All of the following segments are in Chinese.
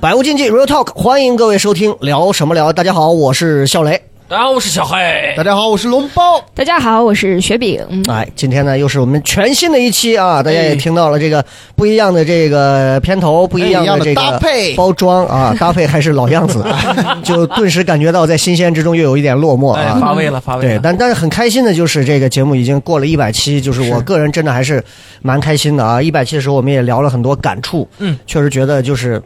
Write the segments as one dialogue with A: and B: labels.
A: 百无禁忌 Real Talk，欢迎各位收听，聊什么聊？大家好，我是笑雷。
B: 大家好，我是小黑。
C: 大家好，我是龙包。
D: 大家好，我是雪饼。
C: 嗯
A: 哎，今天呢又是我们全新的一期啊，大家也听到了这个不一样的这个片头，不一样的这
C: 哎一样的搭
A: 个
C: 配
A: 包装 啊，搭配还是老样子，啊就顿时感觉到在新鲜之中又有一点落寞
B: 哎，
A: 啊。
B: 发威了，发威
A: 对，
B: 了。
A: 但但是很开心的就是这个节目已经过了一百期，就是我个人真的还是蛮开心的啊！一百期的时候我们也聊了很多感触，
B: 嗯，
A: 确实觉得就是，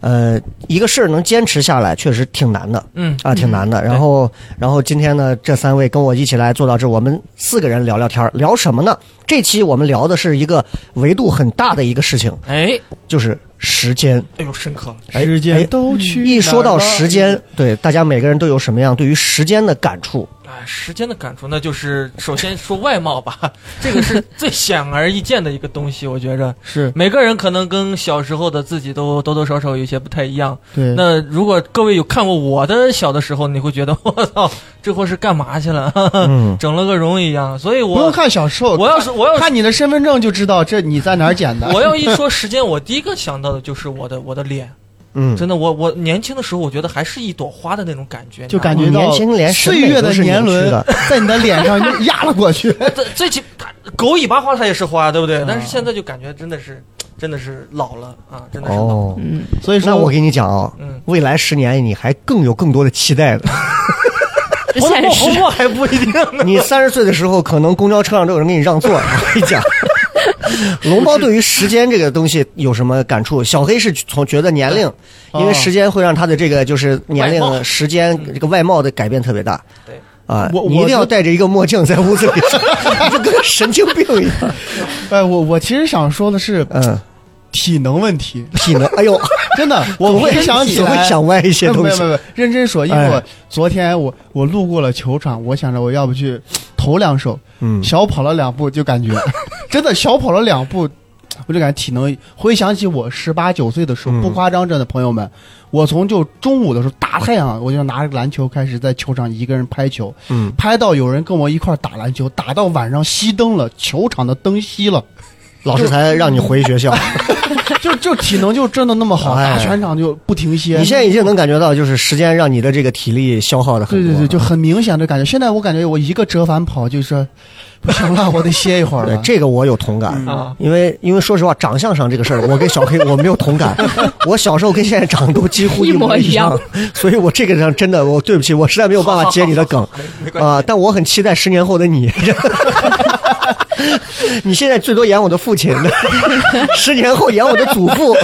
A: 呃，一个事儿能坚持下来确实挺难的，
B: 嗯
A: 啊，挺难的。然后，然后今天呢，这三位跟我一起来坐到这儿，我们四个人聊聊天儿，聊什么呢？这期我们聊的是一个维度很大的一个事情，
B: 哎，
A: 就是时间。
B: 哎呦，深刻了。
A: 哎
C: 时
A: 哎
C: 间都去
A: 一说到
C: 哪儿了
A: 时，间，对大家每个人都有什么样对于时间的感触？
B: 哎，时间的感触，那就是首先说外貌吧， 这个是最显而易见的一个东西。我觉着
C: 是
B: 每个人可能跟小时候的自己都多多少少有些不太一样。
C: 对
B: 那如果各位有看过我的小的时候，你会觉得 我操，这货是干嘛去了？
A: 嗯，
B: 整了个容一样。所以
C: 不用
B: 我
C: 看小时候，
B: 我要是我要是
C: 看你的身份证就知道这你在哪儿捡的。
B: 我要一说时间，我第一个想到的就是我的我的脸。
A: 嗯，
B: 真的，我我年轻的时候，我觉得还是一朵花的那种感觉，
C: 就感
A: 你
C: 觉
A: 年
C: 到
A: 轻连审
C: 岁
A: 美
C: 月
A: 都
C: 的
A: 是
C: 年
A: 扭曲
C: 轮
A: 的
C: 在你的脸 上压了过去。
B: 呃最最起它狗尾巴花它也是花，对不对？但
A: 嗯
B: 是现在就感觉真的是，真的是老了啊，真的是老。
A: 哦。
D: 嗯，
C: 所以
A: 那
C: 说，
A: 我跟你讲啊，
B: 嗯，
A: 未来十年你还更有更多的期待的。
D: 这
B: 红
D: 现
B: 过红
D: 实
B: 过还不一定 呢。
A: 你三十岁的时候，可能公交车上都有人给你让座。我跟你 讲，龙包对于时间这个东西有什么感触？小黑是从觉得年龄，
C: 哦嗯
A: 因为时间会让他的这个就是年
B: 外
A: 龄、
B: 貌
A: 时间这个外貌的改变特别大。
B: 对
A: 啊，
C: 我
A: 你一
C: 我
A: 定要
C: 就
A: 戴着一个墨镜在屋子 里，你就跟个神经病一样。
C: 哎，我我其实想说的是
A: 嗯，
C: 体能问题，
A: 体能，哎呦，
C: 真的，我
A: 会
C: 回想起
A: 总会
C: 来
A: 想歪一些
C: 没有
A: 东
C: 没
A: 西
C: 有没。有，认真说，因为
A: 哎
C: 我昨天我我路过了球场，我想着我要不去投两手，
A: 嗯，
C: 小跑了两步就感 觉，真的小跑了两步，我就感觉体能。回想起我十八九岁的时候，
A: 嗯
C: 不夸张，真的朋友们，我从就中午的时候大太阳，我就拿着篮球开始在球场一个人拍球，
A: 嗯，
C: 拍到有人跟我一块儿打篮球，打到晚上熄灯了，球场的灯熄了，
A: 老师才让你回学校。
C: 就就体能就真的那么好，
A: 哎
C: 打全场就不停歇。
A: 你现在已经能感觉到，就是时间让你的这个体力消耗的很
C: 对
A: 多。
C: 对对，就很明显的感觉。现在我感觉我一个折返跑就是不行了，我得歇一会儿
A: 对
C: 了。
A: 这个我有同感
B: 嗯
A: 因为因为说实话，长相上这个事儿，我跟小黑我没有同感。我小时候跟现在长得都几乎模样
D: 一模，
A: 所以我这个上真的，我对不起，我实在没有办法接你的梗
B: 没没关系
A: 啊、但我很期待十年后的你。 你现在最多演我的父亲， 十年后演我的祖父。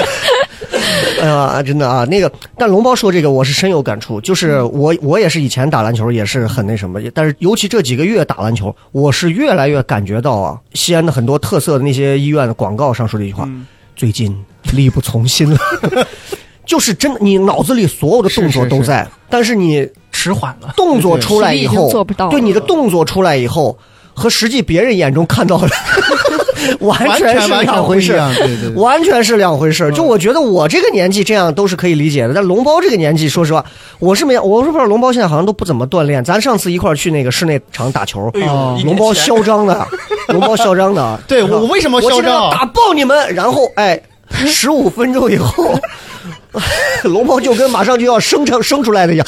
A: 哎呀，真的啊，那个，但龙包说这个我是深有感触，就是我我也是以前打篮球也是很那什么，但是尤其这几个月打篮球，我是越来越感觉到啊，西安的很多特色的那些医院的广告上说这句话，
C: 嗯
A: 最近力不从心了， 就是真的，你脑子里所有的动作
C: 是是
A: 都在，但是你
B: 迟缓了，
A: 动作出来以
D: 实力已
A: 后，
D: 经做不到了
A: 对你的动作出来以后和实际别人眼中看到的 完
C: 完
A: 全是
C: 完全
A: 两
C: 不
A: 回
C: 一
A: 事。
C: 样，嗯对对对，
A: 完全是两回事儿。就我觉得我这个年纪这样都是可以理解的，但龙包这个年纪，说实话，我是没有，我是不知道龙包现在好像都不怎么锻炼。咱上次一块儿去那个室内场打球，
B: 哎呦
C: 哦
B: 一年
A: 龙包
B: 前
A: 嚣张的，龙包嚣张的，
C: 对我我为什么
A: 我
C: 嚣
A: 现在要
C: 张？啊
A: 打爆你们，然后哎，十五分钟以后。 龙包就跟马上就要生成生出来的一样，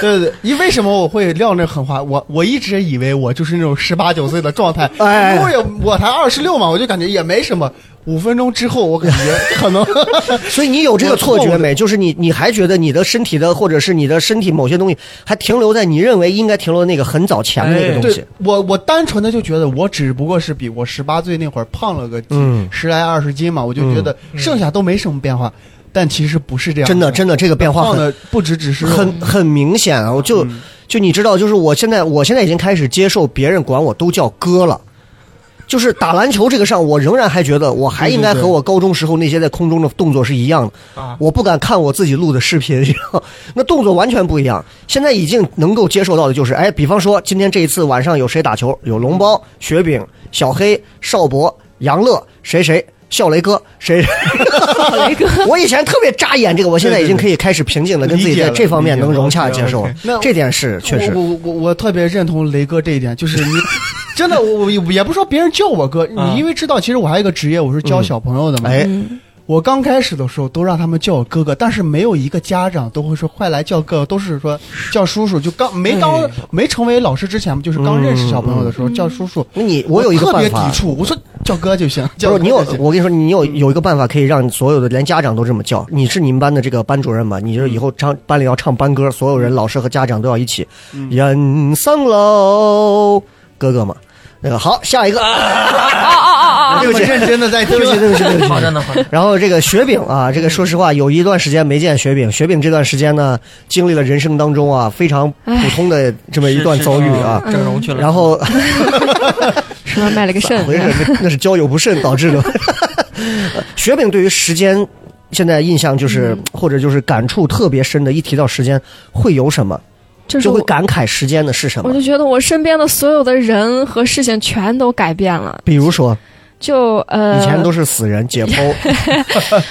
C: 对对对，因为什么我会撂那狠话？我我一直以为我就是那种十八九岁的状态，
A: 哎
C: 因为我我才二十六嘛，我就感觉也没什么。五分钟之后，我感觉 可能
A: 所以你有这个错
C: 我
A: 觉
C: 我
A: 没？就是你你还觉得你的身体的或者是你的身体某些东西还停留在你认为应该停留的那个很早前面那个东西
C: 对，我我单纯的就觉得我只不过是比我十八岁那会儿胖了个几
A: 嗯
C: 十来二十斤嘛，我就觉得剩下都没什么变化，但其实不是这样，
A: 真的真的这个变化
C: 胖
A: 很
C: 的不只只是肉嗯
A: 很很明显啊！我就、就你知道，就是我现在我现在已经开始接受别人管我都叫哥了。就是打篮球这个上，我仍然还觉得我还应该
C: 对对对
A: 和我高中时候那些在空中的动作是一样的。
B: 啊，
A: 我不敢看我自己录的视频， 然后那动作完全不一样。现在已经能够接受到的就是，哎，比方说今天这一次晚上有谁打球，有龙包、雪饼、小黑、邵博、杨乐，谁谁。笑雷哥，谁？
D: 雷 哥，
A: 我以前特别扎眼这个，我现在已经可以开始平静的跟自己在这方面能融洽接受了
C: 理解了理解了，
A: 这点是确实
C: 我。我我我特别认同雷哥这一点，就是 你真的，我我也不说别人叫我哥，
B: 啊
C: 你因为知道，其实我还有一个职业，我是教小朋友的嘛。
A: 嗯哎，
D: 嗯
C: 我刚开始的时候都让他们叫我哥哥，但是没有一个家长都会说快来叫哥哥，都是说叫叔叔。就刚没刚、
A: 哎
C: 没成为老师之前，就是刚认识小朋友的
A: 嗯
C: 时候、叫叔叔，
A: 那你我有一个
C: 特别
A: 办法
C: 抵，触，我说叫哥 就行，
A: 就
C: 叫
A: 是
C: 哥
A: 你有
C: 就，行
A: 我跟你说，你有
B: 嗯
A: 有一个办法可以让所有的连家长都这么叫。你是你们班的这个班主任嘛？你
B: 嗯
A: 就是以后唱班里要唱班歌，所有人、老师和家长都要一起。
B: 嗯
A: 人上楼，哥哥嘛，那个好，下一个。 对不
C: 这么
A: 起，
C: 啊认真的在听
A: 对不起，对不起，对不起。
B: 好着呢，好着呢。
A: 然后这个雪饼啊，这个说实话，有一段时间没见雪饼。雪饼这段时间呢，经历了人生当中啊非常普通的这么一段遭遇啊。
B: 是是整容去了。
A: 然后
D: 什么卖了个肾？啊
A: 回事？那那是交友不慎导致的。 雪饼对于时间现在印象就是，
C: 嗯
A: 或者就是感触特别深的，一提到时间会有什么，
D: 就是
A: 就会
D: 我，
A: 感慨时间的是什
D: 我
A: 么。
D: 就觉得我身边的所有的人和事情全都改变了。
A: 比如说，
D: 就呃，
A: 以前都是死人解 剖，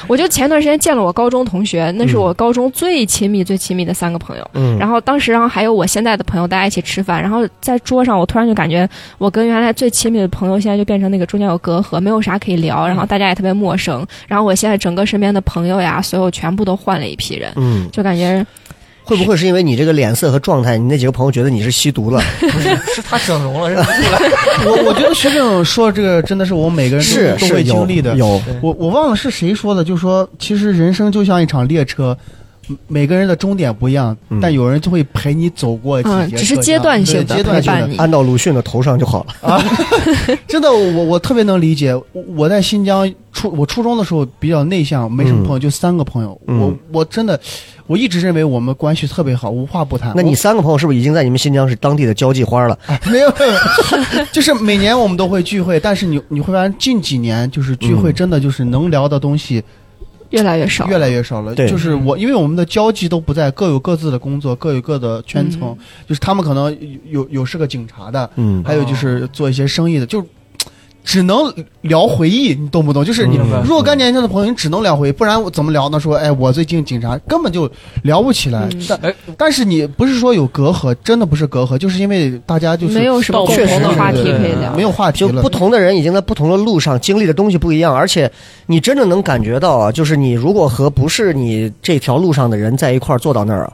D: 我就前段时间见了我高中同学，那是我高中最亲密、最亲密的三个朋友。
A: 嗯，
D: 然后当时，然后还有我现在的朋友，大家一起吃饭。然后在桌上，我突然就感觉，我跟原来最亲密的朋友，现在就变成那个中间有隔阂，没有啥可以
A: 嗯
D: 聊。然后大家也特别陌生。然后我现在整个身边的朋友呀，所有全部都换了一批人，
A: 嗯，
D: 就感觉
A: 会不会是因为你这个脸色和状态，你那几个朋友觉得你是吸毒了？
B: 不是是他整容了，是
C: 我我觉得学长说这个真的是我每个人都
A: 是
C: 都会
A: 是有
C: 经历的。
A: 有，
C: 我我忘了是谁说的，就说其实人生就像一场列车，嗯每个人的终点不一样，
A: 嗯
C: 但有人就会陪你走过几节
D: 嗯，
C: 车
D: 只是阶段
C: 厢
D: 性
C: 对阶
D: 的陪
C: 段性
D: 伴
C: 的。
D: 你。
A: 按到鲁迅的头上就好了。
C: 真的，我我特别能理解。我我在新疆初我初中的时候比较内向，没什么朋友，就三个朋友。
A: 嗯
C: 我我真的我一直认为我们关系特别好，无话不谈。
A: 那你三个朋友是不是已经在你们新疆是当地的交际花了？
C: 我 没有没有， 就是每年我们都会聚会，但是你你会发现近几年就是聚会
A: 嗯
C: 真的就是能聊的东西
D: 越来越少，
C: 越来越少了。
A: 对嗯
C: 就是我，因为我们的交集都不在，各有各自的工作，各有各的圈层。
D: 嗯
C: 就是他们可能有有有是个警察的，
A: 嗯，
C: 还有就是做一些生意的，就是只能聊回忆，你懂不懂？就是你
B: 明白
C: 若干年前的朋友，你只能聊回忆，不然我怎么聊呢？说哎，我最近警察根本就聊不起来。
D: 嗯
C: 但
B: 哎
C: 但是你不是说有隔阂，真的不是隔阂，就是因为大家就是
D: 没有什么
B: 到
D: 共
A: 确实
D: 同的
A: 是
D: 话题
B: 对
D: 可以聊
C: 没。有话题
A: 就
C: 了，
A: 不同的人已经在不同的路上经历的东西不一样，而且你真正能感觉到啊，就是你如果和不是你这条路上的人在一块儿坐到那儿啊，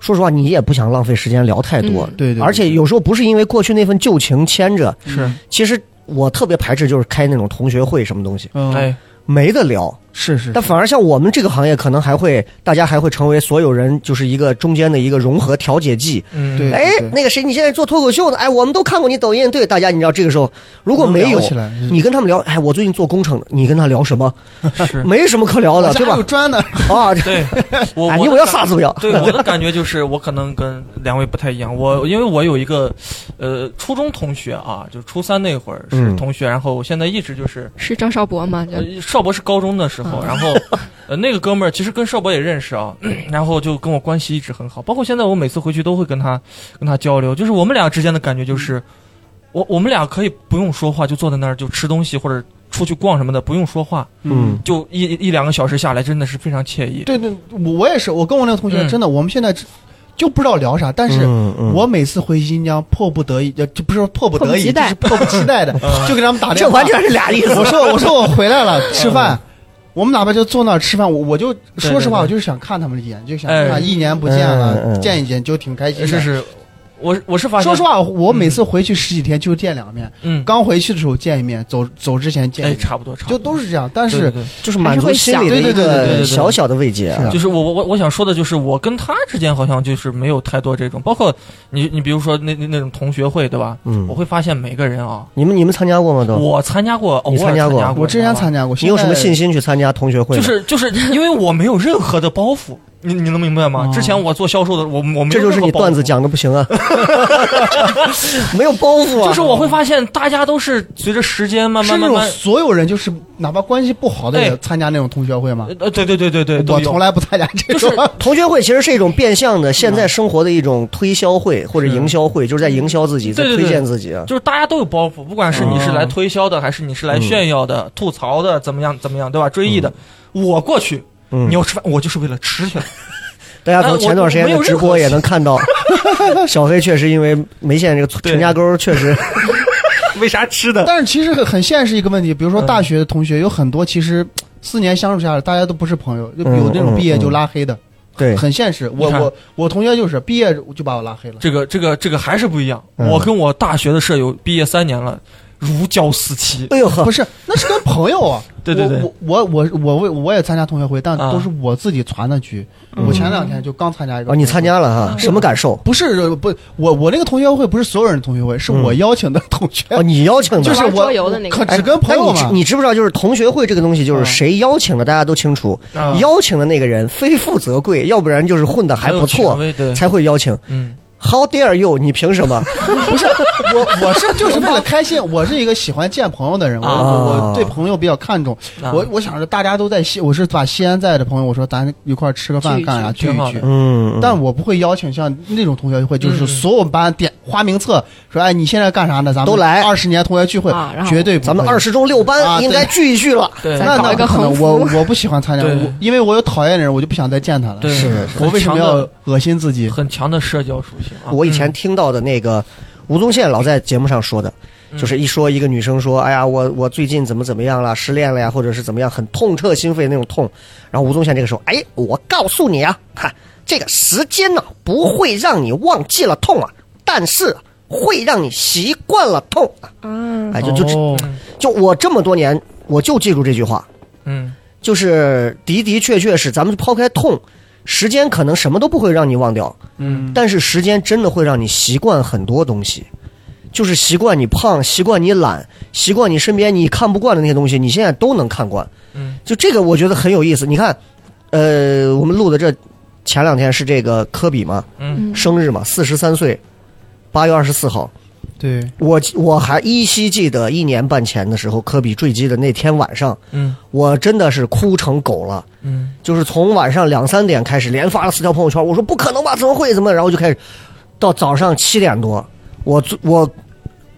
A: 说实话，你也不想浪费时间聊太多。
D: 嗯
C: 对对对
A: 而且有时候不是因为过去那份旧情牵着，
C: 是
A: 其实我特别排斥就是开那种同学会什么东西，
C: 嗯
B: 哎，
A: 没得聊。
C: 是是
A: 但反而像我们这个行业，可能还会大家还会成为所有人就是一个中间的一个融合调解剂。
B: 嗯，
C: 对
A: 哎，那个谁，你现在做脱口秀的，哎，我们都看过你抖音，对大家，你知道这个时候如果没有
C: 能聊起来
A: 你跟他们聊，哎，我最近做工程的，你跟他聊什么？
B: 是，
A: 没什么可聊的，
C: 我家
A: 对吧
C: 有？砖的，
A: 啊，这
B: 对，我
A: 哎，
B: 我
A: 你
B: 的
A: 我要
B: 感
A: 啥子不 要？
B: 对我的感觉就是，我可能跟两位不太一样。
C: 嗯
B: 我因为我有一个，呃，初中同学啊，就初三那会儿是
A: 嗯
B: 同学，然后我现在一直就是，
D: 是张少博吗？就
B: 呃，邵博是高中的时候，
C: 嗯
B: 然 后，呃，那个哥们儿其实跟邵博也认识啊， 然后就跟我关系一直很好，包括现在我每次回去都会跟他跟他交流，就是我们俩之间的感觉
C: 嗯
B: 就是，我我们俩可以不用说话，就坐在那儿就吃东西或者出去逛什么的，不用说话，
A: 嗯，
B: 就一一两个小时下来，真的是非常惬意。
C: 对对，我我也是，我跟我那个同学、
B: 嗯
C: 真的，我们现在只就不知道聊啥，但是。
A: 嗯嗯
C: 我每次回新疆，迫不得已，呃就不是说迫不得已，
D: 迫不及
C: 就
D: 待
C: 是迫不 及待的，
B: 嗯
C: 就给他们打电
A: 这
C: 话
A: 完。全是俩意思。
C: 我说我说我回来了，吃饭。我们哪怕就坐那儿吃饭，我我就说实话，
B: 嗯对对
C: 我就是想看他们一眼，就想
B: 哎
C: 看一年不见了，
A: 嗯嗯嗯
C: 见一见就挺开心的。
B: 是是，我我是发现，
C: 说实话，我每次回去十几天就见两面，
B: 嗯，
C: 刚回去的时候见一面，走走之前见一
B: 哎，
C: 面，
B: 差不多，差不
C: 就
B: 多
C: 都是这样。但
B: 对对
C: 是
B: 对
A: 就是满足心里的一
C: 对对对对对
B: 对
A: 个
B: 对
A: 小小的慰藉啊。
C: 是啊
B: 就是我我我我想说的就是，我跟他之间好像就是没有太多这种，包括你你比如说那那那种同学会对吧？
A: 嗯
B: 我会发现每个人啊，
A: 你们你们参加过吗？都？
B: 我参加过，偶
A: 你
B: 尔
A: 参加
B: 加
A: 过
B: 过，
C: 我之前参
B: 加，
C: 加过，
A: 你有什么
C: 现在
A: 信心去参加同学会
B: 就
A: 呢？
B: 是就是因为我没有任何的包袱，你你能明白吗
C: 哦？
B: 之前我做销售的，我我没有
A: 这就是
B: 任何
A: 你
B: 包
A: 段
B: 袱
A: 子。讲的不行啊， 没有包袱啊。
B: 就是我会发现，大家都是随着时间慢慢
C: 是那
B: 慢
C: 种
B: 慢，
C: 所有人，就是哪怕关系不好的也
B: 哎
C: 参加那种同学会吗？
B: 呃，对对对对对，都
C: 我
B: 有
C: 从来不参加这
B: 就是
C: 种。
A: 同学会其实是一种变相的现
B: 嗯
A: 在生活的一种推销会或者营销会，就是在营销自己，在
B: 对对
A: 推
B: 对
A: 荐自己啊。
B: 就是大家都有包袱，不管是你是来推销的，还是你是来炫耀的、吐槽的，怎么样怎么样，对吧？追忆的，我过去，
A: 嗯
B: 你要吃饭，我就是为了吃去了。
A: 大家
C: 呃
A: 从前段时间的直播也能看到， 小黑确实因为眉县这个陈家沟确 实，
B: 为啥吃的？
C: 但是其实很很现实一个问题，比如说大学的同学有很多其实四年相处下来，大家都不是朋友，就有那种毕业就拉黑的，
A: 对，
C: 很现实。我
B: 你看
C: 我我同学就是毕业就把我拉黑了。
B: 这个这个这个还是不一样。
A: 嗯
B: 我跟我大学的舍友毕业三年了，如胶似漆。
A: 哎呦呵
C: 不，是，那是跟朋友啊。
B: 对对对
C: 我我我我我我也参加同学会，但
B: 啊
C: 都是我自己传的局。
D: 嗯
C: 我前两天就刚参加一个。
A: 哦，你参？加了
C: 嗯
A: 哈，什么感受？哦
C: 不是不，我我那个同学会不是所有人的同学会，是
A: 嗯
C: 我邀请的同学。
A: 哦，你邀请的，
C: 哎就是
D: 玩
C: 我
D: 桌游的那个
C: 可
A: 哎
C: 只跟朋友
A: 但你知
C: 嘛。
A: 你知不知道，就是同学会这个东西，就是
C: 嗯
A: 谁邀请的，大家都清楚。
B: 啊
A: 邀请的那个人非富则贵，要不然就是混的还不错，
B: 很有权威对，
A: 才会邀请。
B: 嗯，
A: How dare you？你凭什么？
C: 不是我，我是就是为了开心。我是一个喜欢见朋友的人，我
A: 啊
C: 我我对朋友比较看重。
B: 啊
C: 我我想着大家都在西，我是把西安在的朋友，我说咱一块儿吃个饭
D: 聚一聚
C: 干啥聚
B: 挺好
C: 一
B: 的
C: 聚。
A: 嗯，
C: 但我不会邀请像那种同学会，就
B: 嗯
C: 是
B: 嗯
C: 所有班点花名册说，哎，你现在干啥呢？咱们
A: 都来
C: 二十年同学聚会
D: 啊然，后
C: 绝对
A: 咱们二
C: 十。
A: 十中六
C: 啊
A: 班
C: 对
A: 应该聚一聚了。
B: 对
D: 咱
C: 那
D: 搞
C: 那
D: 一个
C: 不可能，
D: 横
C: 我
D: 幅
C: 我不喜欢参加，
B: 对
C: 我因为我有讨厌的人，我就不想再见他了。
B: 对，
A: 是
C: 我为什么
B: 很强
C: 要
B: 的
C: 恶心自己？
B: 很强的社交属性啊？
A: 我以前听到的那个吴宗宪老在节目上说的，
B: 嗯
A: 就是一说一个女生说，哎呀，我我最近怎么怎么样了，失恋了呀，或者是怎么样，很痛彻心扉那种痛。然后吴宗宪这个时候，哎，我告诉你啊，看这个时间呢、不会让你忘记了痛啊，但是啊会让你习惯了痛啊。
D: 啊，
A: 哎，就就这
C: 哦
B: 嗯
A: 就我这么多年，我就记住这句话，
B: 嗯
A: 就是的的确确是，咱们抛开痛，时间可能什么都不会让你忘掉。
C: 嗯，
A: 但是时间真的会让你习惯很多东西，就是习惯你胖，习惯你懒，习惯你身边你看不惯的那些东西，你现在都能看惯。
B: 嗯，
A: 就这个我觉得很有意思。你看，呃，我们录的这前两天是这个科比嘛，
B: 嗯
A: 生日嘛，四十三岁，八月二十四号。
C: 对，
A: 我我还依稀记得一年半前的时候，科比坠机的那天晚上，
B: 嗯
A: 我真的是哭成狗了。
B: 嗯
A: 就是从晚上两三点开始，连发了四条朋友圈。我说不可能吧，怎么会怎么？然后就开始到早上七点多，我最我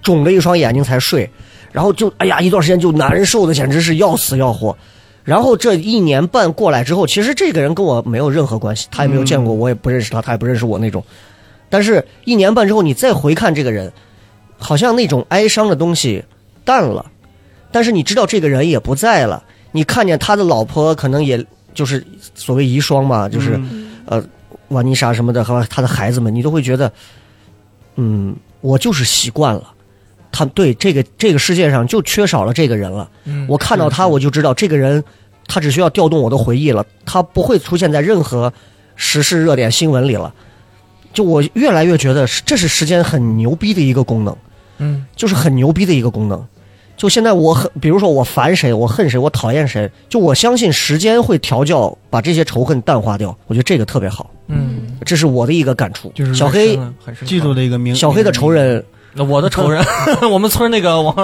A: 肿着一双眼睛才睡，然后就哎呀，一段时间就难受的简直是要死要活。然后这一年半过来之后，其实这个人跟我没有任何关系，他也没有见过我，我也不认识他，他也不认识我那种。但是，一年半之后，你再回看这个人，好像那种哀伤的东西淡了，但是你知道这个人也不在了。你看见他的老婆，可能也就是所谓遗孀嘛，就是、
C: 嗯
A: 瓦妮莎什么的和他的孩子们，你都会觉得，嗯，我就是习惯了。他对这个这个世界上就缺少了这个人了。
B: 嗯，
A: 我看到他，我就知道这个人，他只需要调动我的回忆了，他不会出现在任何时事热点新闻里了。就我越来越觉得是，这是时间很牛逼的一个功能，
B: 嗯
A: 就是很牛逼的一个功能。就现在我很，比如说我烦谁，我恨谁，我讨厌谁，就我相信时间会调教，把这些仇恨淡化掉。我觉得这个特别好。
B: 嗯，
A: 这是我的一个感触。
C: 就是
A: 小黑
B: 深，了很深刻
C: 记住了一个名，
A: 小黑的仇人，
B: 那我的仇人，我们村那个王，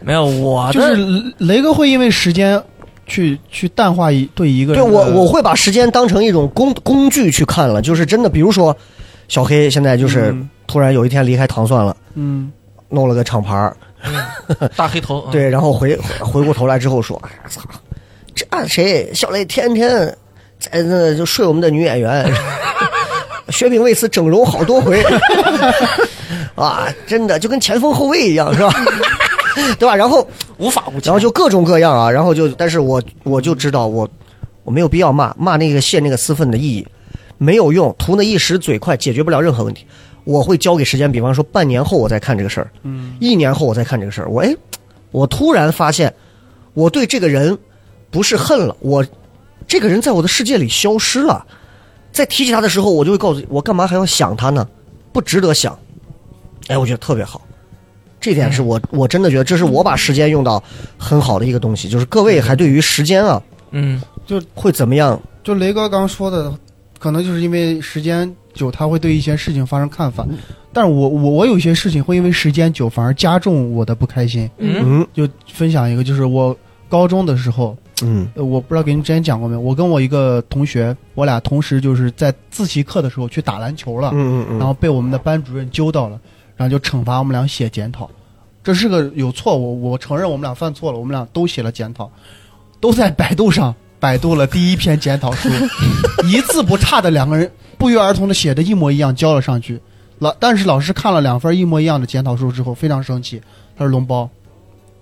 B: 没有
A: 啊
B: 我的，
C: 就是雷哥会因为时间去去淡化一对一个
A: 对
C: 人的。
A: 我我会把时间当成一种工工具去看了，就是真的，比如说小黑现在就是
C: 嗯
A: 突然有一天离开糖蒜了，
C: 嗯，
A: 弄了个厂牌儿，
B: 嗯大黑头，嗯，
A: 对，然后回回过头来之后说，哎呀操，这谁小雷天天在那就睡我们的女演员。 薛平为此整容好多回，啊，真的就跟前锋后卫一样，是吧？ 对吧？然后
B: 无法无天，
A: 然后就各种各样啊，然后就，但是我我就知道我我没有必要骂骂那个泄那个私愤的意义，没有用，图那一时嘴快，解决不了任何问题。我会交给时间，比方说半年后我再看这个事儿，嗯，一年后我再看这个事儿。我哎，我突然发现，我对这个人不是恨了，我这个人在我的世界里消失了。在提起他的时候，我就会告诉自己我干嘛还要想他呢？不值得想。哎，我觉得特别好，这点是我我真的觉得这是我把时间用到很好的一个东西，就是各位还对于时间啊
B: 嗯
A: 会怎么样？
C: 就雷哥刚说的，可能就是因为时间久，他会对一些事情发生看法。
A: 嗯
C: 但是我我我有些事情会因为时间久反而加重我的不开心。
B: 嗯
A: 嗯
C: 就分享一个，就是我高中的时候，
A: 嗯
C: 呃我不知道给你之前讲过没有，我跟我一个同学，我俩同时就是在自习课的时候去打篮球了。
A: 嗯嗯
C: 然后被我们的班主任揪到了，然后就惩罚我们俩写检讨。这是个有错误，我承认我们俩犯错了，我们俩都写了检讨，都在百度上百度了第一篇检讨书，一字不差的两个人不约而同的写的一模一样，交了上去。老但是老师看了两份一模一样的检讨书之后，非常生气，他说：“龙包，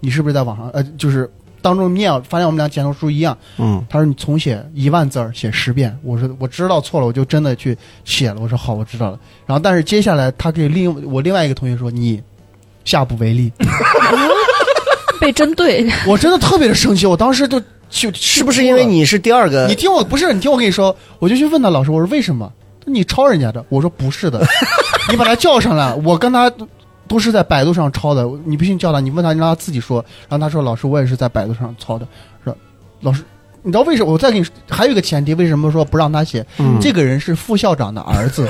C: 你是不是在网上呃，就是当中面发现我们俩检讨书一样，
A: 嗯，
C: 他说你重写一万字儿，写十遍。我说我知道错了，我就真的去写了。我说好，我知道了。然后但是接下来他给另我另外一个同学说你下不为例，
D: 被针 对，
C: 我真的特别的生气，我当时就就是
A: 不是因为？你是第二个
C: 你？听我不是你听我跟你说，我就去问他老师，我说为什么？他说你抄人家的，我说不是的， 你把他叫上来，我跟他都是在百度上抄的，你不信叫他，你问他，你让他自己说。然后他说老师，我也是在百度上抄的。说老师，你知道为什么？我再给你说还有一个前提，为什么说不让他写？
A: 嗯
C: 这个人是副校长的儿子，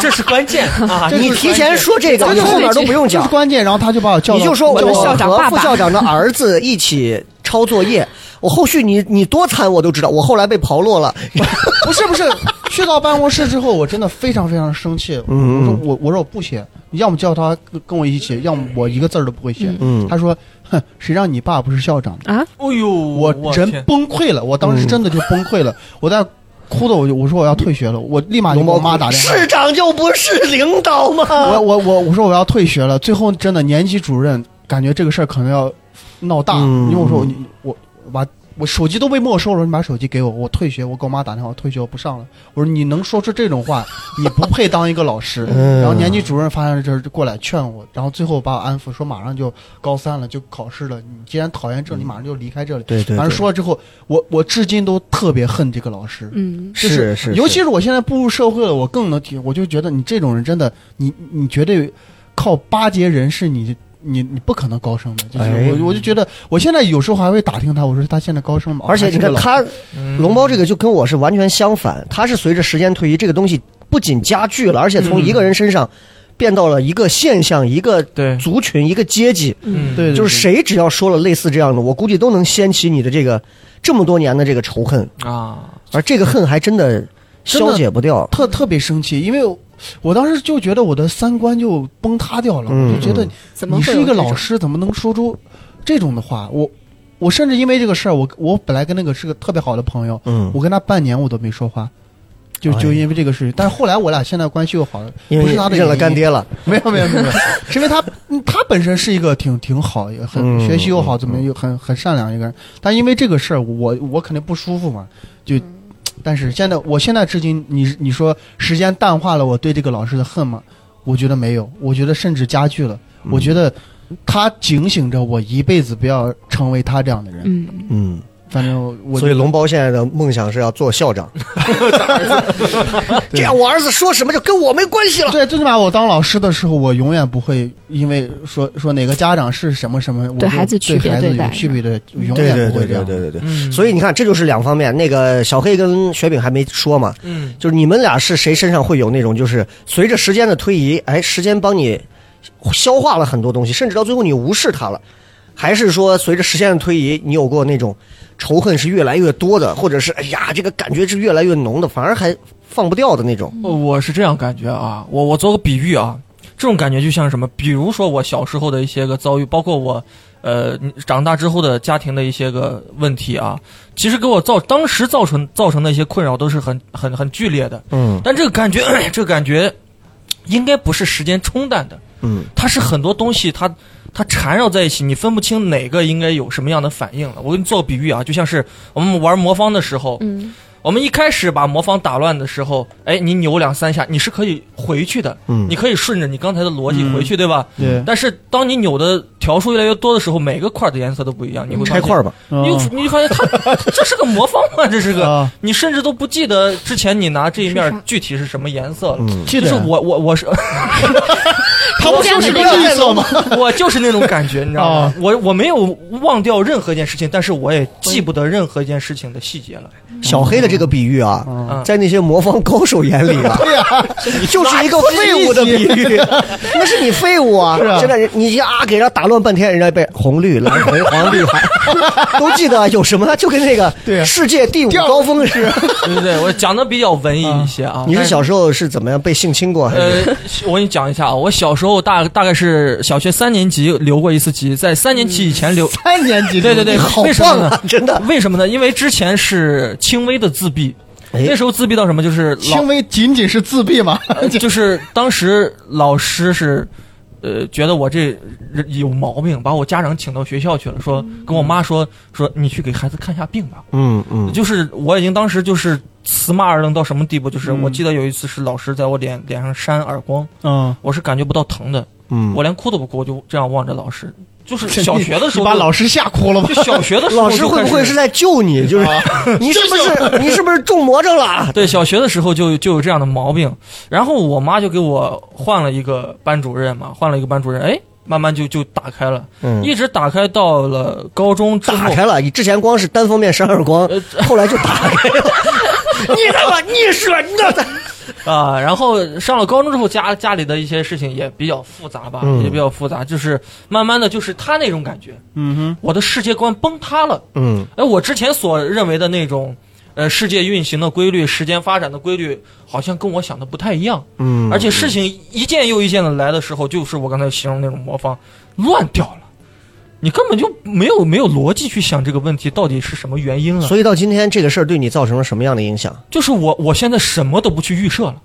B: 这是关键啊！
C: 这
A: 你
C: 就是
A: 提前说这个，
C: 关
A: 你
C: 键
A: 后面都 不用
C: 这
A: 讲
C: 是。关键。然后他就把我叫到，
A: 你就说
D: 我
A: 我
D: 的
A: 和
D: 校长爸
A: 副
D: 爸
A: 校长的儿子一起抄作 业，我后续你你多惨我都知道，我后来被刨落了。
C: 不是不是，去到办公室之后，我真的非常非常生气。我说
A: 嗯
C: 我我说我不写，你要么叫他跟我一起写，要么我一个字儿都不会写。
A: 嗯
C: 他说，哼，谁让你爸不是校长的？
B: 哦呦，
C: 我
B: 我
C: 人
B: 天
C: 崩溃了，我当时真的就崩溃了，我在哭的，我就我说我要退学了，我立马就给我妈打电话。
A: 市长就不是领导
C: 我
A: 吗？
C: 我我我说我要退学了，最后真的年级主任感觉这个事儿可能要闹大，
A: 嗯
C: 因为我说你我我把我手机都被没收了，你把手机给我，我退学，我给我妈打电话，我退学我不上了。我说你能说出这种话，你不配当一个老师。
A: 嗯
C: 然后年级主任发现了这事儿就过来劝我，然后最后把我安抚，说马上就高三了，就考试了，你既然讨厌这，你马上就离开这里。
A: 对嗯对
C: 反正说了之后，我我至今都特别恨这个老师。
D: 嗯，
C: 就是
A: 是，
C: 尤其是我现在步入社会了，我更能体，我就觉得你这种人真的，你你绝对靠巴结人是你你你不可能高升的。就是
A: 哎
C: 我我就觉得，我现在有时候还会打听他，我说他现在高升吗？
A: 而且你看
C: 哦还是个老
A: 他
B: 嗯
A: 龙猫这个就跟我是完全相反，他是随着时间推移，这个东西不仅加剧了，而且
C: 嗯
A: 从一个人身上变到了一个现象、一个
B: 对，
A: 族群、一个阶级。
B: 嗯
C: 对，对
A: 就是
C: 对
A: 谁只要说了类似这样的，我估计都能掀起你的这个这么多年的这个仇恨，
B: 啊，
A: 而这个恨还真的消解不掉。
C: 特特别生气，因为我我当时就觉得我的三观就崩塌掉了，
A: 嗯
C: 我就觉得
D: 怎么
C: 你
D: 会
C: 是
D: 有
C: 一个
D: 这
C: 老
D: 种
C: 师，怎么能说出这种的话？我我甚至因为这个事儿，我我本来跟那个是个特别好的朋友，
A: 嗯，
C: 我跟他半年我都没说话，就就
A: 哎
C: 因为这个事情。但是后来我俩现在关系又好了，
A: 因
C: 不
A: 为
C: 是他的
A: 认了
C: 原因
A: 干，爹了，
C: 没有没有没有，没有是因为他嗯他本身是一个挺挺好，也很、
A: 嗯
C: 学习又好，怎么又很很善良一个人。但因为这个事儿，我我肯定不舒服嘛，就。但是现在，我现在至今，你你说时间淡化了我对这个老师的恨吗？我觉得没有，我觉得甚至加剧了。
A: 嗯
C: 我觉得他警醒着我一辈子不要成为他这样的人。
D: 嗯，
A: 嗯，
C: 反正我
A: 所以龙包现在的梦想是要做校长，这样我儿子说什么就跟我没关系了。
C: 对，最起码我当老师的时候，我永远不会因为说说哪个家长是什么什么，我就
D: 对孩子区别
C: 孩子
D: 对待
C: 有区别的，永
A: 对
C: 远
A: 对
C: 不
A: 对
C: 会这
A: 对
C: 样。
A: 对对对。
B: 嗯，
A: 所以你看，这就是两方面。那个小黑跟雪饼还没说嘛，
B: 嗯，
A: 就是你们俩是谁身上会有那种，就是随着时间的推移，哎，时间帮你消化了很多东西，甚至到最后你无视它了，还是说随着时间的推移，你有过那种仇恨是越来越多的，或者是哎呀，这个感觉是越来越浓的，反而还放不掉的那种？
B: 哦我是这样感觉啊，我我做个比喻啊，这种感觉就像什么，比如说我小时候的一些个遭遇，包括我。呃，长大之后的家庭的一些个问题啊，其实给我造当时造成造成的一些困扰都是很很很剧烈的，
A: 嗯
B: 但这个感觉， 这个感觉，应该不是时间冲淡的，
A: 嗯
B: 它是很多东西它它缠绕在一起，你分不清哪个应该有什么样的反应了。我给你做个比喻啊，就像是我们玩魔方的时候，
D: 嗯，
B: 我们一开始把魔方打乱的时候，哎，你扭两三下，你是可以回去的，
A: 嗯
B: 你可以顺着你刚才的逻辑回去，对吧？
C: 对，嗯
B: 但是当你扭的条数越来越多的时候，每个块的颜色都不一样，你会
A: 拆嗯块
B: 儿，
A: 吧，哦
B: 你
C: 嗯
B: 就你就发现它这是个魔方 吗？这是个，
C: 啊，
B: 你甚至都不记得之前你拿这一
D: 是啥
B: 面具体是什么颜色了。
A: 嗯，
C: 记
B: 就
C: 得
B: 是我我 我是
C: 他不就是个
D: 我家的那个
C: 绿色吗？
B: 我就是那种感觉，你知道吗
A: 哦
C: 啊？
B: 我我没有忘掉任何一件事情，但是我也记不得任何一件事情的细节了。
A: 小黑的这个比喻啊，
C: 嗯
A: 在那些魔方高手眼里啊，
C: 对呀，
A: 就是一个废物的比喻，那是你废物啊！
C: 是啊
A: 真的，你一啊给人家打乱半天，人家被红绿蓝红黄绿海都记得啊有什么，就跟那个
C: 对啊
A: 世界第五高峰似的。
B: 对对对，我讲的比较文艺一些啊。
A: 嗯你是
B: 但
A: 小时候是怎么样被性侵过？还是
B: 呃，我给你讲一下啊，我小时候大大概是小学三年级留过一次级，在三年级以前留。
C: 三年级
B: 对对对，
A: 好
B: 为什
A: 棒
B: 么呢
A: 啊？！真的，
B: 为什么呢？因为之前是轻微的自闭，
A: 哎
B: 那时候自闭到什么就是老
C: 轻微仅仅是自闭嘛？
B: 呃就是当时老师是呃，觉得我这人有毛病，把我家长请到学校去了，说跟我妈说说你去给孩子看一下病吧。
A: 嗯嗯，
B: 就是我已经当时就是死骂二愣到什么地步，就是
C: 嗯
B: 我记得有一次是老师在我脸脸上扇耳光，
C: 嗯，
B: 我是感觉不到疼的，
A: 嗯，
B: 我连哭都不哭，我就这样望着老师。就是小学的时候
C: 你把
B: 就
C: 老师吓哭了吧？
B: 就小学的时候
A: 老师
B: 就
A: 会
B: 开
A: 不
B: 始
A: 会是在救你？就是你是不是你是不是中魔怔了？
B: 对，小学的时候就就有这样的毛病，然后我妈就给我换了一个班主任嘛，换了一个班主任，哎，慢慢就就打开了，
A: 嗯，
B: 一直打开到了高中之
A: 打
B: 后，
A: 开了，你之前光是单方面扇耳光，后来就打开了。你他妈，你说你那咋？
B: 啊，然后上了高中之后，家家里的一些事情也比较复杂吧，
A: 嗯
B: 也比较复杂，就是慢慢的就是他那种感觉，
C: 嗯
B: 我的世界观崩塌了，
A: 嗯
B: 哎，我之前所认为的那种。呃，世界运行的规律、时间发展的规律，好像跟我想的不太一样。
A: 嗯
B: 而且事情一件又一件的来的时候，就是我刚才形容那种魔方，乱掉了。你根本就没有没有逻辑去想这个问题到底是什么原因啊！
A: 所以到今天这个事儿对你造成了什么样的影响？
B: 就是我我现在什么都不去预设了，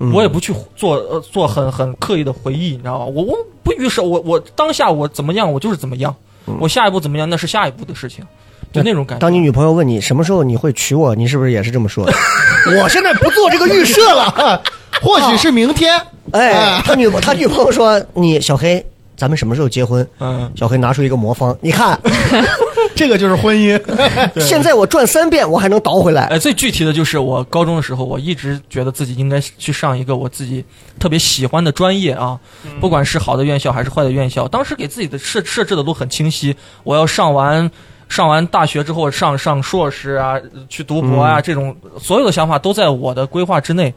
A: 嗯
B: 我也不去做呃做很很刻意的回忆，你知道吗？我我不预设，我我当下我怎么样，我就是怎么样，我下一步怎么样那是下一步的事情，就那种感觉。
A: 嗯当你女朋友问你什么时候你会娶我，你是不是也是这么 说的？我现在不做这个预设了。
C: 哼，或许是明天。
A: 哎，他女他女朋友说你小黑，咱们什么时候结婚？
B: 嗯，
A: 小黑拿出一个魔方，你看，
C: 这个就是婚姻。
A: 现在我转三遍，我还能倒回 来。
B: 哎，最具体的就是我高中的时候，我一直觉得自己应该去上一个我自己特别喜欢的专业啊，
A: 嗯
B: 不管是好的院校还是坏的院校，当时给自己的设设置的都很清晰，我要上完。上完大学之后，上上硕士啊，去读博啊，
A: 嗯
B: 这种所有的想法都在我的规划之内，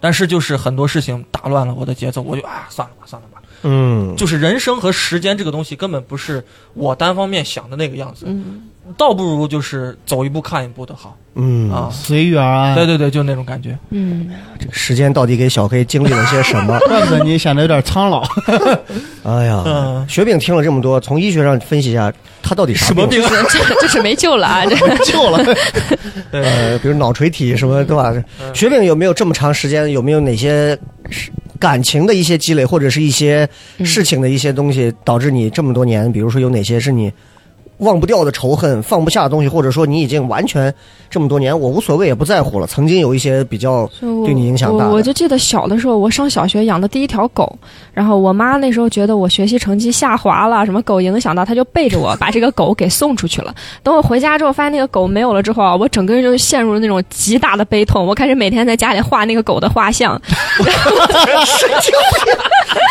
B: 但是就是很多事情打乱了我的节奏，我就啊，算了吧，算了吧，
A: 嗯，
B: 就是人生和时间这个东西根本不是我单方面想的那个样子，
D: 嗯，
B: 倒不如就是走一步看一步的好
A: 嗯
B: 啊。
C: 随缘啊，
B: 对对对，就那种感觉。
D: 嗯，
A: 这个时间到底给小黑经历了些什 么？
C: 怪不得你显得有点苍 老。
A: 哎呀，
B: 嗯
A: 雪饼听了这么多，从医学上分析一下，他到底 啥病？ 啊
D: 这这这是没救了啊！这
C: 救 了，
B: 对，
A: 呃，比如脑垂体什么，对吧？
B: 嗯
A: 雪饼有没有这么长时间？有没有哪些是感情的一些积累，或者 是一些
D: 嗯
A: 事情的一些东西，导致你这么多年，比如说有哪些是你忘不掉的仇恨、放不下的东西，或者说你已经完全这么多年我无所谓也不在乎了？曾经有一些比较，
D: 就
A: 对你影响大的
D: 我我就记得小的时候，我上小学养的第一条狗，然后我妈那时候觉得我学习成绩下滑了，什么狗影响到，她就背着我把这个狗给送出去了。等我回家之后，发现那个狗没有了之后啊，我整个人就是陷入了那种极大的悲痛。我开始每天在家里画那个狗的画像，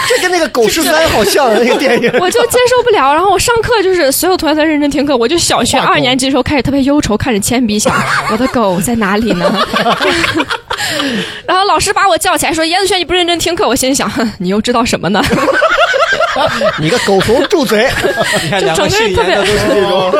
A: 这跟那个狗十三好像啊那个电影。
D: 我就接受不了。然后我上课就是所有同学都在认真听课，我就小学
A: 画狗
D: 二年级的时候开始特别忧愁，看着铅笔想我的狗在哪里呢？然后老师把我叫起来说：“严子轩，你不认真听课。”我心里想：哼你又知道什么呢？
A: 你个狗怂，住嘴！
B: 你看
D: 就
B: 两个
D: 整个人
B: 姓
D: 特
B: 严
D: 别
B: 的都是这种，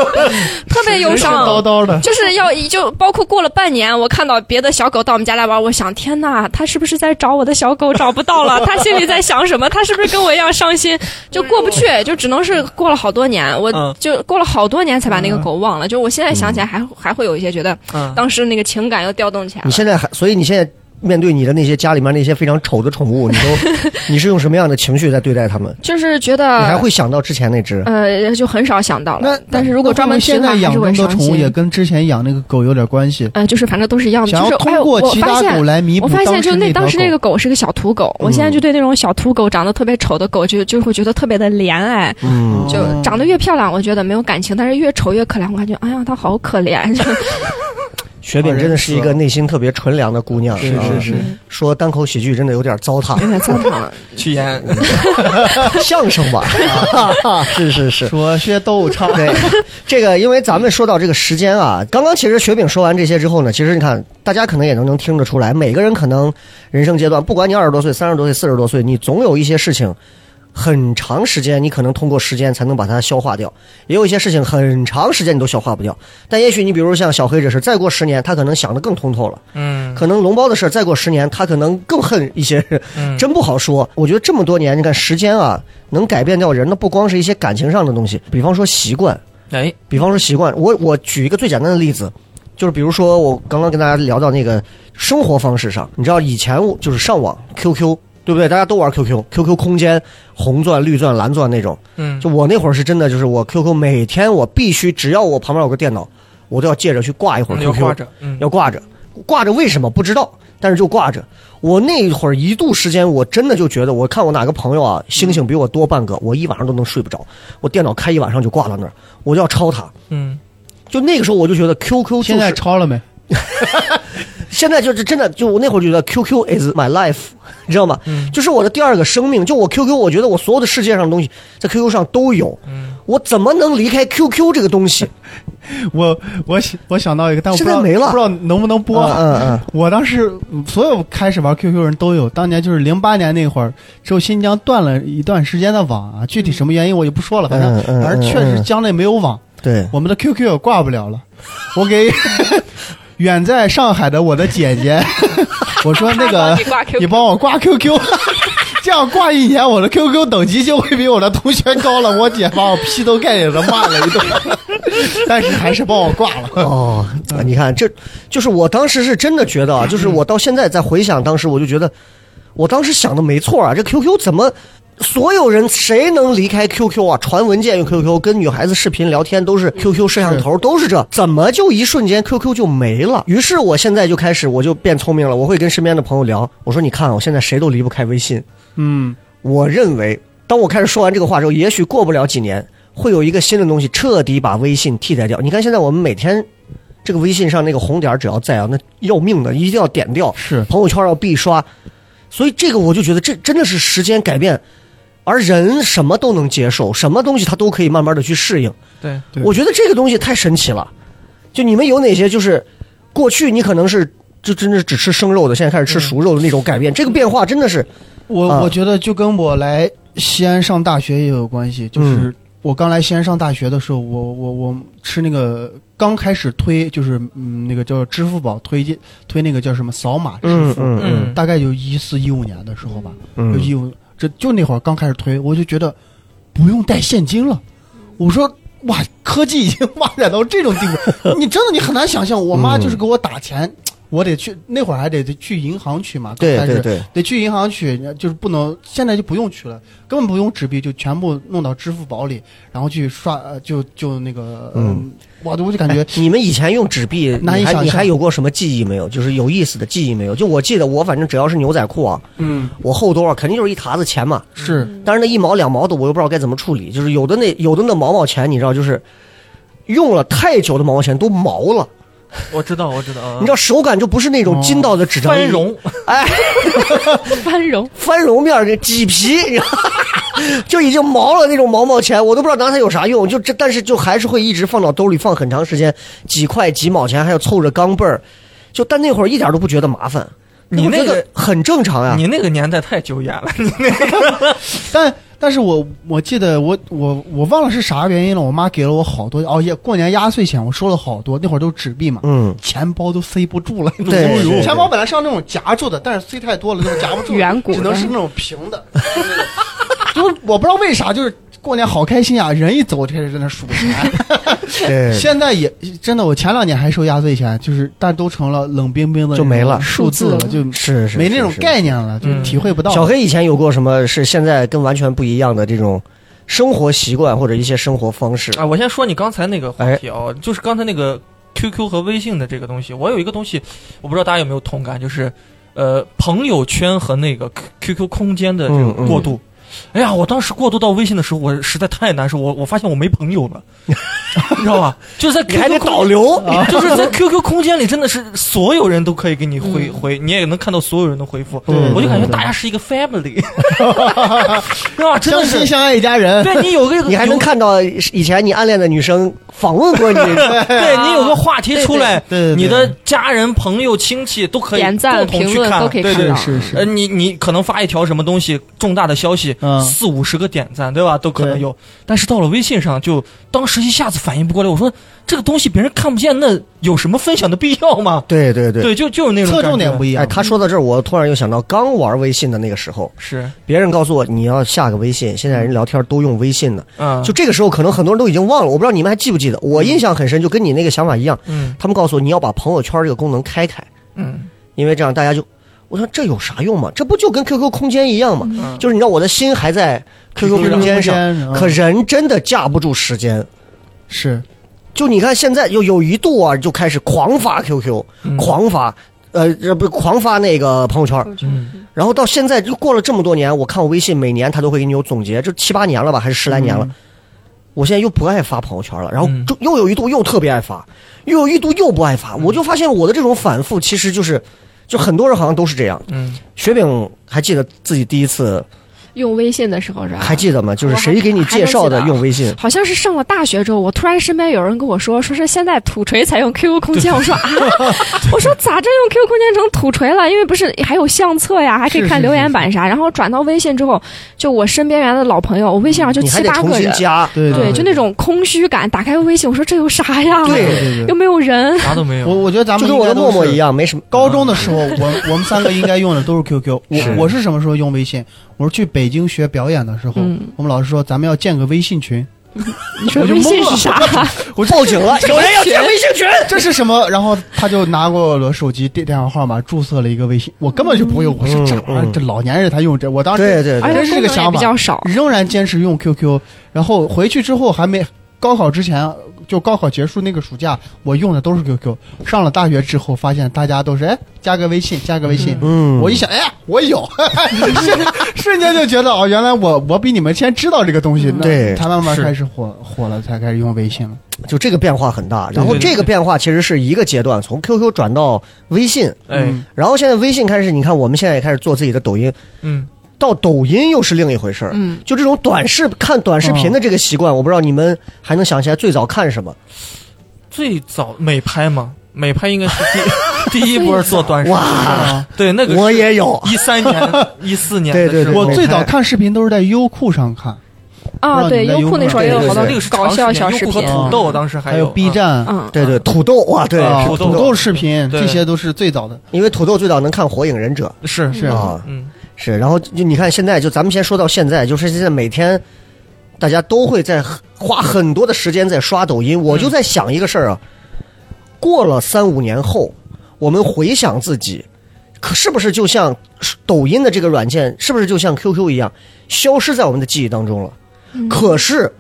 D: 特别忧
C: 叨
D: 伤。
C: 叨的。
D: 就是要就包括过了半年，我看到别的小狗到我们家来玩，我想天呐，它是不是在找我的小狗找不到了？它心里在想什么？它是不是跟我一样伤心？就过不去，就只能是过了好多年，我
B: 嗯
D: 就过了好多年才把那个狗忘了。就我现在想起来还还会有一些觉得
B: 嗯
D: 当时那个情感又调动起来
A: 你
D: 了。
A: 现在还，所以你现在面对你的那些家里面那些非常丑的宠物，你都你是用什么样的情绪在对待它们？
D: 就是觉
A: 你还
D: 得
A: 会想到之前那只？
D: 呃，就很少想到
C: 那
D: 了。但是如果专门
C: 那会
D: 寻
C: 不会
D: 访，
C: 现在养
D: 还是
C: 这
D: 会
C: 么多
D: 伤
C: 宠物，也
D: 心。
C: 跟之前养那个狗有点关系。
D: 呃，就是反正都是一样的，
C: 想
D: 就
C: 要
D: 是哎
C: 通过
D: 我
C: 其
D: 发
C: 他
D: 现
C: 狗来弥补
D: 我发现，
C: 当时
D: 就
C: 那条嗯
D: 当时那个狗是个小土狗，我现在就对那种小土狗长得特别丑的狗，就就会觉得特别的怜爱。
A: 嗯，
D: 就
C: 哦
D: 长得越漂亮，我觉得没有感情；但是越丑越可怜，我感觉哎呀，它好可怜。啊就
A: 雪饼真的是一个内心特别纯良的姑娘，
C: 是
A: 啊
C: 是是，
A: 说单口喜剧真的有点糟蹋，
D: 有点糟蹋了。
B: 去严，
A: 相声吧，啊 是是是。
C: 说些逗唱，
A: 对，这个因为咱们说到这个时间啊，刚刚其实雪饼说完这些之后呢，其实你看，大家可能也能能听得出来，每个人可能人生阶段，不管你二十多岁、三十多岁、四十多岁，你总有一些事情，很长时间你可能通过时间才能把它消化掉，也有一些事情很长时间你都消化不掉。但也许你比如像小黑这事，再过十年，他可能想得更通透了。
B: 嗯
A: 可能龙包的事儿，再过十年，他可能更恨一些人，
B: 嗯
A: 真不好说。我觉得这么多年，你看时间啊，能改变掉人的不光是一些感情上的东西，比方说习惯，
B: 哎，
A: 比方说习惯。我我举一个最简单的例子，就是比如说我刚刚跟大家聊到那个生活方式上，你知道以前我就是上网 QQ，对不对？大家都玩 QQ，QQ 空间红钻、绿钻、蓝钻那种。
B: 嗯，
A: 就我那会儿是真的，就是我 QQ 每天我必须，只要我旁边有个电脑，我都要借着去挂一会儿
B: 要
A: QQ，
B: 挂着，嗯，
A: 要挂着，挂着为什么不知道，但是就挂着。我那会儿一度时间，我真的就觉得，我看我哪个朋友啊，星星比我多半个，我一晚上都能睡不着，我电脑开一晚上就挂到那儿，我就要抄他。
B: 嗯，
A: 就那个时候我就觉得 QQ 就是
C: 现在超了没？
A: 现在就是真的，就我那会儿觉得 QQ is my life，你知道吗？
B: 嗯
A: 就是我的第二个生命。就我 QQ，我觉得我所有的世界上的东西在 QQ 上都有，
B: 嗯
A: 我怎么能离开 QQ 这个东西？
C: 我我想我想到一个，但我不知道
A: 现在没了
C: 不知道能不能播啊。
A: 嗯嗯
C: 我当时嗯所有开始玩 QQ 人都有，当年就是零八年那会儿，只有新疆断了一段时间的网啊，具体什么原因我就不说了，反正
A: 嗯嗯嗯
C: 反正确实疆内没有网，
A: 嗯，对，
C: 我们的 QQ 也挂不了了。我给 远在上海的我的姐姐， 我说那 个
D: 你挂 Q，
C: 你帮我挂 QQ，这 样挂一年，我的 QQ 等级就会比我的同学高了。我姐把我劈头盖脸的骂了一顿， 但是还是帮我挂了。
A: 哦，你看，这就是我当时是真的觉得啊，就是我到现在再回想当时，我就觉得我当时想的没错啊，这 QQ 怎么？所有人谁能离开 QQ 啊？传文件用 QQ，跟女孩子视频聊天都是 QQ 摄像头，都是这，怎么就一瞬间 QQ 就没了？于是我现在就开始，我就变聪明了，我会跟身边的朋友聊，我说你看啊，我现在谁都离不开微信。
C: 嗯，
A: 我认为，当我开始说完这个话之后，也许过不了几年，会有一个新的东西彻底把微信替代掉。你看，现在我们每天这个微信上那个红点儿只要在啊，那要命的，一定要点掉，
C: 是
A: 朋友圈要必刷。所以这个我就觉得这真的是时间改变，而人什么都能接受，什么东西他都可以慢慢的去适应。
B: 对，
C: 对
A: 我觉得这个东西太神奇了。就你们有哪些就是过去你可能是就真的只吃生肉的，现在开始吃熟肉的那种改变，这个变化真的是
C: 我、
A: 啊
C: 我觉得就跟我来西安上大学也有关系，就是我刚来西安上大学的时候，我我我吃那个刚开始推就是嗯那个叫支付宝推荐推那个叫什么扫码支付，
B: 嗯
C: 大概有一四一五年的时候吧，
A: 嗯
C: 就一五这就那会儿刚开始推，我就觉得不用带现金了，我说。哇，科技已经发展到这种地 步，你真的你很难想象。我妈
A: 嗯
C: 就是给我打钱，我得去那会儿还得得去银行取嘛，
A: 对
C: 但是
A: 对对，
C: 得去银行取，就是不能现在就不用取了，根本不用纸币，就全部弄到支付宝里，然后去刷，呃、就就那个，
A: 嗯，
C: 我我就感觉
A: 哎你们以前用纸币，
C: 难以
A: 你还
C: 想象
A: 你还有过什么记忆没有？就是有意思的记忆没有？就我记得，我反正只要是牛仔裤啊，
C: 嗯
A: 我后兜啊，肯定就是一沓子钱嘛。
C: 是
A: 但是那一毛两毛的，我又不知道该怎么处理。就是有的
C: 嗯
A: 那有的那毛毛钱，你知道，就是用了太久的毛钱都毛了，
B: 我知道，我知道，啊
C: 嗯
A: 你知道手感就不是
C: 哦
A: 那种筋道的纸张，
B: 翻绒，
A: 哎，
D: 翻绒，
A: 翻绒面儿这麂皮，你知道。 就已经毛了那种毛毛钱，我都不知道拿它有啥用，就这，但是就还是会一直放到兜里放很长时间，几块几毛钱，还要凑着钢镚儿，就但那会儿一点都不觉得麻烦，
B: 你那
A: 我觉
B: 个
A: 得很正常呀、
B: 你那个年代太久远了，你那
C: 但但是我我记得我我我忘了是啥原因了，我妈给了我好多哦，也过年压岁钱我收了好多，那会儿都是纸币嘛，
A: 嗯，
C: 钱包都塞不住了，你
A: 对
C: 懂吗
A: 对
C: 钱包本来是要那种夹住的，但是塞太多了，那种夹不住，
D: 圆鼓的
C: 只能是那种平的， 就是我不知道为啥，就是过年好开心啊，人一走就开始在那数钱。
A: 对
C: 现在也真的，我前两年还收压岁钱，就是但都成了冷冰冰的
A: 就没了
C: 数字了，
D: 数
C: 就是
A: 是
C: 没那种
A: 是是
C: 概念了，就
B: 嗯
C: 体会不到。
A: 小黑以前有过什么是现在跟完全不一样的这种生活习惯或者一些生活方式？
B: 啊，我先说你刚才那个
A: 哎
B: 话题啊，就是刚才那个 QQ 和微信的这个东西，我有一个东西，我不知道大家有没有同感，就是呃，朋友圈和那个 Q- QQ 空间的这
A: 嗯
B: 个过渡。哎呀，我当时过渡到微信的时候，我实在太难受，我我发现我没朋友 了，你知道吧？就是在 QQ
A: 你还得
B: 空
A: 导流，啊
B: 就是 在 QQ 空间里，真的是所有人都可以给你回回，你也能看到所有人的回复。
A: 嗯
B: 我就感觉大家 是一个 family，啊，真
C: 相
B: 的
C: 亲
B: 是，
C: 相爱一家人，
B: 对你有个
A: 你还能
B: 有
A: 看到以前你暗恋的女生访问过你，
B: 对你有个话题出来，
C: 哎对对对对
B: 你的家人、朋友、亲戚都可以
D: 点赞、
B: 共同
D: 评
B: 去
D: 论
B: 看，啊
D: 都可以
B: 对
D: 看
B: 对
D: 到。
C: 是啊是
B: 呃，你你可能发一条什么东西重大的消息，
C: 嗯
B: 四五十个点赞，对吧？都可能
C: 对
B: 有。但是到了微信上，就当时一下子反应不过来，我说这个东西别人看不见，那有什么分享的必要吗？
A: 对对对。
B: 对，就就是那种
C: 侧
B: 感
C: 重点
B: 觉
C: 不一样。
A: 哎，他说到这儿，我突然又想到刚玩微信的那个时候，
B: 是，
A: 别人告诉我你要下个微信，现在人聊天都用微信呢。
B: 嗯，
C: 啊
A: 就这个时候，可能很多人都已经忘了，我不知道你们还记不记得。我印象很深，就跟你那个想法一样。
B: 嗯
A: 他们告诉我你要把朋友圈这个功能开开，
B: 嗯，
A: 因为这样大家就，我说这有啥用嘛？这不就跟 QQ 空间一样嘛？
B: 嗯
A: 就是你知道我的心还在 QQ 空间上，
C: 嗯
A: 可人真的架不住时间。
C: 是
A: 就你看现在有有一度啊，就开始狂发 QQ，
B: 嗯
A: 狂发，呃，这不狂发那个朋友圈，
B: 嗯
A: 然后到现在就过了这么多年，我看我微信每年它都会给你有总结，这七八年了吧，还是十来
D: 嗯
A: 年了。我现在又不爱发朋友圈了，然后
B: 嗯
A: 就又有一度又特别爱发，又有一度又不爱发，
D: 嗯
A: 我就发现我的这种反复其实就是，就很多人好像都是这样。
B: 嗯，
A: 雪饼还记得自己第一次
D: 用微信的时候是吧？
A: 还记得吗？就是
D: 啊我还
A: 谁给你介绍的
D: 还能记得啊
A: 用微信？
D: 好像是上了大学之后，我突然身边有人跟我说，说是现在土锤才用 QQ 空间。我说 啊，我说咋这用 QQ 空间成土锤了？因为不是还有相册呀，还可以
C: 是是
D: 看留言
C: 是
D: 板啥。然后转到微信之后，就我身边原来的老朋友，我微信
C: 嗯
D: 上就
A: 你还
D: 七
A: 得
D: 八
A: 重
D: 个
A: 新
D: 人，
A: 加，
C: 对
D: 对，就那种空虚感。打开微信，我说这有啥呀？
A: 对
C: 嗯对
D: 又没有人。
B: 嗯啥都没
C: 我
B: 有。
C: 我觉得咱
A: 就
C: 们
A: 跟我
C: 应
A: 的
C: 该
A: 陌
C: 都
A: 陌
C: 是
A: 一样，没什么。
C: 高中的时候，我我们三个应该用的都是 QQ。
A: 是
C: 我我是什么时候用微信？我是去北京学表演的时候，
D: 嗯
C: 我们老师说咱们要建个微信群，
D: 你说
C: 我就
D: 微信
C: 懵
D: 是
C: 了
D: 啥？
A: 我报警了，有人要加微信群。
C: 这是什么？然后他就拿过我的手机电电话号码注册了一个微信，我根本就不用。我说这玩意
A: 嗯
C: 儿，这老年人才用这，我当
A: 对
C: 时
A: 对对
D: 而
C: 真是
D: 且功
C: 这个
D: 能也
C: 想
D: 比
C: 法
D: 较少。
C: 仍然坚持用 QQ。然后回去之后还没高考之前，就高考结束那个暑假，我用的都是 QQ。上了大学之后，发现大家都是哎加个微信，加个微信，
A: 嗯，
C: 我一想，哎，我有， 瞬瞬间就觉得哦，原来我我比你们先知道这个东西，那
A: 对
C: 才慢慢
B: 是
C: 开始火火了，才开始用微信了。
A: 就这个变化很大。
B: 对
A: 然后
B: 对对
A: 这个变化其实是一个阶段，从 QQ 转到微信，
B: 哎，
C: 嗯，
A: 然后现在微信开始，你看我们现在也开始做自己的抖音，
B: 嗯，
A: 到抖音又是另一回事儿。
D: 嗯，
A: 就这种短视看短视频的这个习惯，我不知道你们还能想起来最早看什么？
B: 最早美拍嘛，美拍应该是第第一波做短视频
A: 哇，
B: 的，对，那个
A: 我也有，
B: 一三年、一四年的
A: 对
B: 时
A: 对
B: 候，
C: 我最早看视频都是在优酷上看，
D: 啊，对，
C: 不知道
D: 优
C: 你们在
D: 酷那时候也有
A: 优酷
D: 好
A: 上
D: 多
A: 对
B: 那个是
D: 搞笑小
B: 长时
D: 视
B: 间
D: 频
B: 优。酷和土豆，当时还
C: 还有 B 站。
D: 嗯，
A: 对对，土豆哇，对，
B: 啊
A: 是
C: 土
B: 土豆
C: 豆视频
B: 对
C: 这些都是最早的，
A: 因为土豆最早能看《火影忍者
B: 嗯是》
C: 是
A: 啊，
B: 嗯，
A: 是。然后就你看现在，就咱们先说到现在，就是现在每天大家都会在花很多的时间在刷抖音。我就在想一个事儿啊，过了三五年后，我们回想自己，可是不是就像抖音的这个软件，是不是就像 QQ 一样，消失在我们的记忆当中了？可是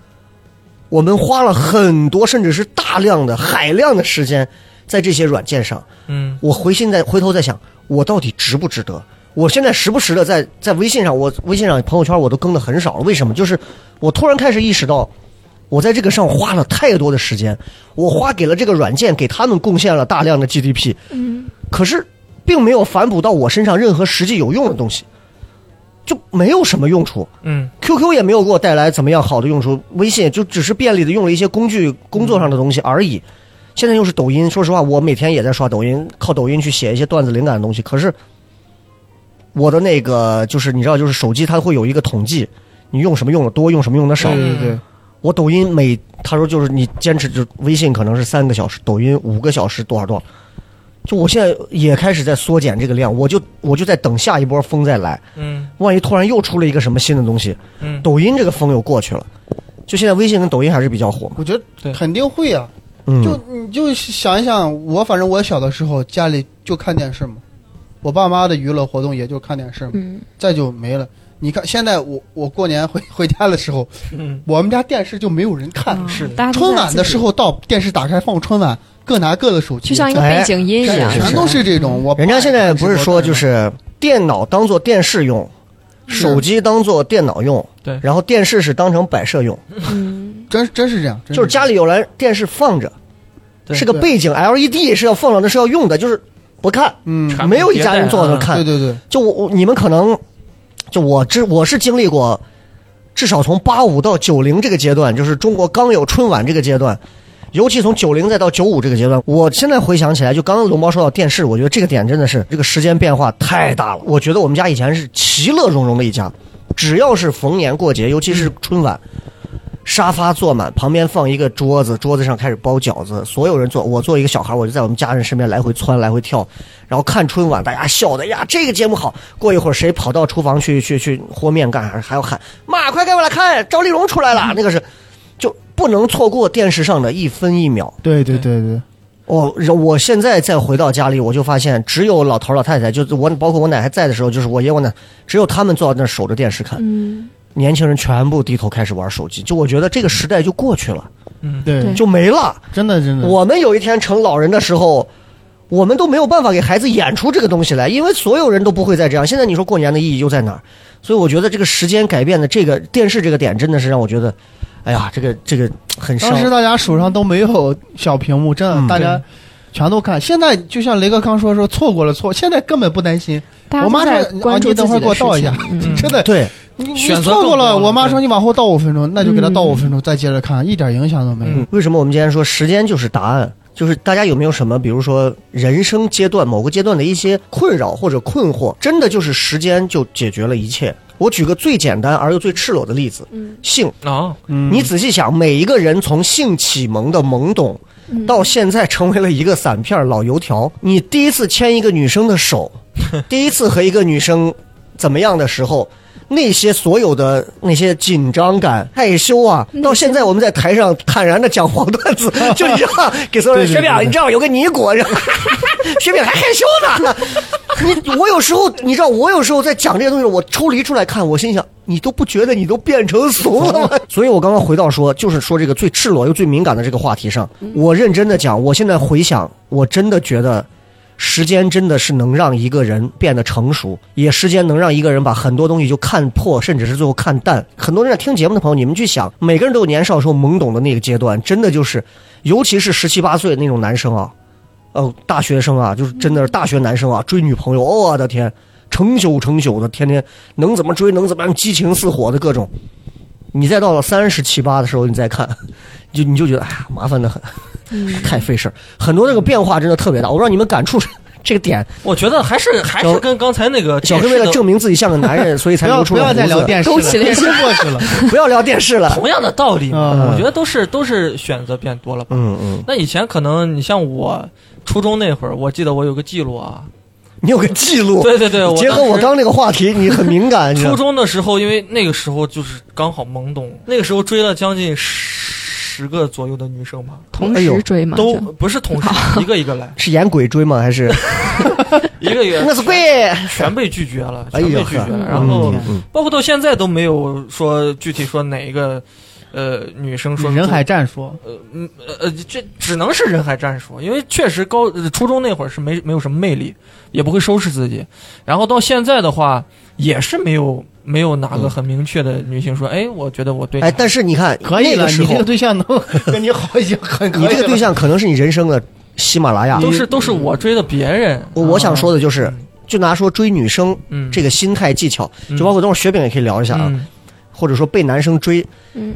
A: 我们花了很多，甚至是大量的、海量的时间在这些软件上。
B: 嗯，
A: 我回心再回头再想，我到底值不值得？我现在时不时的在在微信上，我微信上朋友圈我都更的很少了。为什么？就是我突然开始意识到，我在这个上花了太多的时间，我花给了这个软件，给他们贡献了大量的 GDP。
D: 嗯，
A: 可是并没有反哺到我身上任何实际有用的东西，就没有什么用处。
B: 嗯，
A: QQ 也没有给我带来怎么样好的用处，微信就只是便利的用了一些工具工作上的东西而已。现在又是抖音，说实话，我每天也在刷抖音，靠抖音去写一些段子灵感的东西。可是我的那个就是你知道，就是手机它会有一个统计，你用什么用的多，用什么用的少。
B: 嗯
C: 对对，
A: 我抖音每他说就是你坚持就微信可能是三个小时，抖音五个小时多少多少。就我现在也开始在缩减这个量，我就我就在等下一波风再来，
B: 嗯，
A: 万一突然又出了一个什么新的东西，
B: 嗯，
A: 抖音这个风又过去了，就现在微信跟抖音还是比较火嘛。
C: 我觉
B: 对
C: 得肯定会啊。
A: 嗯，
C: 就你就想一想，我反正我小的时候家里就看电视嘛，我爸妈的娱乐活动也就看电视嘛，
D: 嗯，
C: 再就没了。你看现在我我过年回 回家的时候，
B: 嗯，
C: 我们家电视就没有人看，
D: 嗯
B: 是的
D: 大家都
C: 春
D: 在
C: 晚
D: 自
C: 的
D: 己
C: 时候到电视打开放春晚，各拿各的手机，
D: 就像一个啊背景音一
C: 全
D: 样，
A: 是是
C: 全都是这
D: 嗯
C: 种。我
A: 人家现在不是说就是电脑当做电视用，手机当做电脑用，
B: 对
A: 然后电视是当成摆设用，
D: 嗯，
C: 真真是这样，真
A: 就是家里有人电视放着，
B: 对
A: 是个背景 LED 是要放着，那是要用的，就是不看，
C: 嗯，
B: 差
A: 没有一家人坐在那看
C: 对。对对，
A: 就我我你们可能，就我知我是经历过，至少从八五到九零这个阶段，就是中国刚有春晚这个阶段，尤其从九零再到九五这个阶段，我现在回想起来，就刚刚龙猫说到电视，我觉得这个点真的是这个时间变化太大了。我觉得我们家以前是其乐融融的一家，只要是逢年过节，尤其是春晚。沙发坐满，旁边放一个桌子，桌子上开始包饺子，所有人坐，我坐一个小孩，我就在我们家人身边来回窜，来回跳，然后看春晚，大家笑的呀，这个节目好。过一会儿谁跑到厨房去去去和面干啥，还要喊妈，快给我来看，赵丽蓉出来了，那个是，就不能错过电视上的一分一秒。
C: 对对对对，
A: 我我现在再回到家里，我就发现只有老头儿老太太，就是我包括我奶还在的时候，就是我爷我奶，只有他们坐在那儿守着电视看，
D: 嗯，
A: 年轻人全部低头开始玩手机。就我觉得这个时代就过去了，
B: 嗯，
C: 对
D: 对，
A: 就没了。
C: 真的真的，
A: 我们有一天成老人的时候，我们都没有办法给孩子演出这个东西来，因为所有人都不会再这样。现在你说过年的意义又在哪儿？所以我觉得这个时间改变的这个电视这个点，真的是让我觉得，哎呀，这个这个很伤
C: 当。时大家手上都没有小屏幕，真
A: 嗯
C: 的，大家全都看。现在就像雷哥刚说说，错过了错，现在根本不担心。
D: 大家
C: 我妈
D: 都在
C: 说
D: 关
C: 啊
D: 注
C: 你等
D: 自
C: 会
D: 己
C: 儿给我
D: 的事
C: 倒一
D: 情
C: 下，
D: 嗯
C: 真的，
A: 对，
C: 你你
B: 选择
C: 错过
B: 更多
C: 了，
B: 了
C: 我妈说
B: 对
C: 你往后倒五分钟，那就给她倒
D: 嗯
C: 五分钟，再接着看，一点影响都没有。
B: 嗯
A: 为什么我们今天说时间就是答案？就是大家有没有什么，比如说人生阶段某个阶段的一些困扰或者困惑，真的就是时间就解决了一切。我举个最简单而又最赤裸的例子，
D: 嗯
A: 性。
B: 啊，
C: 嗯
A: 你仔细想，每一个人从性启蒙的懵懂
D: 嗯
A: 到现在成为了一个散片儿老油条。你第一次牵一个女生的手，第一次和一个女生怎么样的时候，那些所有的那些紧张感、害羞啊，
C: 嗯
A: 到现在我们在台上坦然的讲黄段 子，就你知道，给所有人
C: 对对
A: 学表，
C: 对
A: 你知道有个尼姑， 然后学表还害羞呢。你我有时候，你知道，我有时候在讲这些东西，我抽离出来看，我心想，你都不觉得你都变成怂了吗？所以我刚刚回到说，就是说这个最赤裸又最敏感的这个话题上，我认真的讲，我现在回想，我真的觉得。时间真的是能让一个人变得成熟，也时间能让一个人把很多东西就看破，甚至是最后看淡。很多人在听节目的朋友，你们去想，每个人都有年少时候懵懂的那个阶段，真的就是，尤其是十七八岁那种男生啊，呃，大学生啊，就是真的是大学男生啊，追女朋友，哦我、的天，成宿成宿的，天天能怎么追能怎么样，激情似火的各种。你再到了三十七八的时候，你再看，就你就觉得哎呀，麻烦的很， 太费事儿。很多这个变化真的特别大，我让你们感触 这个点。
B: 我觉得还是还
A: 小
B: 是跟刚才那个
A: 小黑为了证明自己像个男 人，所以才
C: 不要
A: 留出
C: 不
A: 了胡
C: 要再聊
A: 子。
C: 电视
D: 勾
C: 了，
D: 起了
C: 电视过 去了。
A: 不要聊电视了。
B: 同样的道理嘛，
C: 嗯
B: 我觉得都是都是选择变多了吧。
A: 嗯嗯，
B: 那以前可能你像我初中那会儿，我记得我有个记录啊，
A: 你有个记录，
B: 对对对，
A: 结合
B: 当时
A: 我刚那个话题，你很敏感。你知道
B: 初中的时候，因为那个时候就是刚好懵懂，那个时候追了将近十个左右的女生吧，
D: 同
A: 哎呦
D: 时追嘛，
B: 都
D: 这样
B: 不是 同时，一个一个来，
A: 是演鬼追吗？还是
B: 一个一个
A: 我是 鬼？
B: 全被拒绝了，
A: 哎
B: 全
A: 呦
B: 被拒绝了，
D: 呵
B: 然后
A: 嗯嗯
B: 包括到现在都没有说具体说哪一个呃女生说
C: 人海战术，
B: 呃，这只能是人海战术，因为确实高呃初中那会儿是没没有什么魅力，也不会收拾自己。然后到现在的话，也是没有没有哪个很明确的女性说，哎，我觉得我对
A: 嗯
B: 你
A: 哎，但是你看，
C: 可以
A: 那
C: 了。
A: 个时
C: 你这
A: 候
C: 个，对象能 跟你好已经很可以
A: 你
C: 了。
A: 这个对象可能是你人生的喜马拉雅。
B: 都是都是我追的别人。
A: 我
C: 啊
A: 我想说的啊就是，就拿说追女生
B: 嗯，
A: 这
B: 个
A: 个心态技巧，
B: 嗯
A: 就包括等会儿雪饼也可以聊一下啊，
B: 嗯
A: 或者说被男生追，
D: 嗯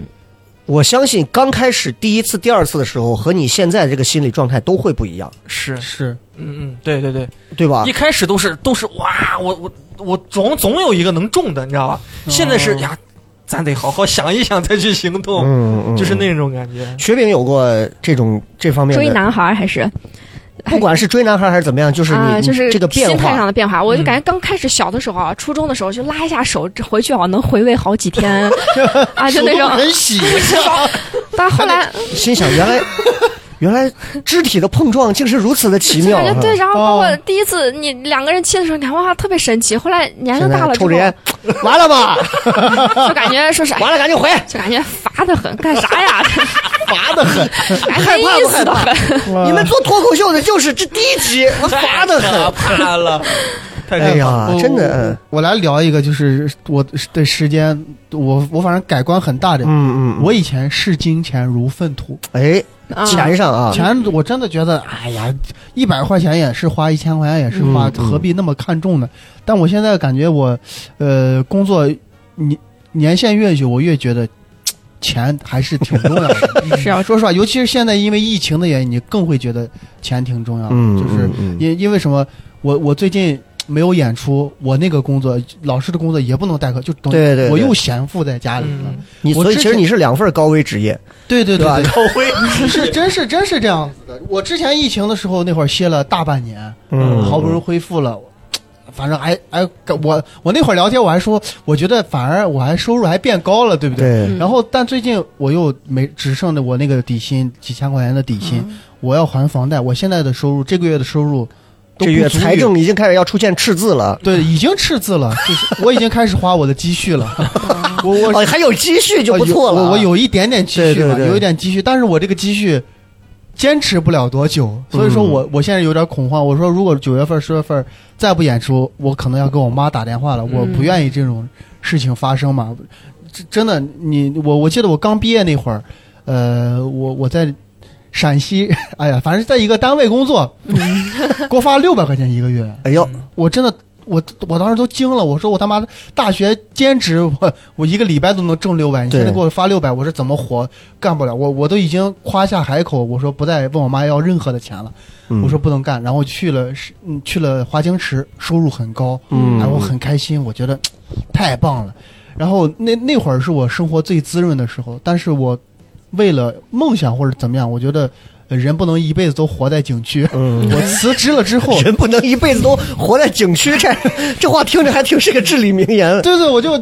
A: 我相信刚开始第一次、第二次的时候，和你现在这个心理状态都会不一样，
B: 是，
C: 是
B: 嗯嗯，对对对，
A: 对吧
B: 一？开始都是都是哇，我我我总总有一个能中的，你知道吧？现在是呀，咱得好好想一想再去行动，
A: 嗯嗯，
B: 就是那种感 觉。
A: 雪饼有过这种这方面的
D: 追，男孩儿还是
A: 不管是追男孩还是怎么样，就是你、
D: 啊，就是
A: 你这个变
D: 心态上
A: 化，
D: 的变化。我
B: 嗯
D: 就感觉刚开始小的时候啊，初中的时候就拉一下手，这回去啊能回味好几天啊，就
C: 手
D: 那
C: 动
D: 种。
C: 很喜，
D: 但后来
A: 心想原来原来肢体的碰撞竟是如此的奇
D: 就
A: 妙
D: 感觉， 对，
A: 哈
D: 然后包括
C: 哦
D: 第一次你两个人亲的时候，感觉哇特别神奇。后来年龄
A: 现
D: 大
A: 在
D: 了之
A: 抽
D: 后
A: 着， 烟，完了吧？
D: 就感觉说 是哎
A: 完了赶紧回，
D: 就感觉乏得很，干啥呀？
A: 乏的 很。
D: 感
A: 害
D: 觉没
A: 怕
D: 意
A: 不害
D: 思的
A: 怕
D: 很。
C: 嗯
A: 你们做脱口秀的就是这第一集，我乏的很。
B: 怕了，
A: 哎
B: 哎太可怕了。
A: 呀，
C: 我
A: 真的，嗯
C: 我来聊一个，就是我对时间，我我反正改观很大的。
A: 嗯嗯，
C: 我以前视金钱如粪土，
A: 哎，
D: 啊
A: 钱上啊，
C: 钱我真的觉得，哎呀，一百块钱也是花，一千块钱也是花，
A: 嗯嗯
C: 何必那么看重呢？但我现在感觉我，呃，工作年年限越久，我越觉得嘖钱还是挺重 要的。
D: 是要
C: 说实话，尤其是现在因为疫情的原因，你更会觉得钱挺重要的。
A: 嗯，
C: 就是
A: 嗯
C: 因因为什么？我我最近没有演出，我那个工作老师的工作也不能代课，就等于
A: 对对对
C: 我又闲赋在家里了。
B: 嗯
A: 你
C: 我
A: 所以
C: 之
A: 其实
C: 前
A: 你是两份高危职业，
C: 对对对
A: 吧？
C: 对，
A: 高危，
C: 是真是真是这样子的。我之前疫情的时候那会儿歇了大半年，
A: 嗯，
C: 好不容易恢复了，反正还还我我那会儿聊天我还说，我觉得反而我还收入还变高了，对不对？
A: 对，
D: 嗯
C: 然后但最近我又没只剩的我那个底薪几千块钱的底薪，我要还房贷，我现在的收入这个月的收入都
A: 这
C: 不
A: 月
C: 足以
A: 财政已经开始要出现赤字了。
C: 对已经赤字了，就是我已经开始花我的积蓄了，我我
A: 哦，还有积蓄就不错了。
C: 我我有一点点积蓄
A: 对对
C: 吧，
A: 对
C: 有一点积蓄，但是我这个积蓄坚持不了多久，所以说
A: 嗯
C: 我、我现在有点恐慌。我说，如果九月份、十月份再不演出，我可能要跟我妈打电话了。我
A: 嗯
C: 不愿意这种事情发生嘛。这真的，你我我记得我刚毕业那会儿，呃，我我在陕西，哎呀，反正在一个单位工作，
A: 嗯
C: 给我发六百块钱一个月，
A: 哎呦，
C: 我真的。我我当时都惊了，我说我他妈大学兼职，我我一个礼拜都能挣六百，你
A: 对
C: 现在给我发六百，我是怎么活？干不了，我我都已经夸下海口，我说不再问我妈要任何的钱了，
A: 嗯
C: 我说不能干，然后去了是嗯去了华清池，收入很高，
A: 嗯
C: 然后很开心，哎我觉得哎太棒了。然后那那会儿是我生活最滋润的时候，但是我为了梦想或者怎么样，我觉得呃人不能一辈子都活在景区。
A: 嗯，
C: 我辞职了之后，
A: 人不能一辈子都活在景区，这 这话听着还挺是个至理名言。
C: 对对，我就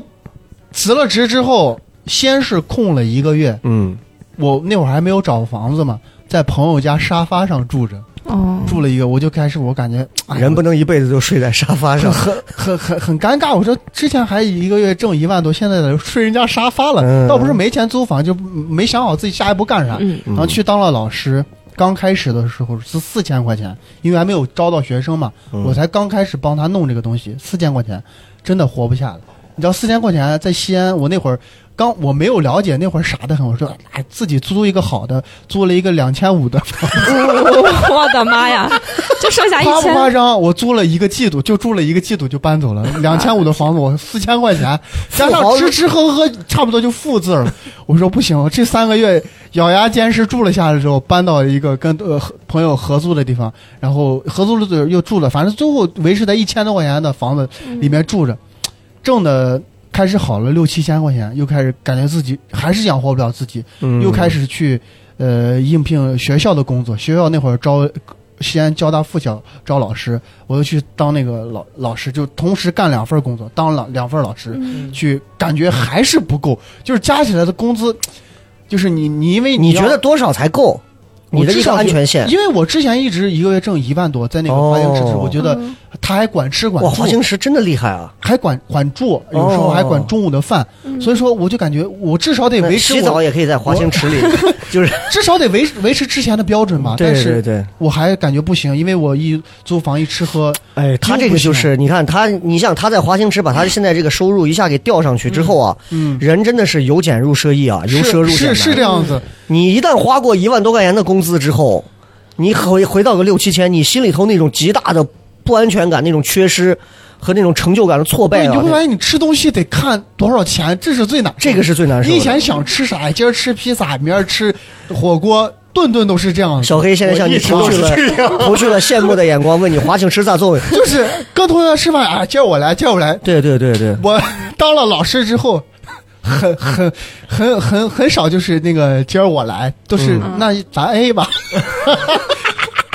C: 辞了职之后，先是空了一个月，
A: 嗯，
C: 我那会儿还没有找房子嘛，在朋友家沙发上住着，
D: 哦，
C: 住了一个，我就开始我感觉，哎、
A: 人不能一辈子都睡在沙发 上。
C: 很很很很尴尬。我说之前还一个月挣一万多，现在在睡人家沙发了，
A: 嗯
C: 倒不是没钱租房，就没想好自己下一步干啥，
D: 嗯
A: 嗯
C: 然后去当了老师。刚开始的时候是四千块钱，因为还没有招到学生嘛，
A: 嗯
C: 我才刚开始帮他弄这个东西，四千块钱真的活不下来。你知道四千块钱在西安，我那会儿刚我没有了解，那会儿傻得很，我说哎自己租一个好的，租了一个两千五的，
D: 我的妈呀，就剩下一
C: 夸不夸
D: 千，
C: 张？我租了一个季度，就住了一个季度就搬走了，两千五的房子，我四千块 钱，加上吃吃喝喝，差不多就负字了。我说不行，这三个月咬牙坚持住了下来之后，搬到一个跟呃合朋友合租的地方，然后合租了又住了，反正最后维持在一千多块钱的房子
D: 嗯
C: 里面住着，挣的。开始好了六七千块钱，又开始感觉自己还是养活不了自己，
A: 嗯
C: 又开始去呃应聘学校的工作。学校那会儿招西安交大附小招老师，我又去当那个老老师，就同时干两份工作，当了两份老师，
B: 嗯
C: 去感觉还是不够，就是加起来的工资，就是你你因为
A: 你
C: 要
A: 觉得多少才够？
C: 我
A: 你的一
C: 至
A: 个
C: 少
A: 安
C: 就
A: 全线。
C: 因为我之前一直一个月挣一万多，在那个华英池
A: 哦
C: 我觉得他还管吃管
A: 哇，
C: 住
A: 华清池真的厉害啊！
C: 还管管住，有
A: 哦
C: 时候还管中午的饭，所以说我就感觉我至少得维持
A: 洗
C: 我
A: 澡也可以在华清池里， 就是
C: 至少得维维持之前的标准吧。
A: 对
C: 啊但
A: 对
C: 是
A: 对。
C: 我还感觉不行，因为我一租房一吃喝，
A: 哎，他这个就是，你看他，你想他在华清池把他现在这个收入一下给调上去之后啊，
C: 嗯，
A: 人真的是由俭入奢易啊，由奢入俭
C: 是是
A: 难。
C: 是这样子，
A: 你一旦花过一万多块钱的工资之后，你回回到个六七千，你心里头那种极大的不安全感、那种缺失和那种成就感的挫败
C: 对，你
A: 啊
C: 会，发现你吃东西得看多少钱，这是最难。
A: 这个是最难受
C: 你以
A: 的。
C: 前想吃啥，今儿吃披萨，明儿吃火锅，顿顿都是这样子。
A: 小黑现在向你投去了投去了羡慕的眼光，问你华清池咋 做？
C: 就是跟同学吃饭啊，今儿我来，今儿我来。
A: 对对对对，
C: 我 当了老师之后，很很很很很少就是那个今儿我来，都是、
D: 嗯
C: 那咱 A 吧。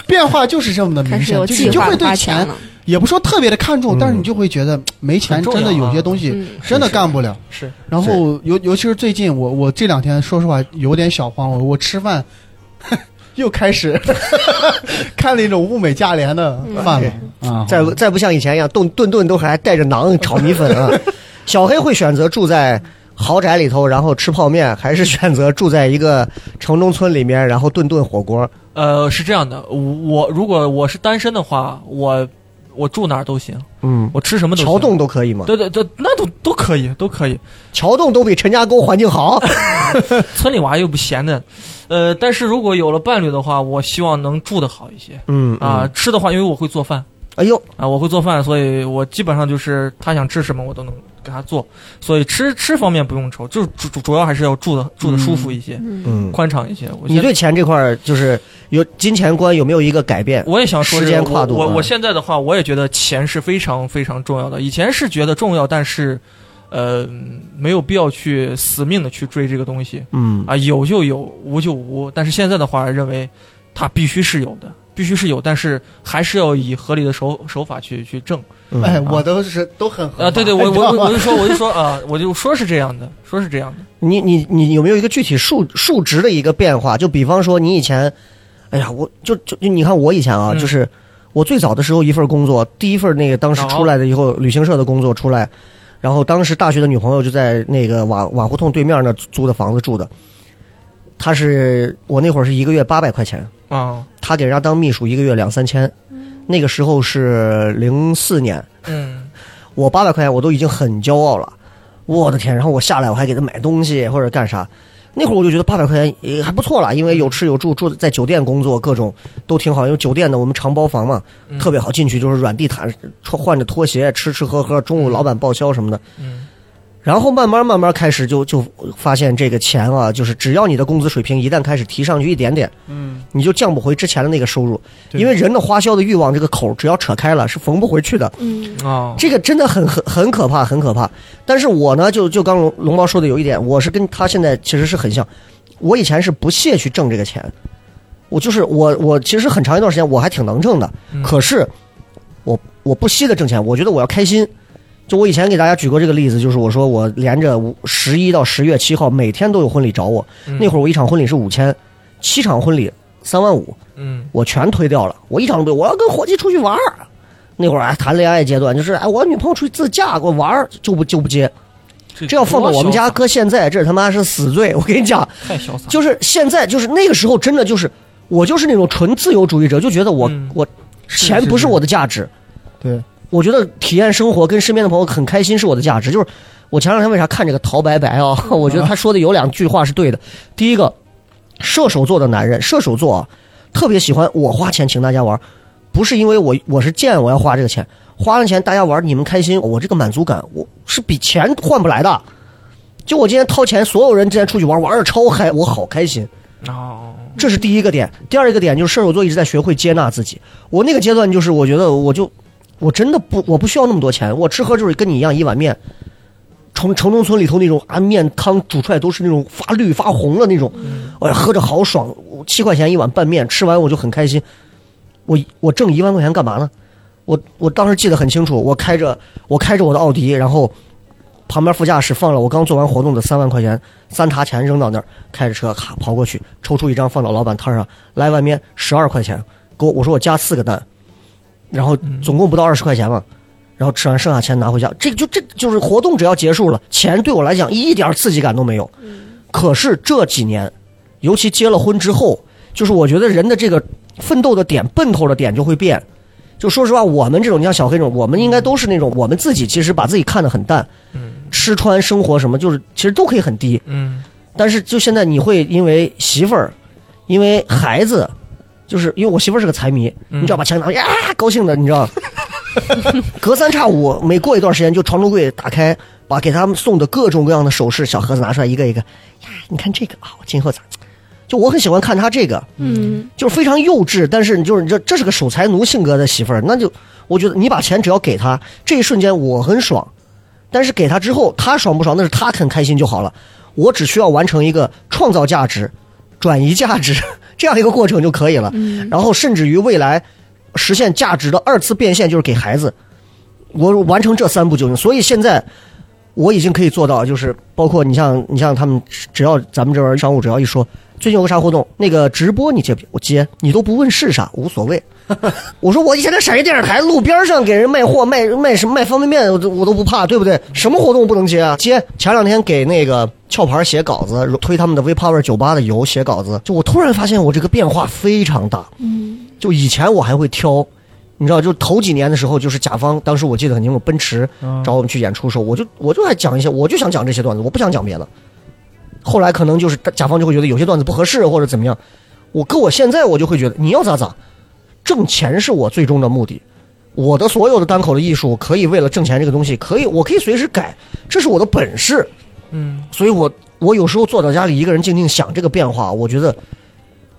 C: 变化就是这么的
D: 开
C: 明
D: 始
C: 显，
D: 有
C: 就是你
D: 计
C: 就
D: 划
C: 会对
D: 花
C: 钱
D: 钱了，
C: 也不说特别的看重，但是你就会觉得没
B: 嗯
C: 钱
B: 很重要
C: 真
B: 啊
C: 的有些东西
D: 嗯
C: 真的干不了。
B: 是
C: 然后尤尤其是最近，我我这两天说实话有点小慌，我我吃饭又开始 看了一种物美价廉的饭了、
B: 哎
C: 啊，
A: 再不再不像以前一样，顿顿顿都还带着馕炒米粉啊。小黑会选择住在豪宅里头，然后吃泡面，还是选择住在一个城中村里面，然后顿顿火锅？
B: 呃，是这样的，我如果我是单身的话，我我住哪儿都行，
A: 嗯，
B: 我吃什么都行
A: 桥洞都可以吗？
B: 对对对，那都都可以，都可以。
A: 桥洞都比陈家沟环境好。
B: 村里娃又不闲的，呃，但是如果有了伴侣的话，我希望能住得好一些
A: 嗯
B: 啊、，吃的话，因为我会做饭
A: 哎呦，
B: 啊、我会做饭，所以我基本上就是他想吃什么我都能给他做，所以吃吃方面不用愁，就是主主主要还是要住的住的舒服一些，
A: 嗯，
B: 宽敞一些。我
A: 你
B: 现在
A: 对钱这块儿就是有金钱观有没有一个改变？
B: 我也想说这
A: 时
B: 个，
A: 间跨度
B: 我
A: 啊
B: 我我现在的话，我也觉得钱是非常非常重要的。以前是觉得重要，但是，呃，没有必要去死命的去追这个东西
A: 嗯
B: 啊、有就有，无就无。但是现在的话，认为它必须是有的，必须是有，但是还是要以合理的手手法去去挣。
A: 嗯
C: 哎，我都是都很合
B: 啊，对对，
C: 法
B: 我
C: 你知
B: 我
C: 道吗
B: 我我就说我就说啊，我就说是这样的，说是这样的。
A: 你你你有没有一个具体数数值的一个变化？就比方说，你以前，哎呀，我就就就你看我以前啊，
B: 嗯
A: 就是我最早的时候一份工作，第一份那个当时出来的以后，旅行社的工作出来，然后当时大学的女朋友就在那个瓦瓦胡同对面那租的房子住的，她是我那会儿是一个月八百块钱，
B: 啊，
A: 她给人家当秘书一个月两三千，那个时候是零四年，
B: 嗯，
A: 我八百块钱我都已经很骄傲了，我的天！然后我下来我还给他买东西或者干啥，那会儿我就觉得八百块钱也还不错了，因为有吃有住，住在酒店工作各种都挺好，因为酒店的我们长包房嘛，
B: 嗯
A: 特别好，进去就是软地毯，穿换着拖鞋吃吃喝喝，中午老板报销什么的。
B: 嗯
A: 然后慢慢慢慢开始就就发现这个钱啊，就是只要你的工资水平一旦开始提上去一点点，
C: 嗯，
A: 你就降不回之前的那个收入，
C: 对
A: 因为人的花销的欲望这个口儿只要扯开了是缝不回去的。
D: 嗯，
B: 啊，
A: 这个真的很很很可怕，很可怕。但是我呢，就就刚龙龙猫说的有一点，我是跟他现在其实是很像。我以前是不屑去挣这个钱，我就是我我其实很长一段时间我还挺能挣的，
B: 嗯
A: 可是我我不惜的挣钱，我觉得我要开心。就我以前给大家举过这个例子，就是我说我连着十一到十月七号每天都有婚礼找我，那会
B: 儿
A: 儿我一场婚礼是五千，七场婚礼三万五，
B: 嗯
A: 我全推掉了，我一场都不，我要跟伙计出去玩儿。那会儿还哎谈恋爱阶段，就是哎，我女朋友出去自驾，给我玩儿就不就不接。
B: 这
A: 这要放到我们家
B: 多
A: 搁现在，这他妈是死罪。 我跟你讲，
B: 潇洒太潇洒，
A: 就是现在，就是那个时候，真的就是我就是那种纯自由主义者，就觉得我、
B: 嗯
A: 我
C: 是
A: 钱
C: 是
A: 不是
C: 是
A: 我的价值，
C: 对，
A: 我觉得体验生活跟身边的朋友很开心是我的价值。就是我前两天为啥看这个陶白白啊？ 我觉得他说的有两句话是对的。第一个，射手座的男人，射手座啊，特别喜欢我花钱请大家玩，不是因为我我是贱我要花这个钱，花完钱大家玩你们开心，我这个满足感我是比钱换不来的。就我今天掏钱，所有人之前出去玩，玩的超嗨，我好开心。
B: 哦，
A: 这是第一个点。第二个点就是射手座一直在学会接纳自己。我那个阶段就是，我觉得我就我真的不我不需要那么多钱，我吃喝就是跟你一样一碗面，城城中村里头那种啊面汤煮出来都是那种发绿发红的那种，哎呀喝着好爽，我七块钱一碗拌面，吃完我就很开心。我我挣一万块钱干嘛呢？我我当时记得很清楚，我开着我开着我的奥迪，然后旁边副驾驶放了我刚做完活动的三万块钱三沓钱扔到那儿，开着车咔跑过去，抽出一张放到老板摊上，来碗面十二块钱，给我我说我加四个蛋，然后总共不到二十块钱嘛，然后吃完剩下钱拿回家，这就这就是活动只要结束了，钱对我来讲一点刺激感都没有。可是这几年，尤其结了婚之后，就是我觉得人的这个奋斗的点、奔头的点就会变。就说实话，我们这种，你像小黑这种，我们应该都是那种，我们自己其实把自己看得很淡，吃穿生活什么，就是其实都可以很低。
B: 嗯
A: 但是就现在你会因为媳妇儿，因为孩子，就是因为我媳妇儿是个财迷，
B: 嗯
A: 你知道把钱拿呀，高兴的，你知道， 隔三差五，每过一段时间就床头柜打开，把给他们送的各种各样的首饰小盒子拿出来一个一个，呀，你看这个啊，我今后咋？就我很喜欢看他这个，
D: 嗯，
A: 就是非常幼稚，但是你就是你这这是个守财奴性格的媳妇儿，那就我觉得你把钱只要给他，这一瞬间我很爽，但是给他之后他爽不爽那是他很开心就好了，我只需要完成一个创造价值、转移价值这样一个过程就可以了，然后甚至于未来实现价值的二次变现就是给孩子，我完成这三步就行，所以现在。我已经可以做到，就是包括你像你像他们，只要咱们这边商务只要一说最近有个啥活动，那个直播你接不接？我接，你都不问是啥，无所谓。 我说我以前在陕西电视台路边上给人卖货，卖卖什么卖方便面，我都我都不怕，对不对？什么活动不能接啊？接。前两天给那个壳牌写稿子，推他们的 V Power 酒吧的油写稿子，就我突然发现我这个变化非常大。嗯，就以前我还会挑。你知道，就头几年的时候，就是甲方，当时我记得很清楚，奔驰找我们去演出的时候，我就我就还讲一些，我就想讲这些段子，我不想讲别的。后来可能就是甲方就会觉得有些段子不合适或者怎么样，我跟我现在我就会觉得你要咋咋，挣钱是我最终的目的。我的所有的单口的艺术可以为了挣钱这个东西，可以我可以随时改，这是我的本事。
B: 嗯
A: 所以我我有时候坐到家里一个人静静想这个变化，我觉得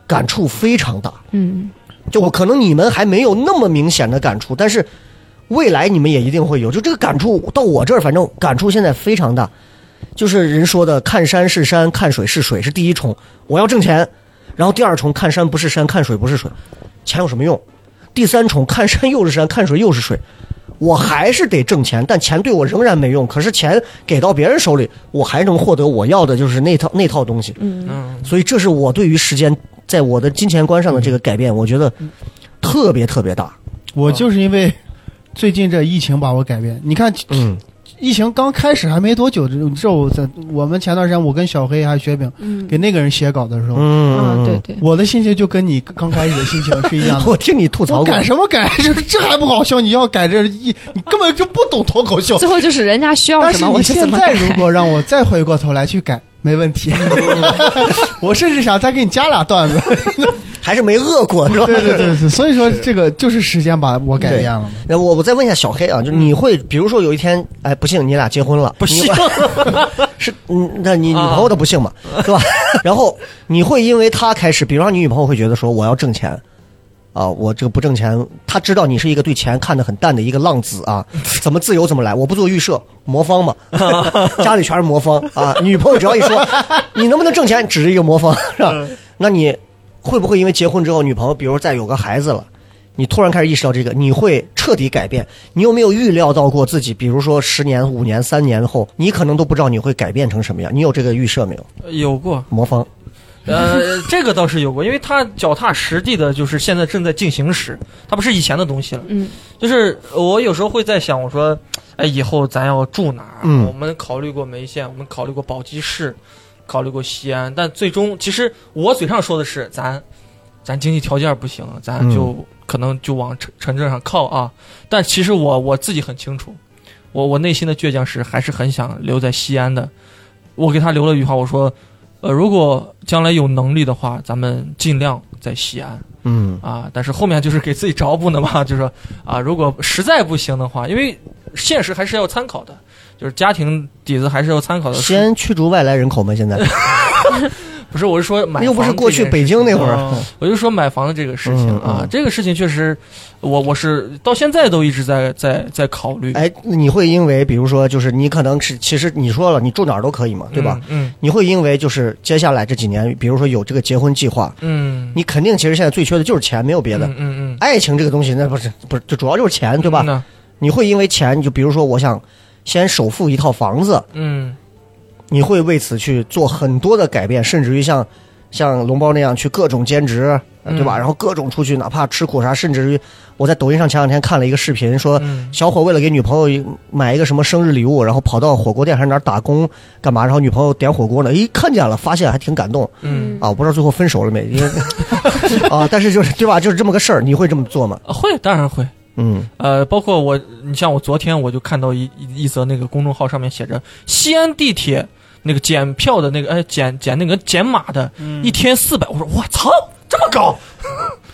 A: 感触非常大。
D: 嗯，
A: 就我可能你们还没有那么明显的感触，但是未来你们也一定会有。就这个感触到我这儿，反正感触现在非常大。就是人说的“看山是山，看水是水”是第一重，我要挣钱；然后第二重“看山不是山，看水不是水”，钱有什么用？第三重，看山又是山，看水又是水，我还是得挣钱，但钱对我仍然没用。可是钱给到别人手里，我还能获得我要的，就是那套那套东西。
D: 嗯，
B: 嗯，
A: 所以这是我对于时间在我的金钱观上的这个改变，我觉得特别特别大。
B: 嗯
C: 我就是因为最近这疫情把我改变。你看，
A: 嗯，
C: 疫情刚开始还没多久，这这我在我们前段时间，我跟小黑还有雪饼
D: 嗯
C: 给那个人写稿的时候，
A: 嗯，
D: 啊，对对，
C: 我的心情就跟你刚开始的心情是一样 的。
A: 我听你吐槽
C: 我
A: 过
C: 改，什么改？ 这这还不好笑？你要改这一，你根本就不懂脱口秀。
D: 最后就是人家需要
C: 但
D: 什
C: 是
D: 么，
C: 你
D: 我就
C: 现
D: 怎么
C: 在
D: 改。
C: 如果让我再回过头来去 改，没问题。我甚至想再给你加俩段子。
A: 还是没饿过是吧？
C: 对对对对， 所以说这个就是时间把我改变了嘛。
A: 那我我再问一下小黑啊，就是你会，比如说有一天，哎，不幸你俩结婚了，
B: 不
A: 你
B: 行，
A: 会 是，嗯，那你女
B: 啊
A: 朋友的不幸嘛，是吧？然后你会因为他开始，比方说你女朋友会觉得说我要挣钱，啊，我这个不挣钱，他知道你是一个对钱看得很淡的一个浪子啊，怎么自由怎么来，我不做预设，魔方嘛，家里全是魔方啊，女朋友只要一说你能不能挣钱，只是一个魔方是吧？那你会不会因为结婚之后，女朋友比如再有个孩子了？你突然开始意识到这个，你会彻底改变。你有没有预料到过自己，比如说十年、五年、三年后，你可能都不知道你会改变成什么样？你有这个预设没有？
B: 有过，
A: 魔方，
B: 呃，这个倒是有过，因为他脚踏实地的，就是现在正在进行时，它不是以前的东西了。
D: 嗯
B: 就是我有时候会在想，我说，哎，以后咱要住哪儿？
A: 嗯
B: 我们考虑过梅县，我们考虑过宝鸡市，考虑过西安，但最终其实我嘴上说的是咱，咱经济条件不行，咱
A: 嗯
B: 就、可能就往城城镇上靠啊。但其实我我自己很清楚，我我内心的倔强是还是很想留在西安的。我给他留了一句话，我说，呃，如果将来有能力的话，咱们尽量在西安。
A: 嗯
B: 啊，但是后面就是给自己找补呢嘛，就是说啊，如果实在不行的话，因为现实还是要参考的，就是家庭底子还是要参考的。
A: 西安驱逐外来人口吗？现
B: 嗯
A: 在
B: 不是，我是说买
A: 又不是
B: 房
A: 过
B: 这
A: 去
B: 件
A: 北
B: 事
A: 京那
B: 情
A: 会儿，
C: 嗯
B: 我就说买房的这个事情、
A: 嗯
B: 啊
A: 嗯，
B: 这个事情确实，我我是到现在都一直在在在考虑，
A: 哎，你会因为比如说，就是你可能是其实你说了，你住哪儿都可以嘛，
B: 嗯，
A: 对吧？
B: 嗯
A: 你会因为就是接下来这几年，比如说有这个结婚计划，
B: 嗯，
A: 你肯定其实现在最缺的就是钱，没有别的。
B: 嗯嗯嗯，
A: 爱情这个东西，那不是不是，就主要就是钱，对吧？
B: 嗯呐
A: 你会因为钱，你就比如说，我想先首付一套房子，
B: 嗯，
A: 你会为此去做很多的改变，甚至于像像龙包那样去各种兼职，呃
B: 嗯
A: 对吧？然后各种出去，哪怕吃苦啥，甚至于我在抖音上前两天看了一个视频，说
B: 嗯
A: 小伙为了给女朋友买一个什么生日礼物，然后跑到火锅店还是哪儿打工干嘛，然后女朋友点火锅呢，诶，看见了，发现还挺感动
B: 嗯，
A: 啊！我不知道最后分手了没，因为 啊，但是就是对吧？就是这么个事儿，你会这么做吗？
B: 呃会当然会，
A: 嗯
B: 呃，包括我，你像我昨天我就看到一一一则那个公众号上面写着西安地铁那个检票的那个，哎，检检那个检码的，一天四百，我说我操，这么高，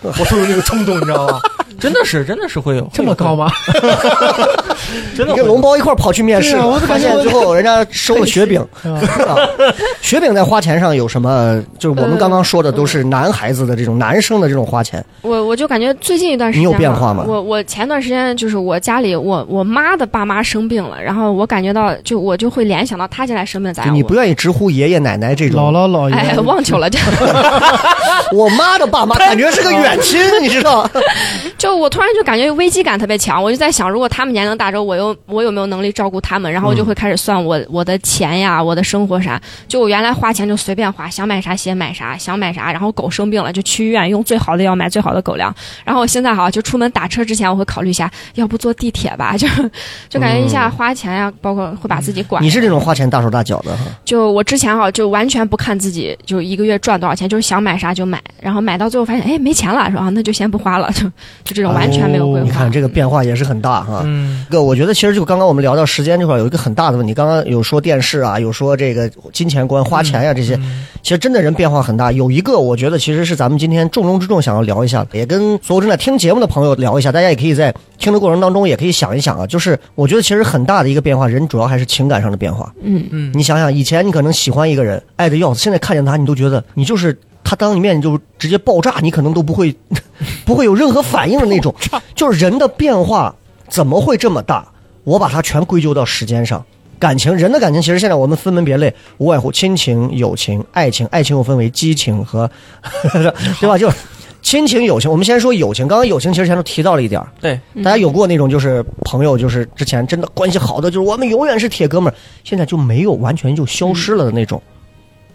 B: 我会有那个冲动，你知道吗？
A: 嗯
B: 真的是，真的是会有
C: 这么高？ 吗？
B: 会有真
A: 你
B: 的
A: 跟
B: 会有
A: 龙包一块儿跑去面试
C: 对啊我，怎么
A: 发
C: 感觉
A: 现
C: 我
A: 最后人家收了雪饼。 啊雪饼在花钱上有什么？就是我们刚刚说的都是
D: 嗯
A: 男孩子的这种男生的这种花钱。
D: 我我就感觉最近一段时
A: 你
D: 间
A: 有
D: 吧
A: 变化吗
D: 我我前段时间就是我家里我我妈的爸妈生病了，然后我感觉到就我就会联想到她现在生病咋
A: 就
D: 样。
A: 你不
D: 我
A: 愿意直呼爷爷奶奶这种，
C: 姥姥姥爷，
D: 哎，忘球了，就
A: 我妈的爸 妈感觉是个远亲，你知道？
D: 就我突然就感觉危机感特别强，我就在想，如果他们年龄大之后，我又我有没有能力照顾他们？然后我就会开始算我我的钱呀，我的生活啥。就我原来花钱就随便花，想买啥鞋买啥，想买啥。然后狗生病了就去医院用最好的药买最好的狗粮。然后我现在哈，就出门打车之前我会考虑一下，要不坐地铁吧？就就感觉一下花钱呀，包括会把自己 管。
A: 你是这种花钱大手大脚的哈，
D: 就我之前哈，就完全不看自己就一个月赚多少钱，就是想买啥就买，然后买到最后发现哎没钱了，说啊那就先不花了，就就这种完全没有规划。
A: 哦你看这个变化也是很大哈。
B: 嗯
A: 这个我觉得其实就刚刚我们聊到时间这块儿有一个很大的问题，刚刚有说电视啊，有说这个金钱观、花钱呀、这些，
B: 嗯
A: 其实真的人变化很大。有一个我觉得其实是咱们今天重中之重想要聊一下，也跟所有正在听节目的朋友聊一下，大家也可以在听的过程当中也可以想一想啊，就是我觉得其实很大的一个变化，人主要还是情感上的变化。
D: 嗯
B: 嗯，
A: 你想想，以前你可能喜欢一个人，爱的要死，现在看见他，你都觉得你就是他当你面你就直接爆炸，你可能都不会 不会有任何反应的 那种。就是人的变化怎么会这么大？我把它全归咎到时间上。感情，人的感情其实现在我们分门别类，无 外乎亲情、友情、爱情。爱情又分为激情和，对吧？就是亲情、友情，我们先说友情。刚刚友情其实前头提到了一点儿，
B: 对，
D: 嗯
A: 大家有过那种就是朋友，就是之前真的关系好的，就是我们永远是铁哥们儿，现在就没有完全就消失了的那种。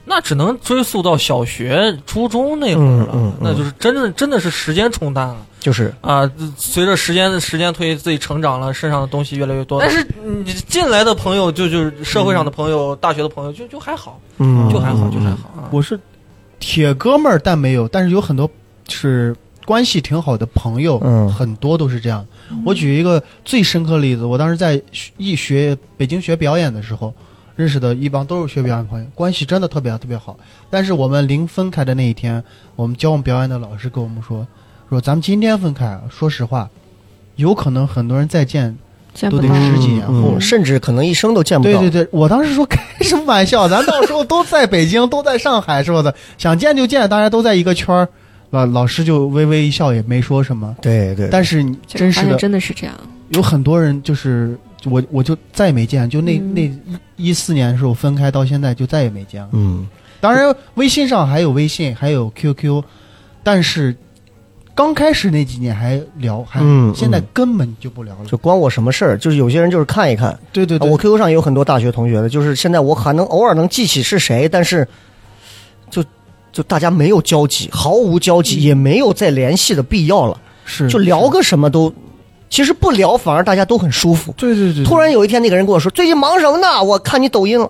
B: 那只能追溯到小学、初中那会儿了，
A: 嗯嗯嗯
B: 那就是真的真的是时间冲淡了
A: 就是
B: 啊！随着时间时间推移，自己成长了，身上的东西越来越多。但是你进来的朋友，就就是社会上的朋友、大学的朋友，就就还好，
A: 嗯，
B: 就还好，
A: 嗯
B: 就还。好啊。
C: 我是铁哥们儿，但没有，但是有很多是关系挺好的朋友，
A: 嗯
C: 很多都是这样。我举一个最深刻的例子，我当时在学一学北京学表演的时候，认识的一帮都是学表演的朋友，关系真的特别特别好。但是我们临分开的那一天，我们教我们表演的老师跟我们说，说咱们今天分开，啊说实话，有可能很多人再见
D: 见
C: 都
D: 不
C: 得
D: 到
A: 嗯
C: 十几年后
A: 嗯甚至可能一生都见不
C: 对
A: 到。
C: 对对，我当时说开什么玩笑，咱到时候都在北京，都在上海，是吧的？想见就见，大家都在一个圈儿。老老师就微微一笑，也没说什么。
A: 对对
C: 但是你
D: 就
C: 真
D: 发
C: 是
D: 现
C: 的，
D: 真的是这样，
C: 有很多人就是我，我就再也没见，就那、
D: 嗯
C: 那一一四年的时候分开到现在，就再也没见了。
A: 嗯，
C: 当然，微信上还有微信，还有 QQ，但是刚开始那几年还聊，还、
A: 嗯
C: 现在
A: 嗯
C: 根本就不聊了。
A: 就关我什么事儿？就是有些人就是看一看。
C: 对对对，
A: 啊我 QQ 上也有很多大学同学的，就是现在我还能偶尔能记起是谁，但是就就大家没有交集，毫无交集，也没有再联系的必要了，
C: 嗯是
A: 就聊，个什么都，其实不聊反而大家都很舒服。
C: 对对对，
A: 突然有一天，那个人跟我说：“最近忙什么呢？我看你抖音了。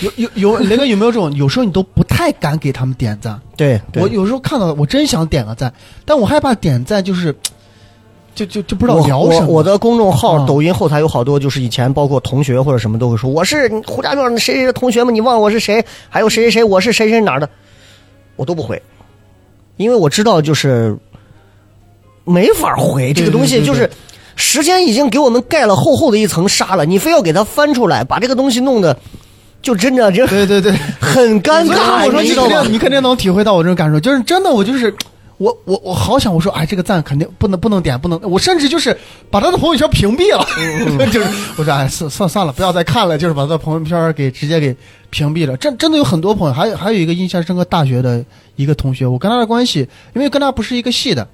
C: 有有有，雷哥有没有这种？有时候你都不太敢给他们点赞。
A: 对”对，
C: 我有时候看到，我真想点个赞，但我害怕点赞就是，就就就不知道
A: 我
C: 聊什么。
A: 我我的公众号、
C: 嗯
A: 抖音后台有好多，就是以前包括同学或者什么都会说：“我是胡家庄的谁谁的同学们，你忘了我是谁？还有谁谁谁，我是谁谁哪儿的。”我都不回，因为我知道就是没法回这个东西，
C: 对对对
A: 就是时间已经给我们盖了厚厚的一层纱了，你非要给它翻出来，把这个东西弄得就真的人
C: 对对对，
A: 很尴
C: 所以
A: 尬，
C: 我说
A: 你
C: 你
A: 知道
C: 肯
A: 吗？
C: 定你肯定能体会到我这种感受，就是真的，我就是。我我我好想我说，哎，这个赞肯定不能不能点，不能，我甚至就是把他的朋友圈屏蔽了，
A: 嗯
C: 就是我说，哎，算算算了，不要再看了，就是把他的朋友圈给直接给屏蔽了。真真的有很多朋友，还有还有一个印象深刻，大学的一个同学，我跟他的关系，因为跟他不是一个系的，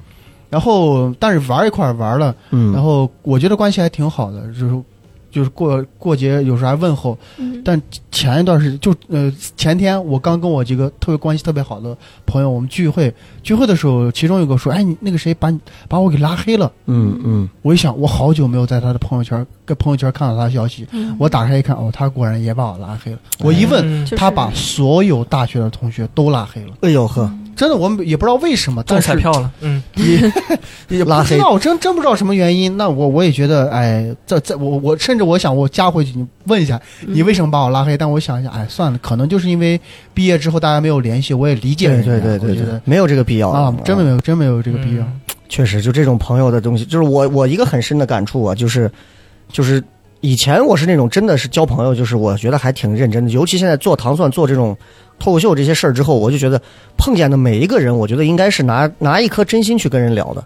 C: 然后但是玩一块儿玩了，
A: 嗯
C: 然后我觉得关系还挺好的，就是就是过过节有时候还问候，
D: 嗯
C: 但前一段时间就呃前天我刚跟我几个特别关系特别好的朋友我们聚会，聚会的时候其中有个说，哎你那个谁把你把我给拉黑了，
A: 嗯嗯，
C: 我一想我好久没有在他的朋友圈跟朋友圈看到他的消
D: 嗯
C: 息，我打开一看哦他果然也把我拉黑了，我一问。
B: 嗯
D: 哎就是
C: 他把所有大学的同学都拉黑了，
A: 哎呦呵，
C: 真的，我们也不知道为什么，
B: 中
C: 但
B: 彩
C: 是
B: 票了，嗯，
C: 也
A: 拉
C: 不知
A: 黑
C: 道，我真真不知道什么原因。那我我也觉得，哎，这这我我甚至我想我加回去，
A: 嗯
C: 你问一下你为什么把我拉黑？但我想一下，哎，算了，可能就是因为毕业之后大家没有联系，我也理解
A: 对
C: 人家。
A: 对对对
C: 我觉
A: 对哦
C: 得，
A: 没有这个必要
C: 啊，真没有真没有这
B: 这
C: 个必要。
A: 确实，就这种朋友的东西，就是我我一个很深的感触啊，就是就是以前我是那种真的是交朋友，就是我觉得还挺认真的，尤其现在做糖蒜、做这种脱口秀这些事儿之后，我就觉得碰见的每一个人，我觉得应该是拿拿一颗真心去跟人聊的。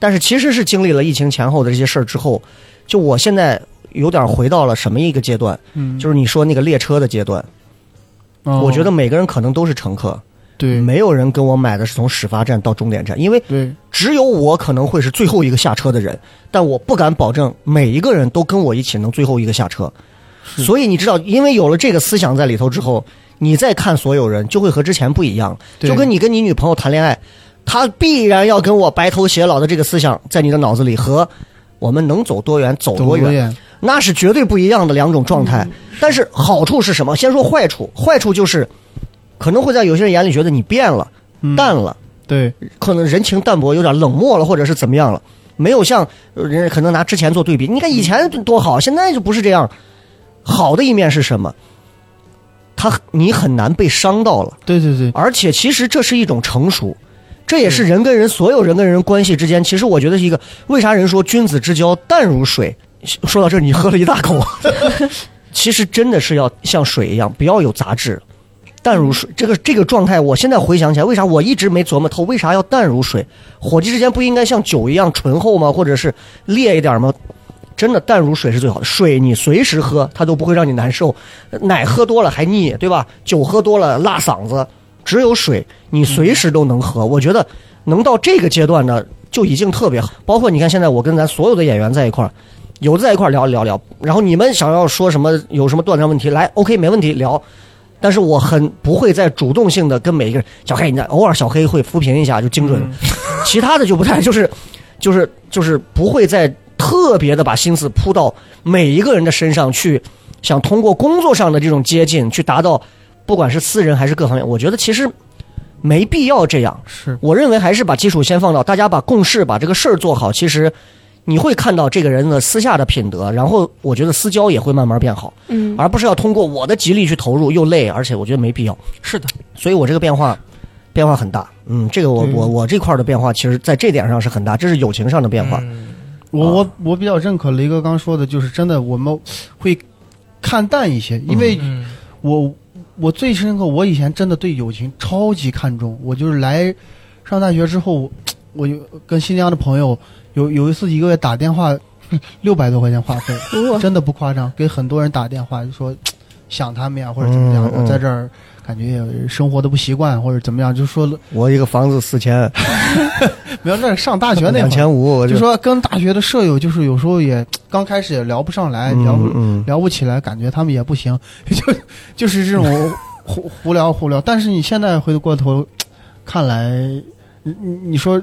A: 但是其实是经历了疫情前后的这些事儿之后，就我现在有点回到了什么一个阶段，
C: 嗯，
A: 就是你说那个列车的阶段，
C: 哦
A: 我觉得每个人可能都是乘客，
C: 对
A: 没有人跟我买的是从始发站到终点站，因为
C: 对
A: 只有我可能会是最后一个下车的人，但我不敢保证每一个人都跟我一起能最后一个下车。
C: 是
A: 所以你知道，因为有了这个思想在里头之后，你再看所有人就会和之前不一样。
C: 对
A: 就跟你跟你女朋友谈恋爱，她必然要跟我白头偕老的这个思想在你的脑子里和我们能走多远走
C: 走
A: 多
C: 多嗯
A: 远，那是绝对不一样的两种状态。但是好处是什么？先说坏处，坏处就是可能会在有些人眼里觉得你变了、
C: 嗯
A: 淡了。
C: 对
A: 可能人情淡薄，有点冷漠了，或者是怎么样了，没有像呃人家可能拿之前做对比。你看以前多好，现在就不是这样。好的一面是什么？他你很难被伤到了，
C: 对对对，
A: 而且其实这是一种成熟，这也是人跟人所有人跟人关系之间，其实我觉得是一个为啥人说君子之交淡如水？说到这儿，你喝了一大口，其实真的是要像水一样，不要有杂质。淡如水，这个这个状态，我现在回想起来，为啥我一直没琢磨透，为啥要淡如水？伙计之间不应该像酒一样醇厚吗？或者是烈一点吗？真的淡如水是最好的，水你随时喝，它都不会让你难受。奶喝多了还腻，对吧？酒喝多了辣嗓子，只只有水，你随时都能喝。我觉得能到这个阶段呢，就已经特别好。包括你看，现在我跟咱所有的演员在一块儿，有的在一块儿聊聊聊，然后你们想要说什么，有什么断章问题，来，OK，没问题，聊。但是我很不会再主动性的跟每一个人，小黑，你看偶尔小黑会扶贫一下就精准，其他的就不太，就是，就是就是不会再特别的把心思扑到每一个人的身上去，想通过工作上的这种接近去达到，不管是私人还是各方面，我觉得其实没必要这样。
B: 是
A: 我认为还是把基础先放到，大家把共事把这个事儿做好，其实你会看到这个人的私下的品德，然后我觉得私交也会慢慢变好，
D: 嗯，
A: 而不是要通过我的极力去投入，又累，而且我觉得没必要。
B: 是的，
A: 所以我这个变化变化很大，嗯，这个我、我我这块儿的变化，其实在这点上是很大，这是友情上的变化，
B: 嗯
C: 我
A: 啊
C: 我我比较认可雷哥刚说的，就是真的我们会看淡一些，因为
B: 嗯
C: 我我最深刻，我以前真的对友情超级看重。我就是来上大学之后，我就跟新疆的朋友有有一次一个月打电话六百多块钱话费，真的不夸张，给很多人打电话就说想他们呀，或者怎么样，
A: 嗯嗯
C: 我在这儿感觉也生活的不习惯，或者怎么样，就说了
A: 我一个房子四千，
C: 没有那上大学那
A: 两
C: 会儿，
A: 千五，我
C: 就说跟大学的舍友，就是有时候也刚开始也聊不上来，聊哎不
A: 嗯嗯，
C: 聊不起来，感觉他们也不行， 就就是这种胡胡聊胡聊。但是你现在回过头看来，你你你说，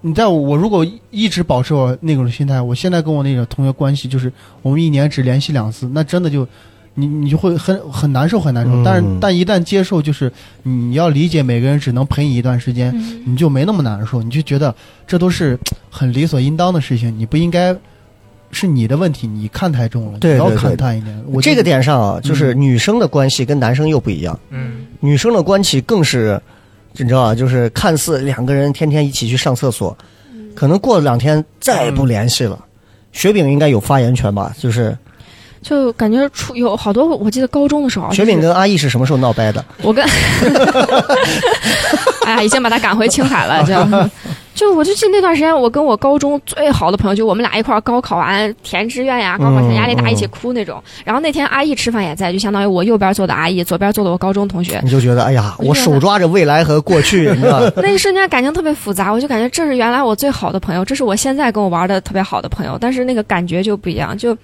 C: 你在我如果一直保持我那种心态，我现在跟我那种同学关系就是我们一年只联系两次，那真的就。你你就会很很难受，很难受。
A: 嗯
C: 但是但一旦接受，就是你要理解每个人只能陪你一段时间，
D: 嗯
C: 你就没那么难受，你就觉得这都是很理所应当的事情，你不应该是你的问题，你看太重了，
A: 对
C: 你要
A: 对对
C: 看淡一点。我
A: 这
C: 就嗯
A: 个，点上啊，就是女生的关系跟男生又不一样，
B: 嗯
A: 女生的关系更是，你知道吧？就是看似两个人天天一起去上厕所，
D: 嗯
A: 可能过了两天再
C: 嗯
A: 也不联系了。雪饼应该有发言权吧？就是
D: 就感觉出有好多，我记得高中的时候啊，
A: 雪饼
D: 就是
A: 跟阿义是什么时候闹掰的？
D: 我跟， 哎呀，已经把他赶回青 海了，就。就我就记得那段时间，我跟我高中最好的朋友，就我们俩一块儿高考完填志愿呀，高考前压力大
A: 嗯嗯
D: 一起哭那种。然后那天阿姨吃饭也在，就相当于我右边坐的阿姨，左边坐的我高中同学。
A: 你就觉得哎呀，
D: 我就
A: 我
D: 觉得
A: 手抓着未来和过去，你知道吧？
D: 那一瞬间感情特别复杂，我就感觉这是原来我最好的朋友，这是我现在跟我玩的特别好的朋友，但是那个感觉就不一样，就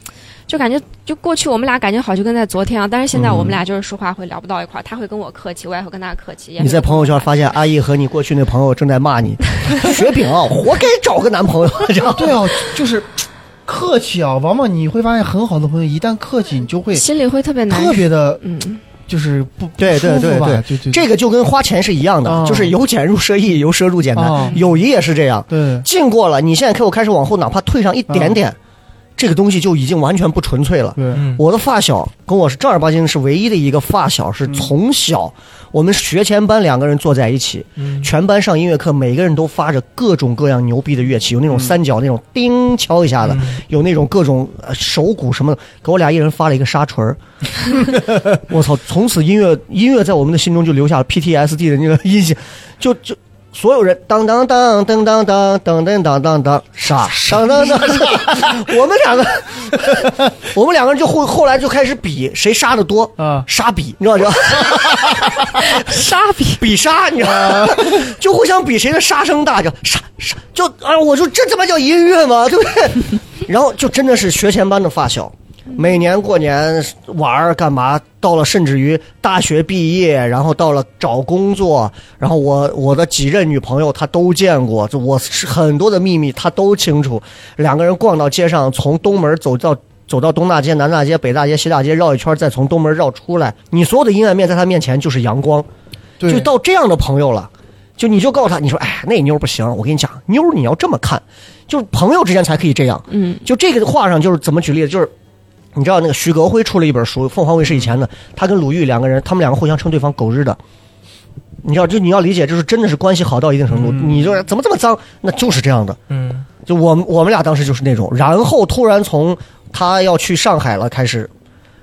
D: 就感觉就过去我们俩感觉好就跟在昨天啊，但是现在我们俩就是说话会聊不到一块儿，他会跟我客气，我也会跟他客 气。也
A: 你
D: 没
A: 在
D: 有
A: 朋友圈发现阿义和你过去那朋友正在骂 你，雪饼啊，活该找个男朋友， 这样
C: 对哦，就是客气啊。往往你会发现，很好的朋友一旦客气，你就会
D: 心里会特别难
C: 特
D: 受，
C: 别的，
D: 嗯，
C: 就是不
A: 对对对对
C: 对对
A: 这个就跟花钱是一样的，
C: 哦
A: 就是由俭入奢易，由奢入俭
C: 哦
A: 难。友谊也是这样，
C: 对
A: 进过了，你现在给我开始往后，哪怕退上一点点，这个东西就已经完全不纯粹了。
C: 对，
B: 嗯，
A: 我的发小跟我是正儿八经是唯一的一个发小，是从小我们学前班两个人坐在一起，
B: 嗯
A: 全班上音乐课，每个人都发着各种各样牛逼的乐器，有那种三角那种叮敲一下的，有那种各种呃手鼓什么的，给我俩一人发了一个沙锤儿。我操！从此音乐音乐在我们的心中就留下了 PTSD 的那个印象，就就所有人当当当当当当当当当当当傻当当当傻，我们两个我们两个人就后后来就开始比谁杀的多
C: 啊
A: 杀比，你知道吗？
D: 傻逼。
A: 比杀，你知道吗？就互相比谁的杀声大，就杀杀，就啊，我说这他妈叫音乐吗？ 对不对？然后就真的是学前班的发小，每年过年玩儿干嘛？到了甚至于大学毕业，然后到了找工作，然后我我的几任女朋友她都见过，就我是很多的秘密她都清楚。两个人逛到街上，从东门走到。走到东大街、南大街、北大街、西大街绕一圈，再从东门绕出来，你所有的阴暗面在他面前就是阳光，
C: 对
A: 就到这样的朋友了，就你就告诉他，你说哎，那妞儿不行，我跟你讲，妞儿你要这么看，就是朋友之间才可以这样。
D: 嗯，
A: 就这个话上，就是怎么举例子，就是你知道那个徐格辉出了一本书，凤凰卫视以前的，他跟鲁豫两个人，他们两个互相称对方狗日的。你知道，就你要理解，就是真的是关系好到一定程度，你就是怎么这么脏，那就是这样的。
B: 嗯
A: 就我们我们俩当时就是那种，然后突然从他要去上海了开始，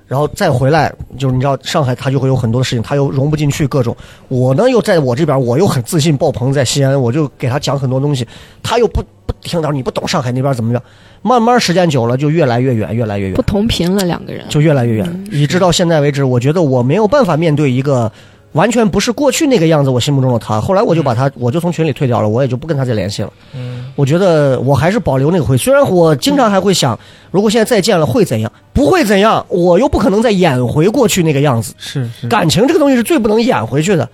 A: 然后再回来，就是你知道上海他就会有很多的事情，他又融不进去各种。我呢又在我这边，我又很自信爆棚，在西安我就给他讲很多东西，他又不不听，他说你不懂上海那边怎么样。慢慢时间久了，就越来越远，越来越远
D: 不，同频了两个人。
A: 就越来越远，以直到现在为止，我觉得我没有办法面对一个完全不是过去那个样子，我心目中的他。后来我就把他，我就从群里退掉了，我也就不跟他再联系了。
B: 嗯，
A: 我觉得我还是保留那个回忆，虽然我经常还会想，如果现在再见了会怎样？不会怎样，我又不可能再演回过去那个样子。
C: 是是，
A: 感情这个东西是最不能演回去的，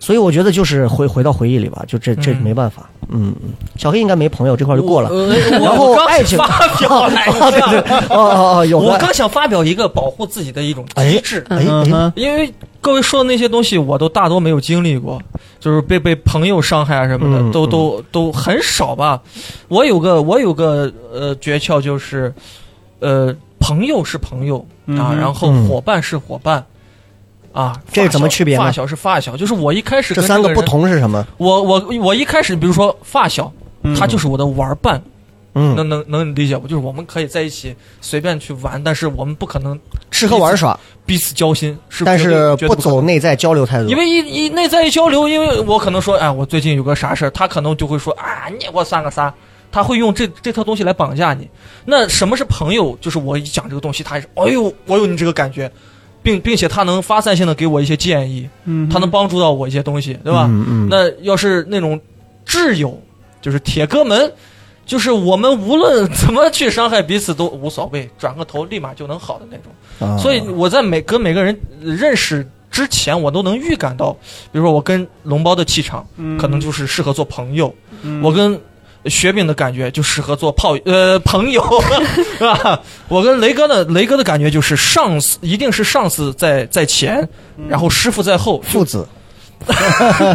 A: 所以我觉得就是回回到回忆里吧，就这这
B: 嗯
A: 没办法。嗯，嗯小黑应该没朋友，这块就过了。
B: 我我
A: 然后
B: 我刚
A: 爱情
B: 发表来
A: 啊，对对
B: 着，，
A: 哦哦哦，有
B: 我
A: 个
B: 刚想发表一个保护自己的一种机制，
A: 哎
C: 嗯
A: 哎，
C: 哼，
B: 因为各位说的那些东西，我都大多没有经历过，就是被被朋友伤害啊什么的，
A: 嗯
B: 都
A: 嗯
B: 都都很少吧。我有个我有个呃诀窍就是，呃，朋友是朋友啊，
C: 嗯
B: 然后
A: 嗯
B: 伙伴是伙伴。啊，
A: 这是怎么
B: 发小
A: 区别呢
B: 发小是发小，就是我一开始
A: 这
B: 跟
A: 三
B: 个
A: 个
B: 人
A: 不，同是什么？
B: 我我我一开始，比如说发小，他就是我的玩伴，
A: 嗯，
B: 能能能理解不？就是我们可以在一起随便去玩，但是我们不可能
A: 吃喝玩耍，
B: 彼此交心，是
A: 但
B: 绝对
A: 是
B: 绝对
A: 不
B: 不可能
A: 走内在交流态度
B: 因。为一一内在一交流，因为我可能说，哎，我最近有个啥事儿，他可能就会说啊，你也给我算个啥，他会用这这套东西来绑架你。那什么是朋友？就是我一讲这个东西，他也是，哎呦，我有你这个感觉，并并且他能发散性的给我一些建议，
C: 嗯
B: 他能帮助到我一些东西，对吧？
A: 嗯嗯，
B: 那要是那种挚友，就是铁哥们，就是我们无论怎么去伤害彼此都无所谓，转个头立马就能好的那种。
A: 啊
B: 所以我在每跟每个人呃认识之前，我都能预感到，比如说我跟龙包的气场，
A: 嗯
B: 可能就是适合做朋友；我跟雪饼的感觉就适合做炮呃朋友， 是吧？我跟雷哥的雷哥的感觉就是上司一定是上司在在前，
A: 嗯
B: 然后师傅在后，
A: 父 子，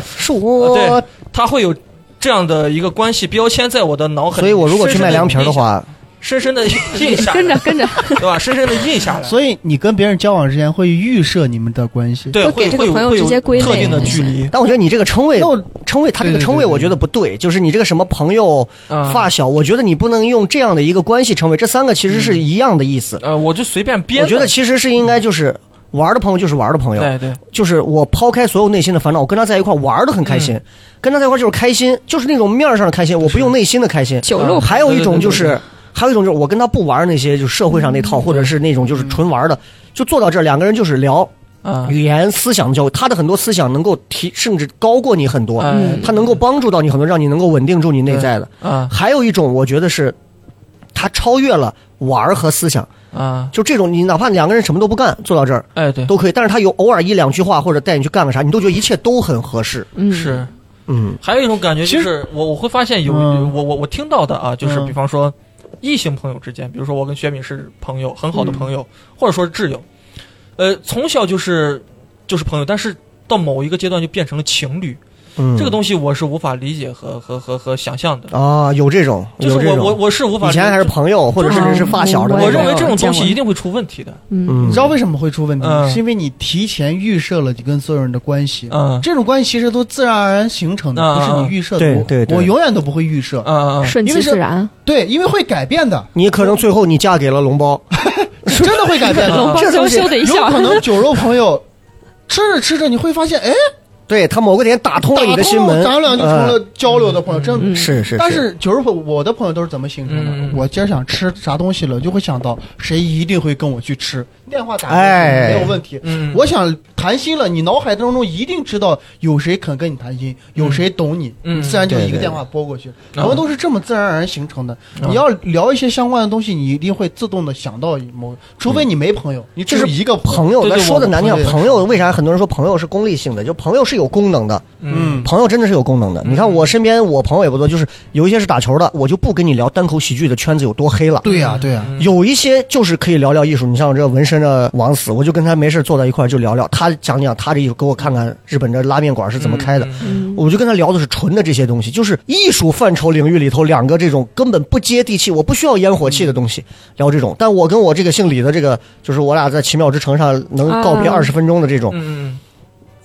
A: 是
B: 啊
A: 我，
B: 他会有这样的一个关系标签在我的脑海里。
A: 所以我如果去卖凉皮儿的，话，
B: 深深的印下来，
D: 跟着跟着，
B: 对吧？深深的印下 来。
C: 所以你跟别人交往之前会预设你们的关系，
B: 对，
D: 会
B: 会
D: 给这个
B: 会有
D: 朋友
B: 会有
D: 直接归
B: 特
A: 类
B: 定的
A: 对
B: 距离，
A: 但我觉得你这个称谓
C: 那我，
A: 称谓，他这个
C: 对对
A: 称谓，
C: 对
A: 我觉得不对，就是你这个什么朋友、
D: 嗯
B: 啊
A: 发小，我觉得你不能用这样的一个关系称谓，这三个其实是一样的意思。
B: 呃，我就随便编的。
A: 我觉得其实是应该就是。玩儿的朋友就是玩儿的朋友，
B: 对对，
A: 就是我抛开所有内心的烦恼，我跟他在一块儿玩的很开心，跟他在一块儿就是开心，就是那种面儿上的开心，我不用内心的开心。
D: 酒肉
A: 嗯还有一种就是，还有一种就是我跟他不玩那些，就是社会上那
B: 嗯
A: 套，或者是那种就是纯玩的，就坐到这儿，两个人就是聊
B: 啊，
A: 语言、思想的交流，他的很多思想能够提，甚至高过你很多，
B: 嗯
A: 他能够帮助到你很多，让你能够稳定住你内在的。
B: 啊
A: 还有一种，我觉得是，他超越了玩儿和思想，
B: 啊，
A: 就这种你哪怕两个人什么都不干，坐到这儿。
B: 哎对，
A: 都可以，但是他有偶尔一两句话，或者带你去干个啥，你都觉得一切都很合适。
D: 嗯，
B: 是。
A: 嗯，
B: 还有一种感觉就
C: 其
B: 是，我我会发现有
C: 嗯
B: 我我我听到的啊，就是
C: 嗯
B: 比方说异性朋友之间，比如说我跟薛敏是朋友，很
A: 嗯
B: 好的朋友，或者说是挚友，呃，从小就是就是朋友，但是到某一个阶段就变成了情侣，
A: 嗯
B: 这个东西我是无法理解和和和和想象的，
A: 啊，有这种，
B: 就是
A: 有这
B: 我我
A: 种。
B: 我是无法
A: 以前还是
B: 理解
A: 朋友，或者甚至是发小的
D: 我
A: 那
B: 我
A: 种。
B: 认为
D: 我
B: 这种
D: 见
B: 东
D: 过
B: 西一定会出问题的，
D: 嗯
A: 嗯，
C: 你知道为什么会出问题吗？
B: 嗯
C: 是因为你提前预设了你跟所有人的关系，
B: 嗯
C: 这种关系其实都自然而然形成的，
B: 嗯
C: 不是你预设的。
A: 嗯
C: 我
A: 对对对
C: 我永远都不会预设，
B: 啊啊
D: 顺其自然，
C: 对，因为会改变 的，
A: 你可能最后你嫁给了龙包，
C: 是真的会改变 的。
D: 龙包
A: 这东
D: 羞
A: 西
D: 羞的一
C: 有
D: 笑，
C: 可能酒肉朋友吃着吃着，你会发现，哎，
A: 对他某个点打通
C: 打
A: 了你的心
C: 通
A: 门，
C: 了，咱俩就成
A: 呃
C: 了交流的朋友，真的
D: 嗯
A: 是是，
C: 但是酒肉朋友，我的朋友都是怎么形成的？
B: 嗯
C: 我今儿想吃啥东西了，就会想到谁一定会跟我去吃，电话打过去
A: 哎
C: 没有问题。
B: 嗯，
C: 我想谈心了，你脑海当中一定知道有谁肯跟你谈心，有谁懂你，
B: 嗯
C: 你自然就
A: 对
C: 一
A: 对
C: 个
A: 对
C: 电话拨过去。
B: 嗯
C: 朋友都是这么自然而然形成的。
B: 嗯
C: 你要聊一些相关的东西，你一定会自动的想到某，除非你没朋友，你只有一个友。
A: 朋友，
B: 对对
A: 咱说的难听
C: 我，
A: 朋友为啥很多人说朋友是功利性的？就朋友是有功能的，
B: 嗯
A: 朋友真的是有功能的。
C: 嗯
A: 你看我身边我朋友也不多，就是有一些是打球的，我就不跟你聊单口喜剧的圈子有多黑了。
C: 对呀、对呀、
B: 嗯
A: 有一些就是可以聊聊艺术，你像我这个纹身的王死，我就跟他没事坐在一块儿就聊聊，他讲讲他的艺术，给我看看日本这拉面馆是怎么开的。
D: 嗯
A: 我就跟他聊的是纯的这些东西，就是艺术范畴领域里头两个这种根本不接地气，我不需要烟火气的东西，
B: 嗯
A: 聊这种。但我跟我这个姓李的这个，就是我俩在奇妙之城上能告别
D: 啊
A: 二十分钟的这种，
B: 嗯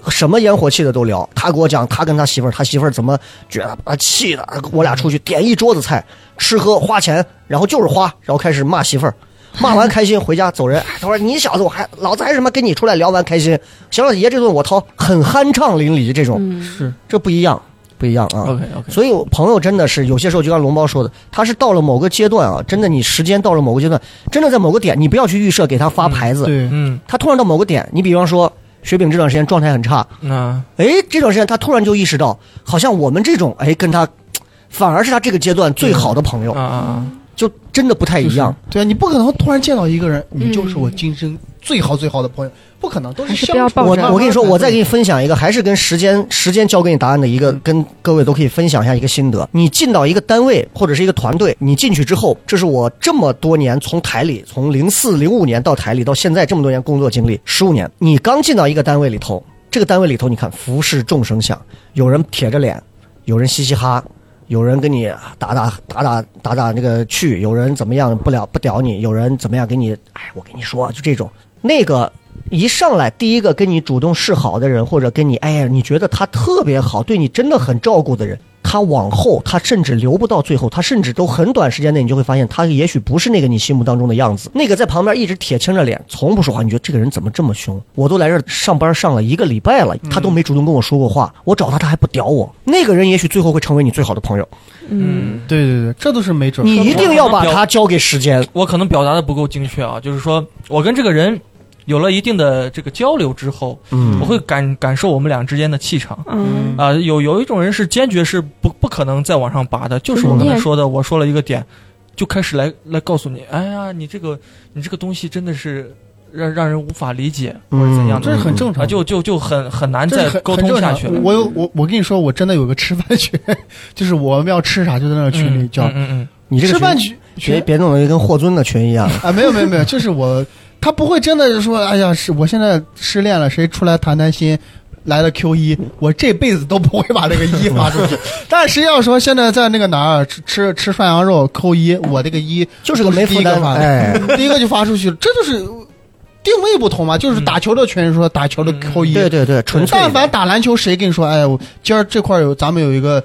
A: 什么烟火气的都聊。他给我讲他跟他媳妇儿，他媳妇儿怎么觉得把他气的，我俩出去点一桌子菜，吃喝花钱，然后就是花，然后开始骂媳妇儿。骂完开心回家走人，哎他说你小子我还老子还什么跟你出来聊完开心，行了爷这顿我掏，很酣畅淋漓这种，
B: 嗯
D: 嗯，
B: 是
A: 这不一样，不一样啊。
B: OK OK，
A: 所以我朋友真的是有些时候，就像龙猫说的，他是到了某个阶段啊，真的你时间到了某个阶段，真的在某个点，你不要去预设给他发牌子，
C: 对，
B: 嗯
A: 他突然到某个点，你比方说雪饼这段时间状态很差，
B: 那
A: 哎，这段时间他突然就意识到，好像我们这种哎跟他，反而是他这个阶段最好的朋友，
B: 啊啊啊！
A: 就真的不太一样。
C: 对啊，你不可能突然见到一个人，
D: 嗯
C: 你就是我今生最好最好的朋友，不可能，都
D: 还是
C: 相
D: 不要
C: 处
D: 抱
A: 我
D: 着
C: 慢慢
A: 我跟你说，
C: 慢慢
A: 我再给你分享一个，还是跟时间时间教给你答案的一个，
D: 嗯
A: 跟各位都可以分享一下一个心得。你进到一个单位或者是一个团队，你进去之后，这是我这么多年从台里，从零四零五年到台里到现在这么多年工作经历，十五年。你刚进到一个单位里头，这个单位里头，你看服侍众生相，有人铁着脸，有人嘻嘻哈。有人跟你打打打打打打那个去，有人怎么样不了不屌你，有人怎么样给你，哎，我跟你说，就这种那个一上来第一个跟你主动示好的人，或者跟你哎呀，你觉得他特别好，对你真的很照顾的人，他往后他甚至留不到最后，他甚至都很短时间内，你就会发现他也许不是那个你心目当中的样子。那个在旁边一直铁青着脸，从不说话，你觉得这个人怎么这么凶？我都来这儿上班上了一个礼拜了，他都没主动跟我说过话，我找他他还不屌我。那个人也许最后会成为你最好的朋友，
D: 嗯，
C: 对对对，这都是没准儿。
A: 你一定要把他交给时间。
B: 我可能表达的不够精确啊，就是说我跟这个人有了一定的这个交流之后，
A: 嗯
B: 我会感感受我们俩之间的气场。
D: 嗯
B: 啊、有有一种人是坚决是不不可能再往上拔的，就是我
D: 嗯
B: 刚才说的，我说了一个点，就开始来来告诉你，哎呀，你这个你这个东西真的是让让人无法理解，或者怎样
A: 嗯
C: 这
B: 的
C: 是很正常
B: 啊，
C: 的，
B: 就就就很很难
C: 这是
B: 再
C: 很
B: 沟
C: 很
B: 通
C: 正
B: 下
C: 常
B: 去了。
C: 我有我我跟你说，我真的有个吃饭群， 就是我们要吃啥就在那个群里叫、
B: 嗯嗯嗯
A: 你这个
C: 吃饭
A: 群
C: 群
A: 别别弄得跟霍尊的群一样。
C: 啊，没有没有没有，就是我他不会真的说，哎呀，是我现在失恋了，谁出来谈谈心？来了 Q 一，我这辈子都不会把这个一发出去。 但实际上说，现在在那个哪儿吃吃吃涮羊肉扣一，我这个一
A: 就是个没负担
C: 不是第一个发的
A: 哎，
C: 第一个就发出去了，这就是定位不同嘛。就是打球的群说打球的扣一，
A: 嗯对对对，纯粹
C: 但
A: 的。
C: 凡打篮球，谁跟你说，哎，我今儿这块儿有咱们有一个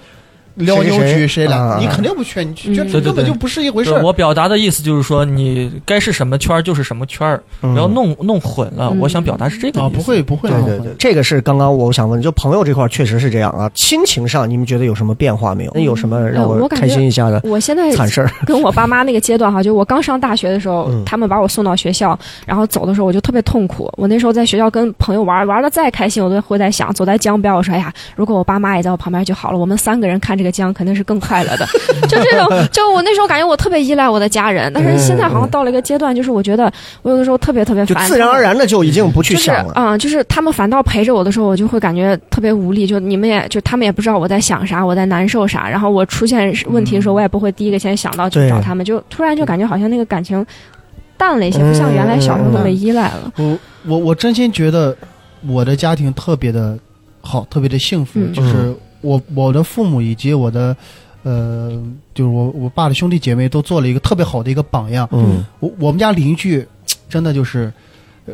C: 撩妞
A: 谁谁谁
C: 局，谁
A: 啊
C: 来
A: 啊？
C: 你肯定不去，你去
D: 嗯
C: 觉
D: 对
C: 得
B: 对
C: 根本
B: 对
C: 就不是一回事
B: 对
C: 儿。
B: 我表达的意思就是说，你该是什么圈儿就是什么圈儿，
A: 嗯
B: 不要弄弄混了。
D: 嗯
B: 我想表达是这个
C: 啊，
B: 意思
C: 不会不会，
A: 对
C: 不
A: 对
C: 会
A: 对，这个是刚刚我想问的，就朋友这块儿确实是这样啊。亲情上，你们觉得有什么变化没有？那有什么让
D: 呃
A: 我
D: 我感
A: 开心一下的
D: 我现在
A: 惨事儿？
D: 跟我爸妈那个阶段哈，就我刚上大学的时候
A: 嗯，
D: 他们把我送到学校，然后走的时候我就特别痛苦。我那时候在学校跟朋友玩，玩的再开心，我都会在想，走在江边，我说哎呀，如果我爸妈也在我旁边就好了，我们三个人看这个江肯定是更快乐的。就这种，就我那时候感觉我特别依赖我的家人，但是现在好像到了一个阶段，就是我觉得我有的时候特别特别
A: 嗯就
D: 烦，
A: 自然而然的就已经不去
D: 就是
A: 想了。
D: 嗯、就是他们反倒陪着我的时候，我就会感觉特别无力。就你们也就他们也不知道我在想啥，我在难受啥。然后我出现问题的时候，我也不会第一个先想到去
A: 嗯对
D: 找他们，就突然就感觉好像那个感情淡了一些，
A: 嗯
D: 不像原来小时候那么依赖了。
C: 我我我真心觉得我的家庭特别的好，特别的幸福，
D: 嗯
C: 就是我我的父母以及我的呃，就是我我爸的兄弟姐妹都做了一个特别好的一个榜样。
A: 嗯
C: 我我们家邻居真的就是，呃，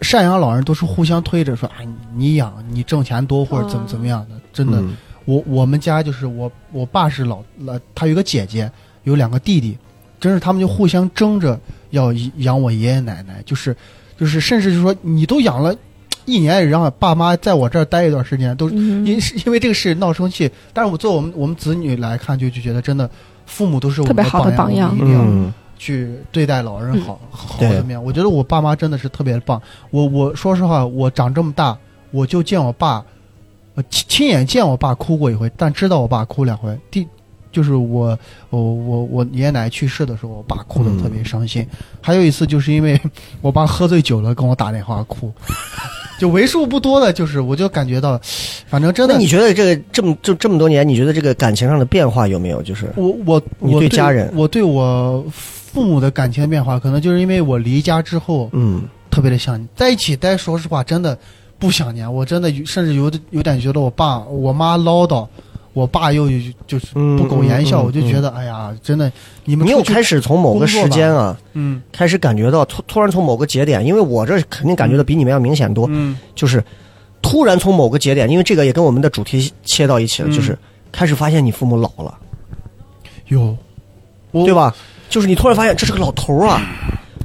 C: 赡养老人都是互相推着说，哎，你养你挣钱多或者怎么怎么样的，真的。
A: 嗯
C: 我我们家就是我我爸是老老，他有个姐姐，有两个弟弟，真是他们就互相争着要养我爷爷奶奶，就是就是甚至就是说你都养了一年，也让爸妈在我这儿待一段时间，都
D: 嗯
C: 因是因为这个事闹生气。但是我作为我们我们子女来看，就就觉得真的父母都是我们
D: 特别好的
C: 榜
D: 榜
C: 我们一定要
A: 嗯，
C: 去对待老人好、好
A: 对
C: 怎么样？我觉得我爸妈真的是特别棒。我我说实话，我长这么大，我就见我爸，呃亲亲眼见我爸哭过一回，但知道我爸哭两回。第就是我我我我爷爷奶奶去世的时候，我爸哭的特别伤心。还有一次就是因为 我爸喝醉酒了跟我打电话哭， 就为数不多的，就是我就感觉到，反正真
A: 那
C: 的
A: 你。觉得这个这么就这么多年，你觉得这个感情上的变化有没有？就是
C: 我我
A: 你
C: 我
A: 对家人
C: 我对我父母的感情变化，可能就是因为我离家之后，
A: 嗯
C: 特别的想念，在一起待，说实话，真的不想念。我真的有甚至有的有点觉得我爸我妈唠叨，我爸又有就是
A: 嗯
C: 不苟言
A: 嗯
C: 笑，
A: 嗯
C: 我就觉得哎呀，真的你们
A: 你有
C: 出去
A: 开始从某个时间啊，
C: 嗯
A: 开始感觉到突突然从某个节点，因为我这肯定感觉的比你们要明显多，
C: 嗯
A: 就是突然从某个节点，因为这个也跟我们的主题切到一起了，
C: 嗯
A: 就是开始发现你父母老了。
C: 有，我
A: 对？吧？就是你突然发现这是个老头儿啊，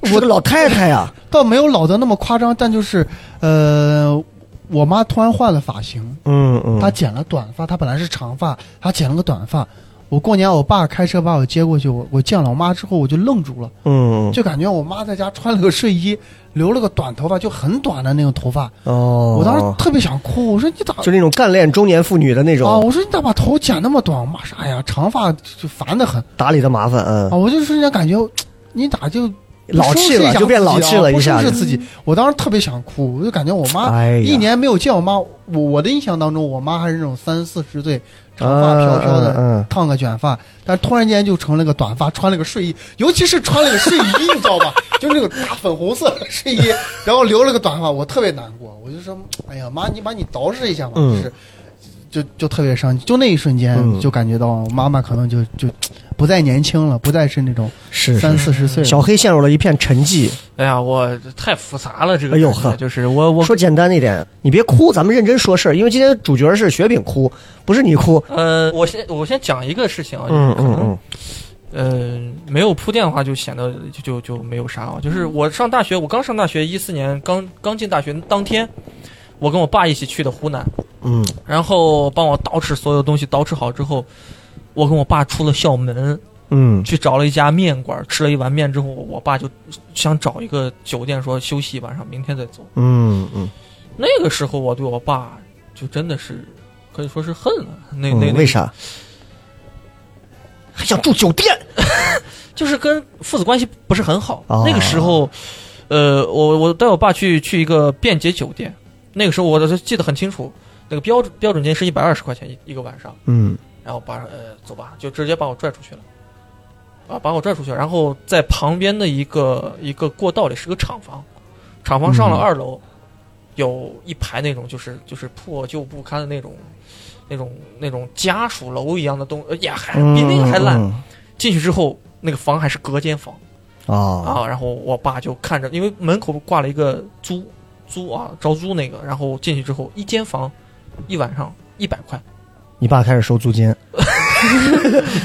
A: 这是个老太太呀、
C: 倒没有老嗯的那么夸张，但就是呃，我妈突然换了发型，
A: 嗯嗯
C: 她剪了短发，她本来是长发，她剪了个短发。我过年我爸开车把我接过去，我我见了我妈之后我就愣住了，
A: 嗯，
C: 就感觉我妈在家穿了个睡衣，留了个短头发，就很短的那种头发，
A: 哦，
C: 我当时特别想哭，我说你咋
A: 就那种干练中年妇女的那
C: 啊？
A: 种，
C: 我说你咋把头剪那么短？我妈说哎呀，长发就烦得很
A: 打理的麻烦，
C: 啊！
A: 嗯，
C: 我就瞬间感觉你咋就
A: 老气
C: 不收拾一
A: 了
C: 下
A: 就变
C: 自己啊
A: 老气了一下
C: 不收拾
A: 子，
C: 自己。我当时特别想哭，我就感觉我妈
A: 哎呀，
C: 一年没有见我妈，我我的印象当中，我妈还是那种三四十岁长发
A: 嗯
C: 飘飘的，
A: 嗯
C: 烫个卷发，但突然间就成了个短发，穿了个睡衣，尤其是穿了 个睡衣，你知道吧？就是那个大粉红色的睡衣，然后留了个短发，我特别难过，我就说，哎呀妈，你把你捯饬一下嘛，
A: 嗯
C: 就是。就就特别伤，就那一瞬
A: 嗯
C: 间就感觉到妈妈可能就就不再年轻了，不再是那种
A: 嗯，是
C: 三四十岁了。
A: 小黑陷入了一片沉寂。
B: 哎呀，我太复杂了，这个
A: 哎呦
B: 感觉
A: 呵
B: 就是我我
A: 说简单一点，你别哭，咱们认真说事儿，因为今天主角是雪饼哭，不是你哭。
B: 呃，我先我先讲一个事
C: 哦
B: 情啊，就是
A: 嗯
B: 可能
A: 嗯
B: 嗯，没有铺垫的话，就显得就就就没有啥啊。就是我上大学，我刚上大学，一四年刚刚进大学当天，我跟我爸一起去的湖南，
A: 嗯
B: 然后帮我捯饬所有东西捯饬好之后，我跟我爸出了校门，
A: 嗯
B: 去找了一家面馆，吃了一碗面之后，我爸就想找一个酒店说休息一晚上，明天再走。
A: 嗯嗯
B: 那个时候我对我爸就真的是可以说是恨了，那那
A: 嗯，
B: 那
A: 为啥？还想住酒店？
B: 就是跟父子关系不是很好。
A: 哦
B: 那个时候，呃，我我带我爸去去一个便捷酒店，那个时候我都记得很清楚，那个标准标准间是一百二十块钱一一个晚上。
A: 嗯
B: 然后把呃走吧，就直接把我拽出去了，啊，把我拽出去，然后在旁边的一个一个过道里是个厂房，厂房上了
A: 嗯
B: 二楼，有一排那种就是就是破旧不堪的那种。那种那种家属楼一样的东，呃呀，还比那个还烂。
A: 嗯
B: 进去之后，那个房还是隔间房，
A: 啊
B: 啊，然后我爸就看着，因为门口挂了一个租租啊招租那个，然后进去之后一间房一晚上一百块，
A: 你爸开始收租金，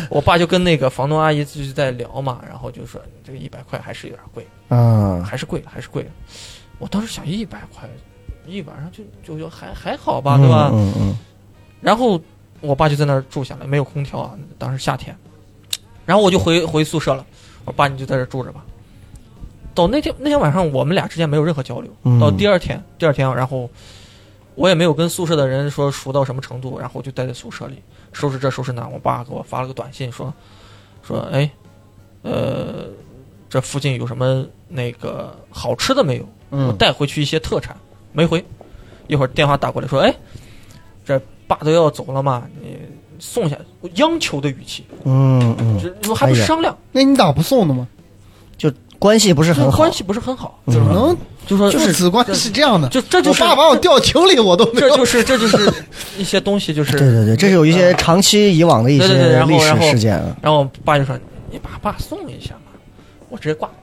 B: 我爸就跟那个房东阿姨就是在聊嘛，然后就说这个一百块还是有点贵，
A: 嗯，
B: 还是贵了，还是贵了。我当时想一百块一晚上就就就还还好吧，对吧？
A: 嗯嗯
B: 然后我爸就在那儿住下来，没有空调啊，当时夏天。然后我就回回宿舍了，我说爸你就在这儿住着吧。到那天那天晚上，我们俩之间没有任何交流。
A: 嗯
B: 到第二天，第二天，然后我也没有跟宿舍的人说熟到什么程度，然后就待在宿舍里收拾这收拾那。我爸给我发了个短信说说哎，呃，这附近有什么那个好吃的没有？我
C: 嗯，
B: 带回去一些特产，没回。一会儿电话打过来说，哎，这爸都要走了嘛，你送下，央求的语气，
A: 嗯嗯，
B: 这我还不
A: 哎呀
B: 商量，
C: 那你咋不送呢吗？
A: 关系不是
B: 这
A: 很好
B: 关，系不是很好，
A: 嗯
C: 怎么能
B: 就说
C: 父子关系是这样的？
B: 就这 就是
C: 我爸把我掉井里，我都没有。
B: 这就是这就是一些东西，就
A: 啊对
B: 是
A: 对对，这是有一些长期以往的一
B: 对对对
A: 些
B: 然后
A: 历史
B: 然后
A: 事件啊。
B: 然后我爸就说：“你把爸送一下嘛。”我直接挂了，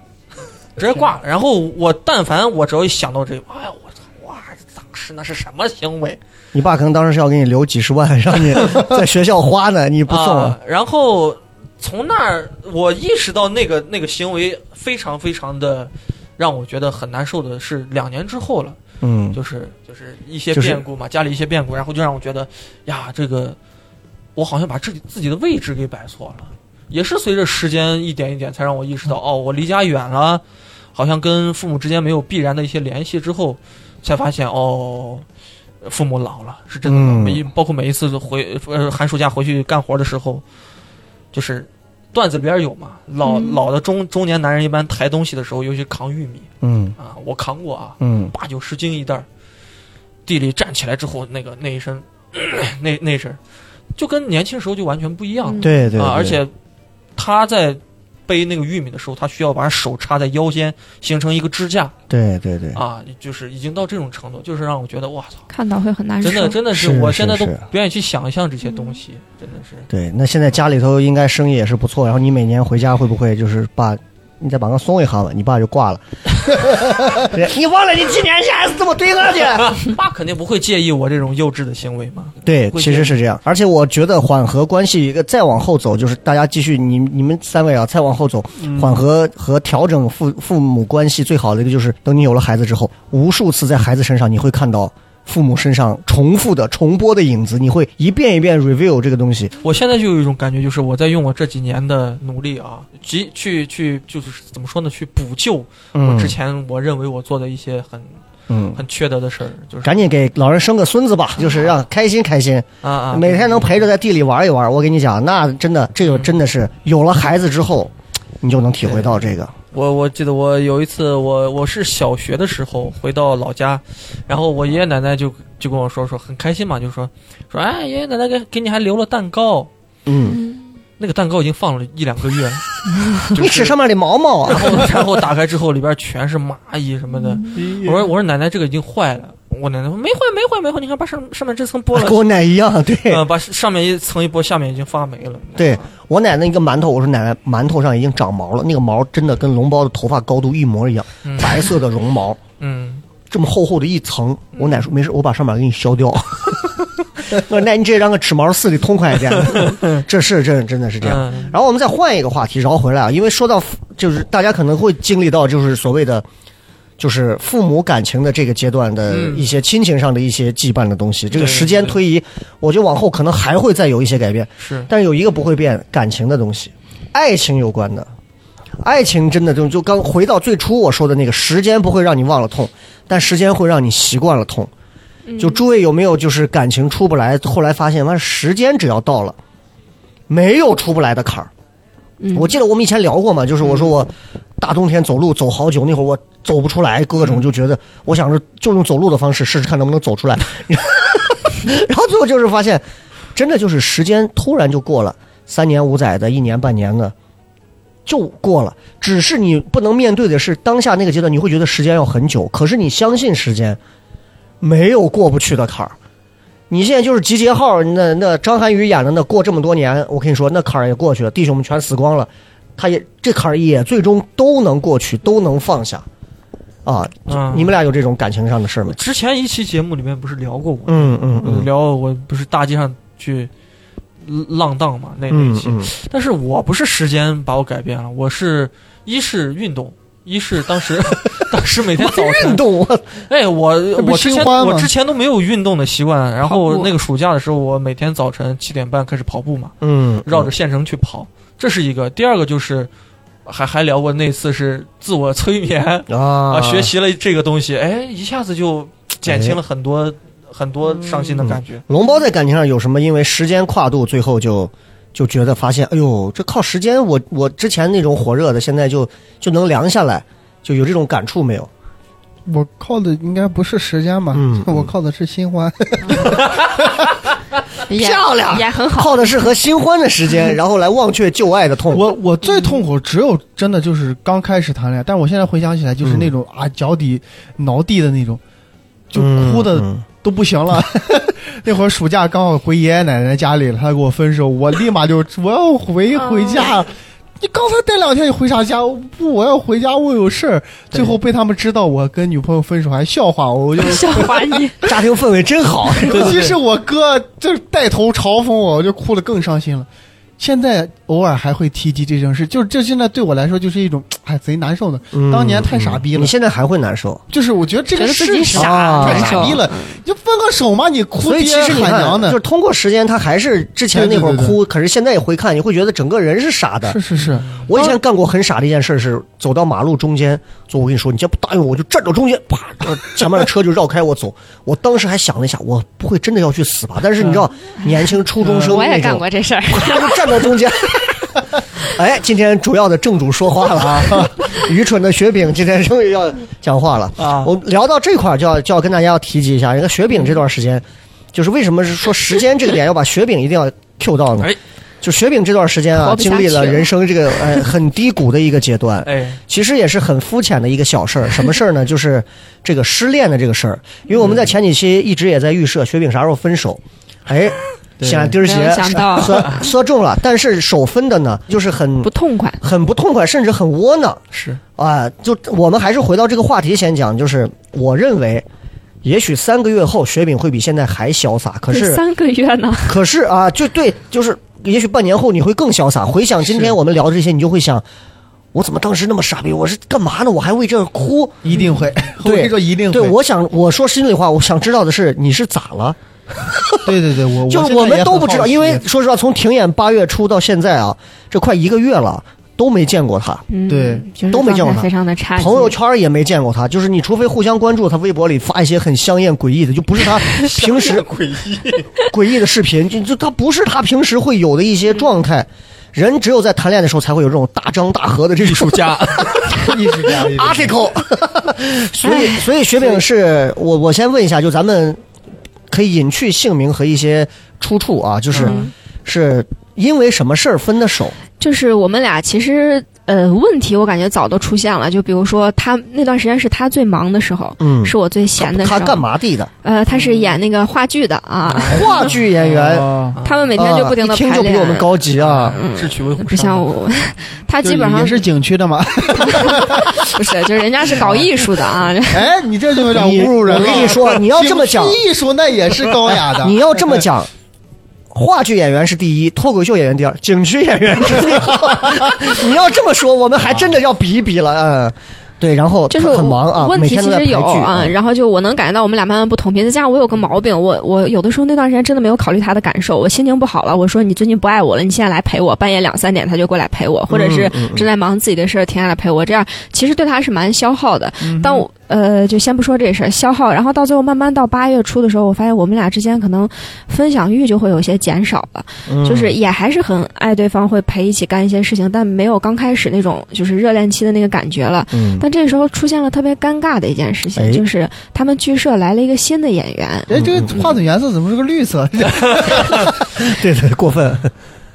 B: 直接挂了。然后我但凡我只要一想到这个，哎呀，我操，哇，当时那是什么行为？
A: 你爸可能当时是要给你留几十万，让 你在学校花呢，你不送啊
B: 啊。然后从那儿，我意识到那个那个行为非常非常的让我觉得很难受的是，两年之后了，
A: 嗯，
B: 就是就是一些
A: 就是
B: 变故嘛，家里一些变故，然后就让我觉得呀，这个我好像把自己自己的位置给摆错了。也是随着时间一点一点，才让我意
A: 嗯
B: 识到，哦，我离家远了，好像跟父母之间没有必然的一些联系，之后才发现，哦，父母老了，是真的老。
A: 嗯
B: 每一包括每一次回呃寒暑假回去干活的时候，就是段子里边有嘛，老、
D: 嗯
B: 老的中中年男人一般抬东西的时候，尤其扛玉米
A: 嗯
B: 啊，我扛过啊，
A: 嗯
B: 八九十斤一袋儿，地里站起来之后，那个那一身， 那那身，就跟年轻时候就完全不一样了、
D: 嗯
A: 对对对，
B: 啊！而且他在背那个玉米的时候，他需要把手插在腰间，形成一个支架
A: 对对对，
B: 啊，就是已经到这种程度，就是让我觉得哇操，
D: 看到会很嗯难受。
B: 真的真的是，
A: 是
B: 我
A: 是
B: 现在都
A: 是
B: 不愿意去想象这些东西，真的是。
A: 对，那现在家里头应该生意也是不错，然后你每年回家会不会就是爸，你再把它松一下吧，你爸就挂 了。你忘了你今年下还是这么对我的？
B: 爸肯定不会介意我这种幼稚的行为
D: 嗯
B: 嘛？
A: 对，
B: 会
A: 其实是这样。而且我觉得缓和关系一个再往后走，就是大家继续，你你们三位啊，再往后走，
C: 嗯
A: 缓和和调整父父母关系最好的一个就是，等你有了孩子之后，无数次在孩子身上你会看到父母身上重复的、重播的影子，你会一遍一遍 review 这个东西。
B: 我现在就有一种感觉，就是我在用我这几年的努力啊，及去去就是怎么说呢，去补救我
A: 嗯
B: 之前我认为我做的一些很
A: 嗯，
B: 很缺德的事儿，就是
A: 赶紧给老人生个孙子吧，就是让开心开心，
B: 啊啊，
A: 每天能陪着在地里玩一玩。我跟你讲，那真的，这
B: 嗯
A: 个真的是有了孩子之后，你就能体会到这个。
B: 我我记得我有一次我我是小学的时候回到老家，然后我爷爷奶奶就就跟我说说很开心嘛，就说说哎爷爷奶奶给给你还留了蛋糕，
A: 嗯，
B: 那个蛋糕已经放了一两个 月，
A: 你吃上面的毛毛 啊
B: 然？后然后打开之后里边全是蚂蚁什么的，
A: 嗯
B: 我说我说奶奶这个已经坏了，我奶奶说没坏没坏没坏，你看把上上面这层剥了，
A: 跟我奶一样，对
B: 嗯、把上面一层一剥，下面已经发霉了，
A: 对我奶奶一个馒头，我说奶奶馒头上已经长毛了，那个毛真的跟龙包的头发高度一模一样，
B: 嗯
A: 白色的绒毛，
B: 嗯，
A: 这么厚厚的一层。我奶说没事，我把上面给你削掉。 我说奶，你这让个齿毛撕的痛快一点。 这是这真的是这样。
B: 嗯
A: 然后我们再换一个话题，绕回来啊，因为说到父就是大家可能会经历到就是所谓的，就是父母感情的这个阶段的
B: 嗯
A: 一些亲情上的一些羁绊的东西。这个
B: 对
A: 时间
B: 对
A: 推移，我觉得往后可能还会再有一些改变，
B: 是
A: 但是有一个不会变，感情的东西，爱情有关的。爱情真的就就刚回到最初我说的那个，时间不会让你忘了痛，但时间会让你习惯了痛。
B: 嗯
A: 就诸位有没有就是感情出不来，后来发现完时间只要到了，没有出不来的坎儿。
D: 嗯
A: 我记得我们以前聊过嘛，就是我说我大冬天走路走好久，那会儿我走不出来，各种就觉得我想着就用走路的方式试试看能不能走出来，然后最后就是发现，真的就是时间突然就过了，三年五载的，一年半年的。就过了，只是你不能面对的是当下那个阶段，你会觉得时间要很久。可是你相信时间，没有过不去的坎儿。你现在就是集结号，那那张涵予演的那过这么多年，我跟你说，那坎儿也过去了，弟兄们全死光了，他也这坎儿也最终都能过去，都能放下。啊，
B: 啊，
A: 你们俩有这种感情上的事儿吗？
B: 之前一期节目里面不是聊过我
A: 嗯嗯嗯
B: 聊我不是大街上去浪荡嘛那那
A: 嗯
B: 一期，
A: 嗯，
B: 但是我不是时间把我改变了，我是一是运动，一是当 时当时每天早
A: 运
B: 晨，
A: 动我
B: 哎，我
C: 不
B: 我之
C: 是
B: 前
C: 新欢吗
B: 我之前都没有运动的习惯，然
D: 跑
B: 后
A: 啊
D: 步
B: 那个暑假的时候，我每天早晨七点半开始跑步嘛，
A: 嗯
B: 绕着县城去跑，这是一个。第二个就是还还聊过那次是自我催眠
A: 啊
B: 啊，学习了这个东西，哎，一下子就减轻了很多。很
D: 嗯
B: 多伤心的感觉，
A: 龙包在感情上有什么？因为时间跨度，最后就就觉得发现，哎呦，这靠时间，我我之前那种火热的，现在就就能凉下来，就有这种感触没有？
C: 我靠的应该不是时间吧
A: 嗯
C: 我靠的是新欢。
D: 也
A: 漂亮
D: 也很好。
A: 靠的是和新欢的时间，然后来忘却旧爱的痛。
C: 我我最痛苦只有真的就是刚开始谈恋爱，但我现在回想起来就是那种、啊脚底挠地的那种，就哭的
A: 嗯
C: 都不行了。 那会儿暑假刚好回爷爷奶奶家里了，他给我分手，我立马就我要回
B: 哦
C: 回家。你刚才待两天，你回啥家？不，我要回家，我有事儿。最后被他们知道我跟女朋友分手，还笑话我，我就
D: 笑话你，
A: 嗯家庭氛围真 好。
C: 尤嗯其是我哥就是带头嘲讽我，我就哭得更伤心了。现在偶尔还会提及这件事，就是这现在对我来说就是一种哎贼难受的。
A: 嗯
C: 当年太傻逼了
A: 你现在还会难受。
C: 就是我觉得这
D: 觉
C: 个
D: 得
C: 事
D: 自己
C: 情
D: 傻，
A: 啊
C: 太
D: 难
C: 傻
D: 受
C: 逼了，你就分个手嘛，你哭
A: 所以其
C: 爹
A: 实你
C: 喊娘
A: 看，就
C: 的
A: 是，通过时间，他还是之前那会儿
C: 对对对对
A: 哭，可是现在也回看，你会觉得整个人是傻的
C: 是。是是，
A: 我以
D: 嗯
A: 前干过很傻的一件事是，走到马路中间，说我跟你说，你再不答应我，我就站到中间，啪，呃前面的车就绕开我走。我当时还想了一下，我不会真的要去死吧？但是你知道，年轻初中生
D: 嗯我也
A: 那
D: 干
A: 种，
D: 过这事儿。
A: 他就站到中 间。哎，今天主要的正主说话了啊！愚蠢的雪饼今天终于要讲话了
B: 啊
A: 我聊到这块儿，就要就要跟大家要提及一下，这个雪饼这段时间，就是为什么是说时间这个点要把雪饼一定要 Q 到呢？
B: 哎
A: 就雪饼这段时间啊，
D: 活不下
A: 经
D: 去
A: 历了人生这个呃很低谷的一个阶 段，
B: 哎，
A: 其实也是很肤浅的一个小事儿。什么事儿呢？就是这个失恋的这个事儿，因为我们在前几期一直也在预设雪饼啥时候分手，哎，
B: 对
A: 想钉儿
D: 没
A: 鞋
D: 有 想到
A: 说说中了，但是首分的呢，就是很
D: 不痛快，
A: 很不痛快，甚至很窝囊
B: 是
A: 啊。就我们还是回到这个话题先讲，就是我认为。也许三个月后，雪饼会比现在还潇洒。可是，
D: 三个月呢，
A: 可是啊，就对，就是也许半年后你会更潇洒。回想今天我们聊的这些，你就会想，我怎么当时那么傻逼？我是干嘛呢？我还为这儿哭？
C: 一定会，我
A: 对
C: 跟你说一定会，
A: 对， 我想我说心里话，我想知道的是你是咋了？
C: 对对对，我
A: 就是
C: 我
A: 我
C: 现在也
A: 们
C: 很
A: 都不知道，
C: 好奇
A: 因 为说实话，从停演八月初到现在啊，这快一个月了，都没见过他，
D: 嗯，
C: 对，
D: 就是
A: 都没见过
D: 状
A: 他
D: 态非常的差劲，
A: 朋友圈也没见过他。就是你除非互相关注，他微博里发一些很香艳诡异的，就不是 他平时
E: 诡异，
A: 诡异的视频，就就他不是他平时会有的一些
D: 嗯
A: 状态。人只有在谈恋爱的时候才会有这种大张大合的这种
B: 暑 假
C: 艺术家，艺术家
A: article，所以所以雪
D: 哎
A: 饼是我我先问一下，就咱们可以隐去姓名和一些出处啊，就是、
D: 嗯
A: 是因为什么事儿分的手？
D: 就是我们俩其实呃问题，我感觉早都出现了。就比如说他那段时间是他最忙的时候，
A: 嗯，
D: 是我最闲的时
A: 他
D: 候。
A: 干？嘛地的？
D: 呃，他是演那个话剧的啊。
A: 话剧演员，
C: 啊
D: 他 们每天就不停
A: 啊
D: 的
A: 一听
D: 排
A: 就比
D: 练。
A: 我们高级啊！
B: 智取威虎山，
D: 不像我， 他
C: 就
D: 基本
C: 也
D: 上
C: 是景区的嘛。
D: 不 是，就是人家是搞艺术 的啊，
C: 哎，你这就有点
A: 你
C: 侮辱人
A: 我
C: 了。
A: 跟你说你要这么讲
C: 景区艺术那也是高雅的。
A: 你要这么讲。话剧演员是第一，脱口秀演员第二，景区演员是第 二。你要这么说，我们还真的要比一比了。嗯，对，然后
D: 就是
A: 很忙啊，
D: 问
A: 每
D: 题
A: 天
D: 其
A: 都在
D: 实
A: 排
D: 有
A: 剧嗯
D: 啊，然后就我能感觉到我们俩慢慢不同频，再加上我有个毛病，我我有的时候那段时间真的没有考虑他的感受，我心情不好了，我说你最近不爱我了，你现在来陪我，半夜两三点他就过来陪我，或者是
A: 嗯
D: 正在忙自己的事儿停下来陪我，这样其实对他是蛮消耗的。
A: 嗯
D: 但我呃，就先不说这事儿消耗，然后到最后慢慢到八月初的时候，我发现我们俩之间可能分享欲就会有些减少了，
A: 嗯
D: 就是也还是很爱对方，会陪一起干一些事情，但没有刚开始那种就是热恋期的那个感觉了。
A: 嗯，
D: 但这时候出现了特别尴尬的一件事情，
A: 哎
D: 就是他们剧社来了一个新的演员，
C: 哎，这个话筒颜色怎么是个绿色？
A: 对对，过 分。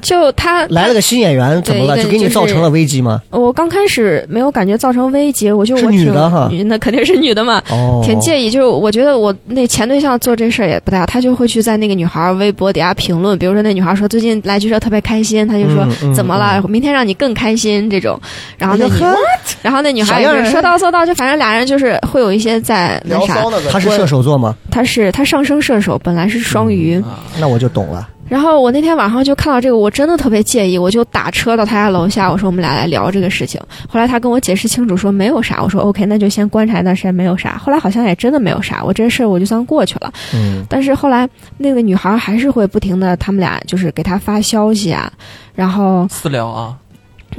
D: 就他
A: 来了个新演员，怎么了？
D: 对
A: 就给你造成了危机吗？
D: 我刚开始没有感觉造成危机，我就是我挺
A: 女的哈
D: 女那肯定是女的嘛。
A: 哦，
D: 挺介意，就是我觉得我那前对象做这事儿也不太好，他就会去在那个女孩微博底下评论，比如说那女孩说最近来剧社特别开心，他就说、
A: 嗯嗯
D: 怎么了，明天让你更开心这种，然后那女， 然后那女
A: 哎
D: 孩
A: 啥样
D: 也
A: 儿啊
D: 是说到做到，就反正俩人就是会有一些在那
C: 聊
D: 啥
C: 骚，呢，
A: 他是射手座吗？
D: 他是他上升射手，本来是双鱼，
A: 那我就懂了。
D: 然后我那天晚上就看到这个，我真的特别介意，我就打车到他家楼下，我说我们俩来聊这个事情。后来他跟我解释清楚说没有啥，我说 OK，那就先观察一段时间没有啥。后来好像也真的没有啥，我这事儿我就算过去了。
A: 嗯，
D: 但是后来那个女孩还是会不停的，他们俩就是给他发消息啊，然后
B: 私聊啊，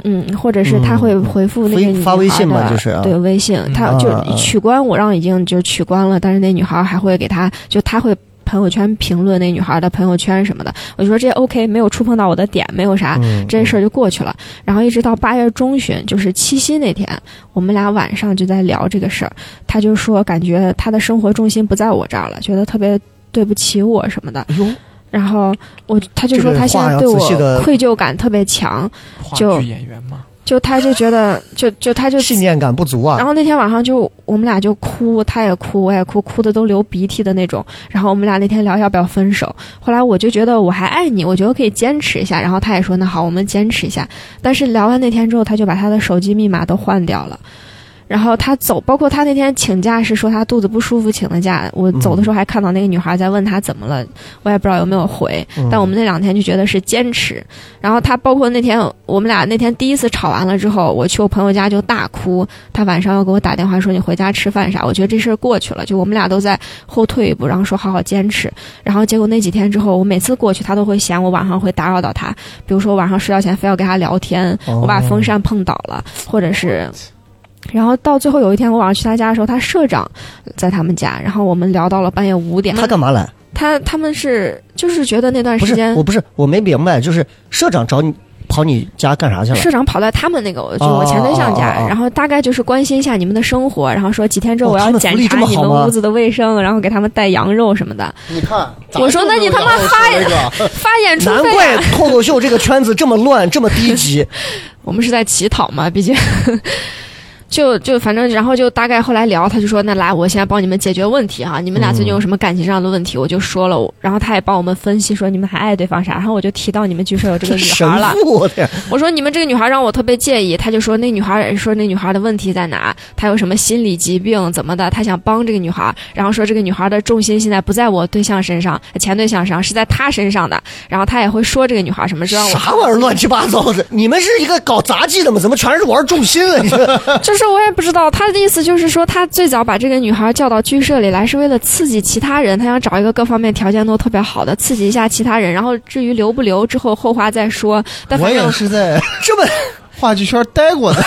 D: 嗯，或者是他会回复那
A: 嗯
D: 个女孩的
A: 发微信嘛就是啊
D: 对微信，他
A: 嗯
D: 就
A: 啊啊
D: 取关我，让已经就取关了，但是那女孩还会给他，就他会朋友圈评论那女孩的朋友圈什么的，我就说这 OK，没有触碰到我的点，没有啥，
A: 嗯
D: 这事儿就过去了。然后一直到八月中旬，就是七夕那天，我们俩晚上就在聊这个事儿，他就说感觉他的生活重心不在我这儿了，觉得特别对不起我什么的。
A: 哎呦，
D: 然后我他就说
A: 这个
D: 他现
A: 话
D: 在
A: 要
D: 对
A: 仔
D: 我
A: 细地
D: 愧疚感特别强，
B: 话
D: 就
B: 剧演员嘛，
D: 就他就觉得，就就他就，
A: 信念感不足
D: 然
A: 啊。
D: 后那天晚上就我们俩就哭，他也哭，我也哭，哭的都流鼻涕的那种。然后我们俩那天聊要不要分手，后来我就觉得我还爱你，我觉得可以坚持一下。然后他也说那好，我们坚持一下。但是聊完那天之后，他就把他的手机密码都换掉了。然后他走，包括他那天请假是说他肚子不舒服请的假。我走的时候还看到那个女孩在问他怎么了，我也不知道有没有回。
A: 嗯
D: 但我们那两天就觉得是坚持。然后他包括那天我们俩那天第一次吵完了之后，我去我朋友家就大哭。他晚上要给我打电话说你回家吃饭啥。我觉得这事儿过去了，就我们俩都在后退一步，然后说好好坚持。然后结果那几天之后，我每次过去他都会嫌我晚上会打扰到他，比如说我晚上睡觉前非要跟他聊天，
A: 哦
D: 我把风扇碰倒了，或者是。然后到最后有一天，我晚上去他家的时候，他社长在他们家，然后我们聊到了半夜五点。
A: 他干嘛来？
D: 他他们是就是觉得那段
A: 不
D: 嗯时
A: 是
D: 间，
A: 我不是，我没明白，就是社长找你跑你家干啥去了？
D: 社长跑到他们那个，就我前对象
A: 嗯哦
D: 家，
A: 哦哦哦
D: 然后大概就是关心一下你们的生活，然后说几天之后
A: 哇
D: 我要
A: 他们
D: 检
A: 福利
D: 查
A: 这么
D: 你
A: 好
D: 们
A: 吗
D: 屋子的卫生，然后给他们带羊肉什么的，
C: 你看，
D: 我说那你他妈
C: 发 个，
D: 发演出
A: 难
D: 费
A: 怪
D: 啊。
A: 脱口 秀这个圈子这么乱，这么低级。
D: 我们是在乞讨嘛，毕竟。就就反正，然后就大概后来聊，他就说：“那来，我现在帮你们解决问题哈、你们俩最近有什么感情上的问题？”我就说了，我然后他也帮我们分析说你们还爱对方啥，然后我就提到你们剧社有这个女
A: 神
D: 孩了，
A: 父，我天，
D: 我说你们这个女孩让我特别介意，他就说那女孩说那女孩的问题在哪，她有什么心理疾病怎么的，他想帮这个女孩，然后说这个女孩的重心现在不在我对象身上，前对象身上是在她身上的，然后他也会说这个女孩什么，就让我
A: 啥玩意儿乱七八糟的？你们是一个搞杂技的吗？怎么全是玩重心啊了？你这
D: 就是我也不知道，他的意思就是说，他最早把这个女孩叫到剧社里来，是为了刺激其他人，他想找一个各方面条件都特别好的，刺激一下其他人。然后至于留不留，之后后话再说。但
C: 我
D: 反
C: 也
D: 正
C: 是在
A: 这么
C: 话剧圈待过的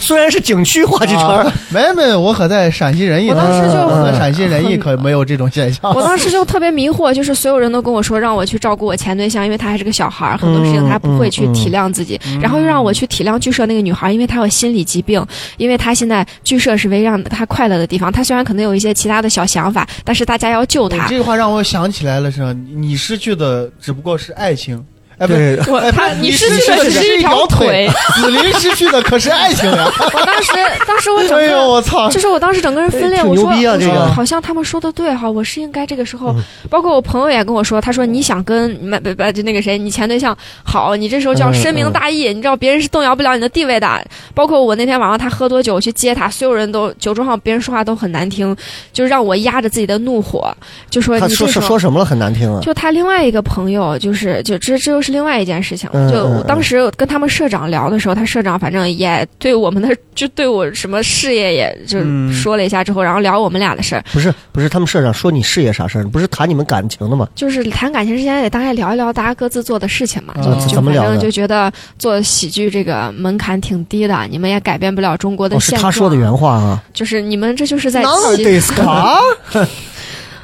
A: 虽然是景区话剧圈儿，
C: 啊 没没，我可在陕西人艺呢，嗯
D: 我当时就
C: 我在陕西人艺可没有这种现 象。
D: 我当时就特别迷惑，就是所有人都跟我说让我去照顾我前对象，因为他还是个小孩儿，很多事情他不会去体谅自己，
C: 嗯
D: 然后又让我去体谅剧社那个女孩，因为她有心理疾病，因为她现在剧社是唯一让她快乐的地方，她虽然可能有一些其他的小想法，但是大家要救
C: 你
D: 她。
C: 这句话让我想起来了，是吧你失去的只不过是爱情，哎，不
A: 对
C: 是，哎，
D: 他
C: 不
D: 你
C: 失
D: 失
C: 去
D: 去
C: 的
D: 的只
C: 是
D: 是
C: 一
D: 一
C: 条
D: 条
C: 腿
D: 腿，
C: 紫菱失去的可是爱情呀！
D: 我当时，当 时我整
C: 哎呦，
D: 个。
C: 我操！
D: 就是我当时整个人分裂，
A: 啊哎挺
D: 我说、
A: 牛逼啊
D: 我
A: 这
D: 说
A: 个嗯
D: 好像他们说的对哈，我是应该这个时候，包括我朋友也跟我说，他说你想跟不不不就那个谁，你前对象好，你这时候就要
A: 嗯
D: 深明大义，你知道别人是动摇不了你的地位的。包括我那天晚上他喝多酒我去接他，所有人都酒桌上别人说话都很难听，就让我压着自己的怒火，就说
A: 他
D: 你这
A: 说
D: 时
A: 说
D: 候
A: 说什么了？很难听啊！
D: 就他另外一个朋友，就是就这这又是另外一件事情了。
A: 嗯
D: 就
A: 嗯
D: 我当时跟他们社长聊的时候，他社长反正也对我们的 就对我什么事业也就
C: 嗯
D: 说了一下之后，然后聊我们俩的事儿，
A: 不是不是，他们社长说你事业啥事儿？不是谈你们感情的吗？
D: 就是谈感情之前也大概聊一聊大家各自做的事情嘛。
C: 啊
D: 就
C: 怎
D: 就
A: 嗯么
D: 反
A: 聊的
D: 正就觉得做喜剧这个门槛挺低的，你们也改变不了中国的
A: 哦，是
D: 现
A: 他
D: 状。
A: 说的原话啊。
D: 就是你们这就是在欺
A: 得斯卡？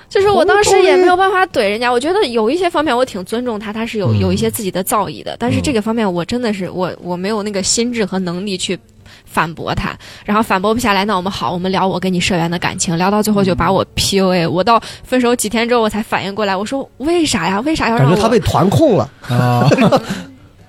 D: 就是我当时也没有办法怼人家，我觉得有一些方面我挺尊重他，他是有
A: 嗯
D: 有一些自己的造诣的，但是这个方面我真的是我我没有那个心智和能力去反驳他，然后反驳不下来，那我们好，我们聊我跟你社员的感情，聊到最后就
A: 嗯
D: 把我 PUA，我到分手几天之后我才反应过来，我说为啥呀？为啥要
A: 感
D: 让
A: 觉
D: 我？
A: 他被团控了。
C: 啊，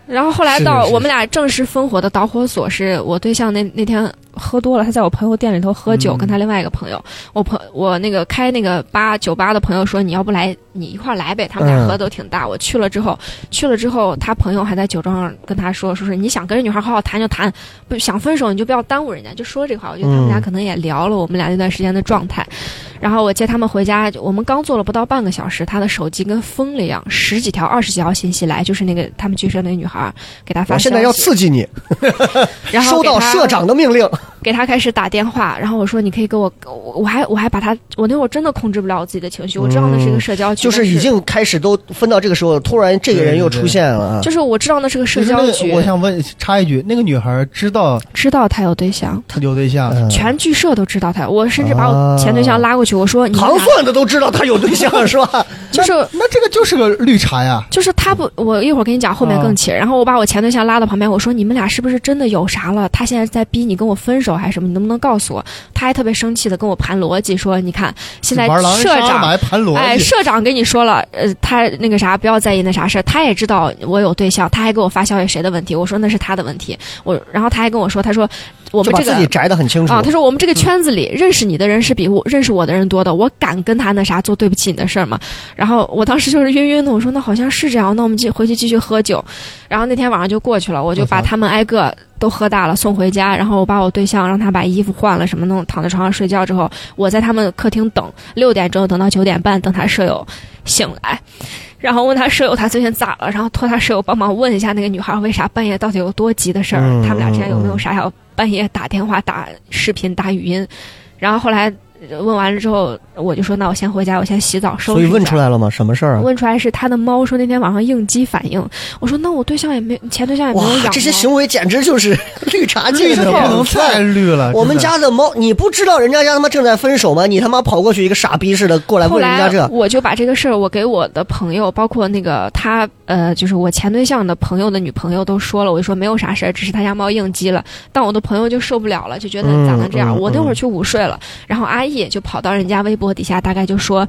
D: 然后后来
C: 是
D: 到
C: 是
D: 我们俩正式分火的导火索是我对象那那天喝多了，他在我朋友店里头喝酒，
C: 嗯
D: 跟他另外一个朋友，我朋我那个开那个吧酒吧的朋友说你要不来你一块儿来呗，他们俩
A: 嗯
D: 喝的都挺大。我去了之后，去了之后他朋友还在酒桌上跟他说，说是你想跟这女孩好好谈就谈，不想分手你就不要耽误人家，就说这话。我觉得他们俩
A: 嗯
D: 可能也聊了我们俩那段时间的状态。然后我接他们回家，我们刚坐了不到半个小时，他的手机跟疯了一样，十几条、二十几条信息来，就是那个他们剧社那个女孩儿给他发
A: 我
D: 消息，
A: 现在要刺激你，
D: 然后
A: 收
D: 给
A: 到
D: 他
A: 社长的命令。
D: 给他开始打电话，然后我说你可以给我，我我还我还把他，我那会儿真的控制不了我自己的情绪，我知道那是一个社交
A: 嗯
D: 局，
A: 就
D: 但
A: 是已经开始都分到这个时候，突然这个人又出现了啊！
D: 就是我知道那是个社
C: 就是那
D: 交
C: 个
D: 局，
C: 我想问插一句，那个女孩知道
D: 知道他有对象，
C: 她有对象，
A: 嗯
D: 全剧社都知道他，我甚至把我
A: 啊
D: 前对象拉过去，我说你们
A: 糖
D: 俩
A: 蒜的都知道他有对 象是吧？
D: 就是
C: 那这个就是个绿茶呀。
D: 就是他不，我一会儿跟你讲后面
C: 嗯
D: 更气人。然后我把我前对象拉到旁边，我说你们俩是不是真的有啥了？他现在在逼你跟我分手还是什么？你能不能告诉我？他还特别生气的跟我盘逻辑说，你看现在
C: 玩狼人
D: 社
C: 杀嘛
D: 长。
C: 还盘逻辑，
D: 哎，社长跟你说了，呃，他那个啥，不要在意那啥事儿。他也知道我有对象，他还给我发消息，谁的问题？我说那是他的问题。我，然后他还跟我说，他说我
A: 就
D: 们
A: 把
D: 这个
A: 自己摘的很清楚嗯
D: 啊，。他说我们这个圈子里认识你的人是比我认识我的人多的，我敢跟他那啥做对不起你的事儿吗？然后我当时就是晕晕的，我说那好像是这样，那我们继回去继续喝酒。然后那天晚上就过去了，我就把他们挨个都喝大了送回家，然后我把我对象让他把衣服换了什么弄，躺在床上睡觉之后，我在他们客厅等，六点钟等到九点半，等他舍友醒来。然后问他舍友他最近咋了，然后托他舍友帮忙问一下那个女孩为啥半夜到底有多急的事儿，
A: 嗯
D: 他们俩之间有没有
A: 嗯
D: 啥要半夜打电话、打视频、打语音。然后后来呃问完了之后，我就说那我先回家，我先洗澡收拾
A: 所
D: 一
A: 以
D: 下。
A: 问出来了吗？什么事儿啊？
D: 问出来是他的猫说那天晚上应激反应。我说那我对象也没前对象也没
A: 哇
D: 有养，猫。
A: 这些行为简直就是 绿茶界
C: 绿的
A: 的
C: 不能
A: 两
C: 再
A: 菜。
C: 绿了。
A: 我们
C: 真的
A: 家的猫，你不知道人家家他妈正在分手吗？你他妈跑过去一个傻逼似的过来
D: 后
A: 问人家
D: 来
A: 这，
D: 我就把这个事儿，我给我的朋友，包括那个他，呃，就是我前对象的朋友的女朋友都说了，我就说没有啥事儿，只是他家猫应激了。但我的朋友就受不了了，就觉得
A: 嗯
D: 咋能这样？
A: 嗯
D: 我那会儿
A: 嗯
D: 去午睡了，然后阿意，就跑到人家微博底下，大概就说，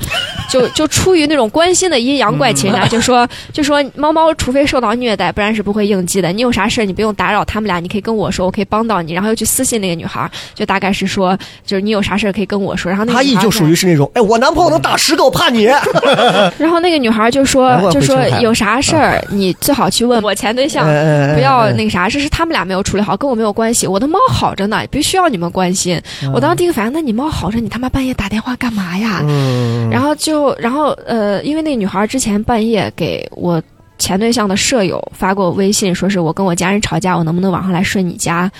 D: 就就出于那种关心的阴阳怪气
A: 嗯
D: 啊，就说就说猫猫除非受到虐待，不然是不会应激的。你有啥事儿你不用打扰他们俩，你可以跟我说，我可以帮到你。然后又去私信那个女孩儿，就大概是说，就是你有啥事儿可以跟我说。然后那个
A: 他
D: 女
A: 一
D: 孩
A: 就
D: 儿
A: 属于是那种，哎，我男朋友能打十个，我怕你。
D: 然后那个女孩就
A: 难怪
D: 说，
A: 哎会嗯
D: 就说
A: 成才
D: 有啥事儿你最好去问我前对
A: 哎
D: 象，不
A: 不
D: 要那个啥，这是他们俩没有处理好，跟我没有关系。我的猫好着呢，必须要你们关心。我当时第一个反应，那你猫好着，你他妈半夜打电话干嘛呀？
A: 嗯，
D: 然后就，然后呃，因为那个女孩之前半夜给我前对象的舍友发过微信，说是我跟我家人吵架，我能不能晚上来睡你家？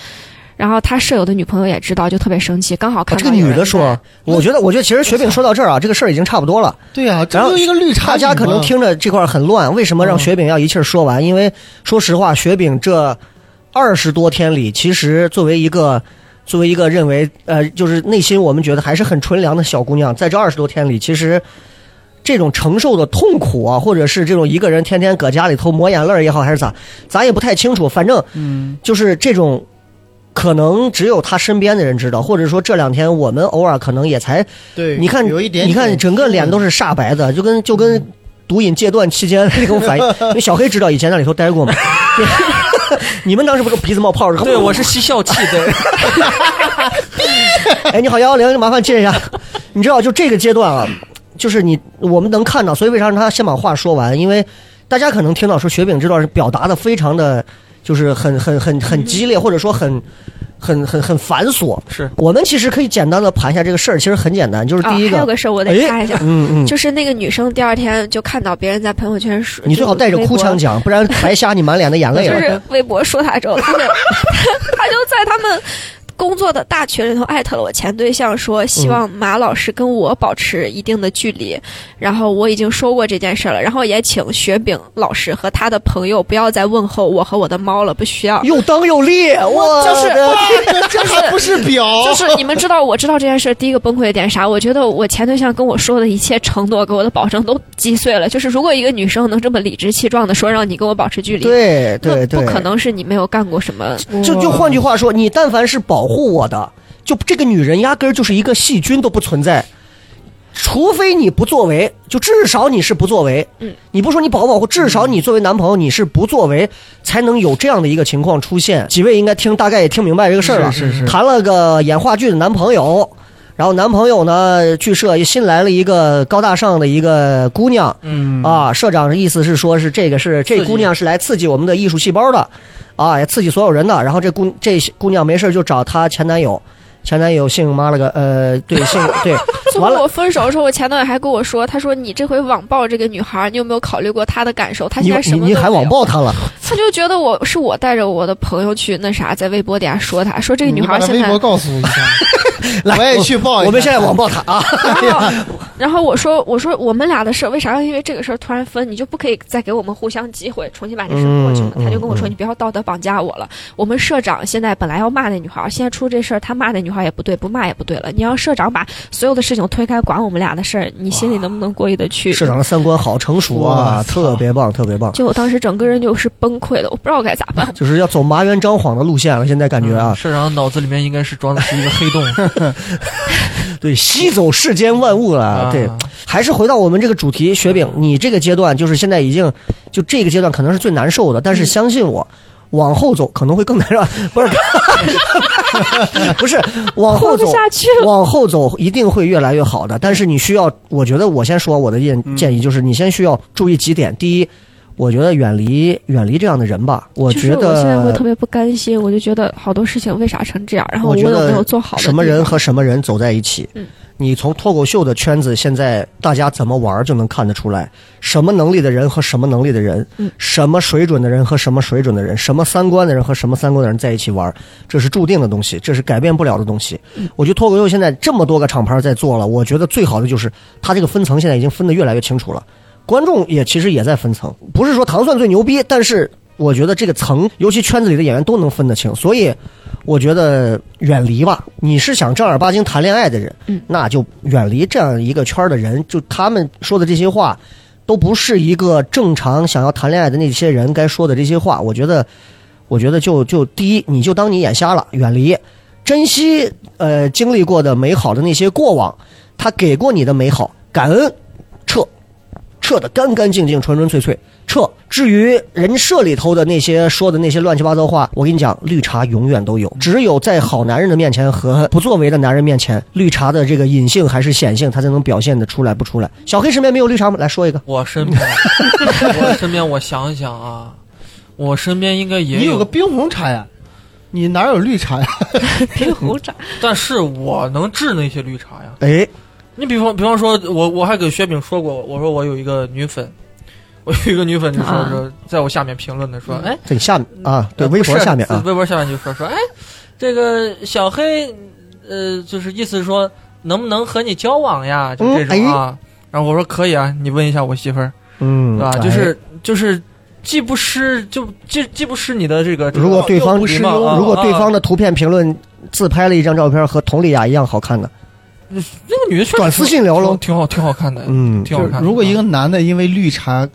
D: 然后他舍友的女朋友也知道，就特别生气，刚好
A: 啊
D: 看
A: 这
D: 到、
A: 个女的说，，我觉得，我觉得其实雪饼说到这儿啊，这个事儿已经差不多了。
C: 对呀、这
A: 然后
C: 不就一个绿茶
A: 大
C: 婊啊吗
A: 家可能听着这块儿很乱，为什么让雪饼要一气儿说完？因为说实话，雪饼这二十多天里，其实作为一个作为一个认为呃，就是内心我们觉得还是很纯良的小姑娘，在这二十多天里，其实这种承受的痛苦啊，或者是这种一个人天天搁家里头抹眼泪儿也好，还是咋，咱也不太清楚。反正
C: 嗯，
A: 就是这种，可能只有她身边的人知道，或者说这两天我们偶尔可能也才
C: 对，
A: 你看，
C: 有一点点，嗯
A: 你看整个脸 都是煞白的，就跟就跟毒瘾戒断期间 那种反 应。因为小黑知道以前在里头待过嘛， 你们当时不是鼻子冒泡儿？
B: 对，我是吸笑气，对，
A: 哎，你好幺幺零，麻烦借一 下。你知道，就这个阶段啊，就是你我们能看到，所以为啥让他先把话说完？因为大家可能听到说雪饼这段是表达的非常的，就是很很很很激烈，或者说很很很很繁琐。
B: 是
A: 我们其实可以简单的盘一下这个事儿，其实很简单，就是
D: 啊，
A: 第一
D: 还
A: 个，
D: 有个事儿我得
A: 哎
D: 插一下，
A: 嗯嗯，
D: 就是那个女生第二天就看到别人在朋友圈说，
A: 你最好带着哭腔
D: 就
A: 讲，不然白瞎你满脸的眼泪
D: 是微博，
A: 了。
D: 就是微博说她之后，他 们他就在他们工作的大群里头艾特了我前对象，说希望马老师跟我保持一定的距离。然后我已经说过这件事儿了，然后也请雪饼老师和他的朋友不要再问候我和我的猫了，不需要。
A: 又当又立，我
D: 就是
A: 的
C: 这还不是
A: 哦
C: 婊，
D: 就是你们知道，我知道这件事第一个崩溃的点啥？我觉得我前对象跟我说的一切承诺，给我的保证都击碎了。就是如果一个女生能这么理直气壮的说让你跟我保持距离，
A: 对对
D: 那
A: 对，
D: 不可。嗯能是你没有干过什么。
A: 就就换句话说，你但凡是保护我的，就这个女人压根儿就是一个细菌都不存在，除非你不作为，就至少你是不作为。
D: 嗯，
A: 你不说你保不保护，至少你作为男朋友你是不作为，才能有这样的一个情况出现。几位应该听大概也听明白这个事儿了，
C: 是是是
A: 谈了个演话剧的男朋友。然后男朋友呢，剧社也新来了一个高大上的一个姑娘，
B: 嗯
A: 啊，社长的意思是说，是这个是这
B: 刺激
A: 姑娘是来刺激我们的艺术细胞的，啊，也刺激所有人的。然后这姑这姑娘没事就找她前男友，前男友姓妈了个呃，对姓对，
D: 最
A: 完
D: 后
A: 了
D: 我分手的时候，我前男友还跟我说，他说你这回网暴这个女孩，你有没有考虑过她的感受？她
A: 你
D: 现在什
A: 你
D: 么都
A: 你
D: 没
A: 还
D: 有
A: 网暴她了，
D: 他就觉得我是我带着我的朋友去那啥，在微博底下说她，说这
A: 嗯
D: 个女孩
C: 你把
D: 现
C: 微
D: 在
C: 博告诉我一 下，
A: 来，
C: 我也去报一下。
A: 我们现在网暴她啊，
D: 然后，然后我说，我说我们俩的事儿为啥要因为这个事儿突然分？你就不可以再给我们互相机会，重新把这事儿过去吗？
A: 嗯嗯
D: 他就跟我说，
A: 嗯
D: 你不要道德绑架我了。我们社长现在本来要骂那女孩儿，现在出这事儿，他骂那女孩儿也不对，不骂也不对了。你让社长把所有的事情推开，管我们俩的事儿，你心里能不能过意得去？
A: 社长的三观好成熟啊
C: 哇，操
A: 特别棒，特别棒，
D: 就我当时整个人就是崩溃的，我不知道该咋办。
A: 就是要走麻原张晃的路线了，现在感觉啊，
B: 社长脑子里面应该是装的是一个黑洞，
A: 对，吸走世间万物了，
B: 啊
A: 对。还是回到我们这个主题，雪
D: 嗯
A: 饼，你这个阶段就是现在已经就这个阶段可能是最难受的，
D: 嗯
A: 但是相信我，往后走可能会更难受， 不是，不是往后
D: 活不
A: 走，
D: 下去了，
A: 往后走一定会越来越好的。但是你需要，我觉得我先说我的
D: 嗯
A: 建建议就是，你先需要注意几点。第一，我觉得远离远离这样的人吧，我
D: 就是
A: 觉
D: 我现在会
A: 得
D: 特别不甘心，我就觉得好多事情为啥成这样，然后
A: 我
D: 我
A: 觉
D: 有没
A: 得
D: 有做好的
A: 什么
D: 地
A: 人
D: 方
A: 和什么人走在一起。
D: 嗯
A: 你从脱口秀的圈子，现在大家怎么玩儿就能看得出来，什么能力的人和什么能力的人，
D: 嗯
A: 什么水准的人和什么水准的人，什么三观的人和什么三观的人在一起玩儿，这是注定的东西，这是改变不了的东西。
D: 嗯
A: 我觉得脱口秀现在这么多个厂牌在做了，我觉得最好的就是它这个分层现在已经分得越来越清楚了，观众也其实也在分层，不是说糖蒜最牛逼，但是我觉得这个层，尤其圈子里的演员都能分得清，所以我觉得远离吧。你是想正儿八经谈恋爱的人，
D: 嗯
A: 那就远离这样一个圈儿的人，就他们说的这些话，都不是一个正常想要谈恋爱的那些人该说的这些话。我觉得，我觉得就就第一，你就当你眼瞎了，远离。珍惜呃经历过的美好的那些过往，他给过你的美好，感恩，撤，撤的干干净净、纯纯粹粹，撤。至于人设里头的那些说的那些乱七八糟话，我跟你讲，绿茶永远都有，只有在好男人的面前和不作为的男人面前，绿茶的这个隐性还是显性，它才能表现的出来不出来。小黑身边没有绿茶吗？来说一个，
E: 我身边，我身边，我想想啊，我身边应该也
C: 你有个冰红茶呀，你哪有绿茶呀？
D: 冰壶 茶，
E: 但是我能治那些绿茶呀。
A: 哎，
E: 你比方比方说，我我还给薛饼说过，我说我有一个女粉，我有一个女粉就说
D: 啊
E: 说，在我下面评论的说，哎，
A: 在你下面啊，对，
E: 呃
A: 微博
E: 不是
A: 下面
E: 在
A: 啊，
E: 微博下面就说说，哎，这个小黑，呃，就是意思说能不能和你交往呀？就这
A: 哎
E: 种啊。然后我说可以啊，你问一下我媳妇儿，
A: 嗯，
E: 对吧？
A: 哎
E: 啊就是就是。既不失就既既不失你的这个，这个
A: 如果对方
E: 又不失用啊
A: 如果对
E: 啊
A: 方的图片评论自拍了一张照片和佟丽娅一样好看的，
E: 那个女的确实
A: 转私信聊喽
E: 挺挺好，挺好看的，
A: 嗯，
E: 挺好看的。
C: 如果一
E: 个
C: 个男的因为绿茶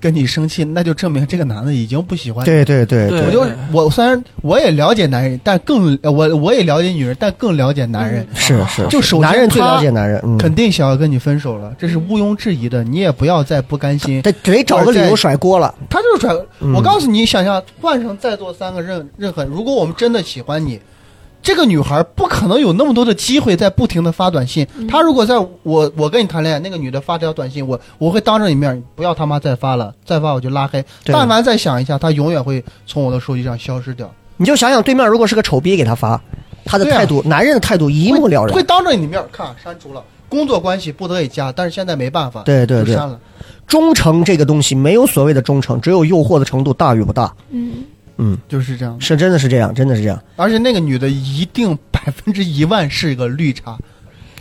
C: 跟你生气，那就证明这个男的已经不喜欢你。
A: 对对对
E: 对啊
C: 我就我虽然我也了解男人，但更呃我我也了解女人，但更了解男人。
A: 是是，
C: 就首先
A: 男人最
C: 他
A: 了解男人，嗯，
C: 肯定想要跟你分手了，这是毋庸置疑的。你也不要再不甘心，
A: 得得找个理由甩锅了，
C: 他就是甩。
A: 嗯
C: 我告诉你，想想换成在座三个任任何，如果我们真的喜欢你，这个女孩不可能有那么多的机会在不停的发短信。
D: 嗯
C: 她如果在我我跟你谈恋爱，那个女的发这条短信，我我会当着你面不要他妈再发了，再发我就拉黑。
A: 对
C: 但凡再想一下，她永远会从我的手机上消失掉，
A: 你就想想对面如果是个丑逼给他发，他的
C: 对啊
A: 态度，男人的态度一目了然
C: 会。当着你面看删除了。工作关系不得已加，但是现在没办法，
A: 对对
C: 就啊
A: 对
C: 删了。
A: 忠诚这个东西没有所谓的忠诚，只有诱惑的程度大与不大，
D: 嗯，
C: 就是这样。
A: 是真的是这样，真的是这样。
C: 而且那个女的一定百分之一万是一个绿茶，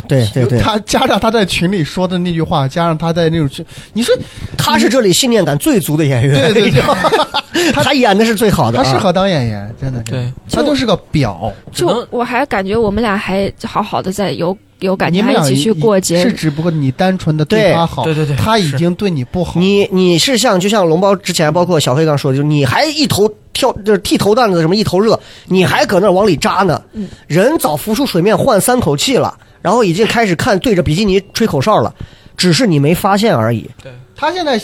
A: 对对啊对，
C: 她加上她在群里说的那句话，加上她在那种群，你说
A: 他是这里信念感最足的演员，
C: 对对
A: 他他演的是最好的
C: 她
A: 啊，
C: 适合当演员，真的，真的
E: 对，
C: 她就是个婊。
E: 只能
D: 就我还感觉我们俩还好好的在有有感
C: 你
D: 情，
C: 们
D: 还
C: 俩
D: 一起去过节
C: 是，只不过你单纯的她好，
E: 对对对，
C: 她已
E: 是
C: 经对你不好。
A: 你你是像就像龙包之前，包括小黑刚说的，就是你还一头跳就是剃头蛋子什么一头热，你还搁那往里扎呢，
D: 嗯
A: 人早浮出水面换三口气了，然后已经开始看对着比基尼吹口哨了，只是你没发现而已。
C: 她现在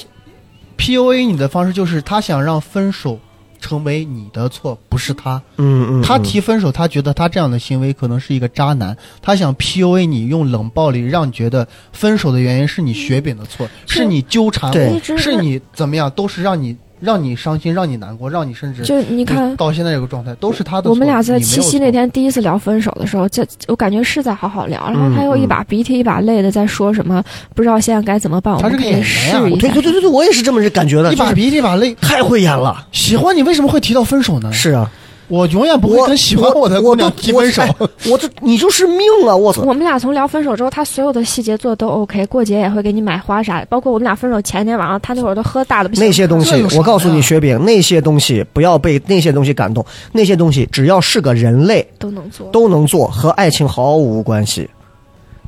C: PUA 你的方式就是她想让分手成为你的错，不是她。
A: 嗯嗯，
C: 他提分手，他觉得他这样的行为可能是一个渣男，他想 PUA 你，用冷暴力让你觉得分手的原因是你雪饼的错，
D: 是
C: 是你纠缠
A: 对
D: 一直
C: 我，是你怎么样，都是让你让你伤心，让你难过，让你甚至
D: 就你看。
C: 到现在这个状态都是他的错。
D: 我们俩在
C: 你没有
D: 七夕那
C: 错，
D: 天第一次聊分手的时候，这我感觉是在好好聊，然后
A: 嗯
D: 他又一把鼻涕一把泪的在说什么，不知道现在该怎么办，我
C: 他
D: 们
C: 是
D: 可
C: 个
D: 以
C: 演
D: 试
C: 员啊呀
D: 一
A: 对
D: 下
A: 对。对对对，我也是这么是感觉的，
C: 一
A: 就
C: 把
A: 是
C: 鼻涕一把泪，
A: 太会演了。
C: 喜欢你为什么会提到分手呢？
A: 是啊，
C: 我永远不会
A: 我
C: 跟喜欢
A: 我
C: 的姑
A: 我都
C: 娘提分手。
A: 我哎我这你就是命啊！我操，
D: 我们俩从聊分手之后，他所有的细节做的都 OK，过节也会给你买花啥，包括我们俩分手前一天晚上，他那会儿都喝大的不行。
A: 那些东
C: 这
A: 西
C: 有，啥
A: 我告诉你，
C: 呀
A: 雪饼，那些东西不要被那些东西感动，那些东西只要是个人类，
D: 都能做，
A: 都能做，和爱情毫无关系，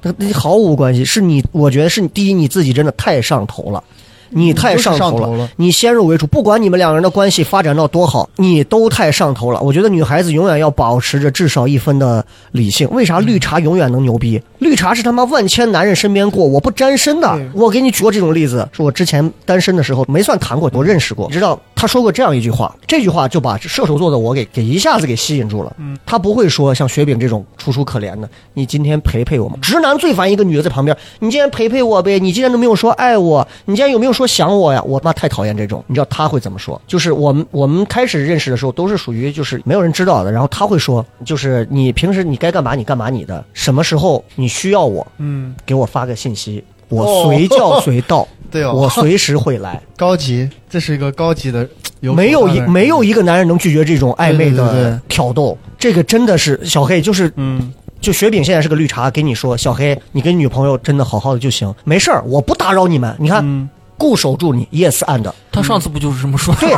A: 那那毫无关系。是你，我觉得是你第一，你自己真的太上头了，你太上
C: 就是上
A: 头了，
C: 头了
A: 你先入为主，不管你们两个人的关系发展到多好，你都太上头了。我觉得女孩子永远要保持着至少一分的理性。为啥绿茶永远能牛逼？绿茶是他妈万千男人身边过，我不沾身的。我给你举过这种例子，是我之前单身的时候没算谈过，我认识过。你知道他说过这样一句话，这句话就把射手座的我给给一下子给吸引住了。他不会说像雪饼这种楚楚可怜的，你今天陪陪我嘛。直男最烦一个女的在旁边，你今天陪陪我呗，你今天都没有说爱我，你今天有没有说想我呀？我妈太讨厌这种。你知道他会怎么说？就是我们我们开始认识的时候都是属于就是没有人知道的，然后他会说，就是你平时你该干嘛你干嘛你的，什么时候你需要我，
C: 嗯，
A: 给我发个信息，我
C: 哦
A: 随叫随到，
C: 对哦，
A: 我随时会来。
C: 高级，这是一个高级的，
A: 没有一
C: 一
A: 没有一个男人能拒绝这种暧昧
C: 对对对
A: 的
C: 对
A: 挑逗，这个真的是小黑就是
C: 嗯，
A: 就雪饼现在是个绿茶，给你说，小黑，你跟女朋友真的好好的就行，没事儿，我不打扰你们。你看，
C: 嗯
A: 固守住你，yes and，
E: 他上次不就是这么说？
A: 嗯对，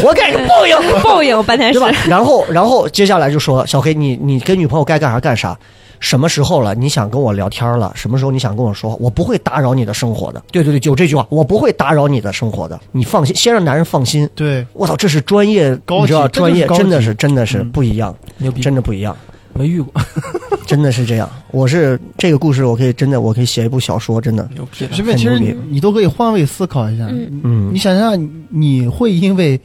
A: 活该是报应，
D: 报应，我半天
A: 对吧？然后，然后接下来就说，小黑，你你跟女朋友该干啥干啥，什么时候了，你想跟我聊天了，什么时候你想跟我说话，我不会打扰你的生活的。对对对，有这句话，我不会打扰你的生活的，你放心，先让男人放心。
C: 对，
A: 我操，这是专业，
C: 高级
A: 你知道，
C: 真的
A: 专
C: 是
A: 业
C: 高级
A: 真的是真的是
C: 嗯
A: 不一样，
E: 牛逼，
A: 真的不一样，
E: 没遇过，
A: 真的是这样。我是这个故事，我可以真的，我可以写一部小说，真的，
E: 牛逼了
C: 随便，其实
A: 很牛
C: 你
A: 逼
C: 你都可以换位思考一下。
D: 嗯
A: 嗯
C: 你想想，你会因为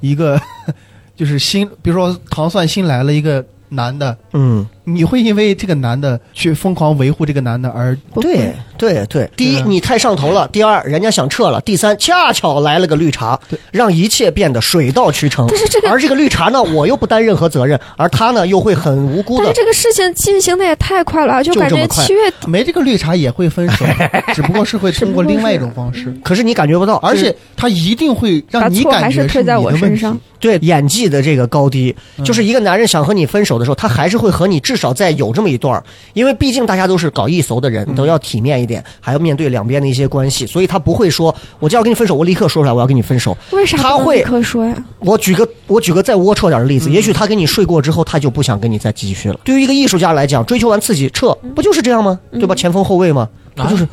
C: 一个 就是新，比如说糖蒜新来了一个男的，
A: 嗯，
C: 你会因为这个男的去疯狂维护这个男的而
D: 不
A: 对对对，第一
C: 对啊
A: 你太上头了，第二人家想撤了，第三恰巧来了个绿茶
C: 对，
A: 让一切变得水到渠成。
D: 但是这个
A: 而这个绿茶呢，我又不担任何责任，而他呢又会很无辜
D: 但是
A: 的。
D: 这个事情进行的也太快了，啊就
A: 就
D: 感
A: 这
D: 觉
A: 么快
D: 七月
C: 没这个绿茶也会分手， 只不过是会通过另外一种方式，
A: 可是你感觉不到，
C: 而且他一定会
D: 把
C: 让你
D: 错
C: 感
D: 还
C: 觉
D: 是推
C: 你
D: 在
C: 的
D: 我
C: 问
D: 身
C: 题。
D: 上。
A: 对演技的这个高低，
C: 嗯
A: 就是一个男人想和你分手的时候，他还是会和你至少再有这么一段儿，因为毕竟大家都是搞艺俗的
C: 嗯
A: 人，都要体面一点，还要面对两边的一些关系，所以他不会说我就要跟你分手，我立刻说出来我要跟你分手。
D: 为啥
A: 他
D: 不能
A: 会
D: 立刻说呀？
A: 我举个我举个再龌龊点的例
E: 嗯
A: 子，也许他跟你睡过之后，他就不想跟你再继续了。对于一个艺术家来讲，追求完刺激撤，
E: 嗯
A: 不就是这样吗？对吧？前锋后卫吗？不
E: 啊
A: 就是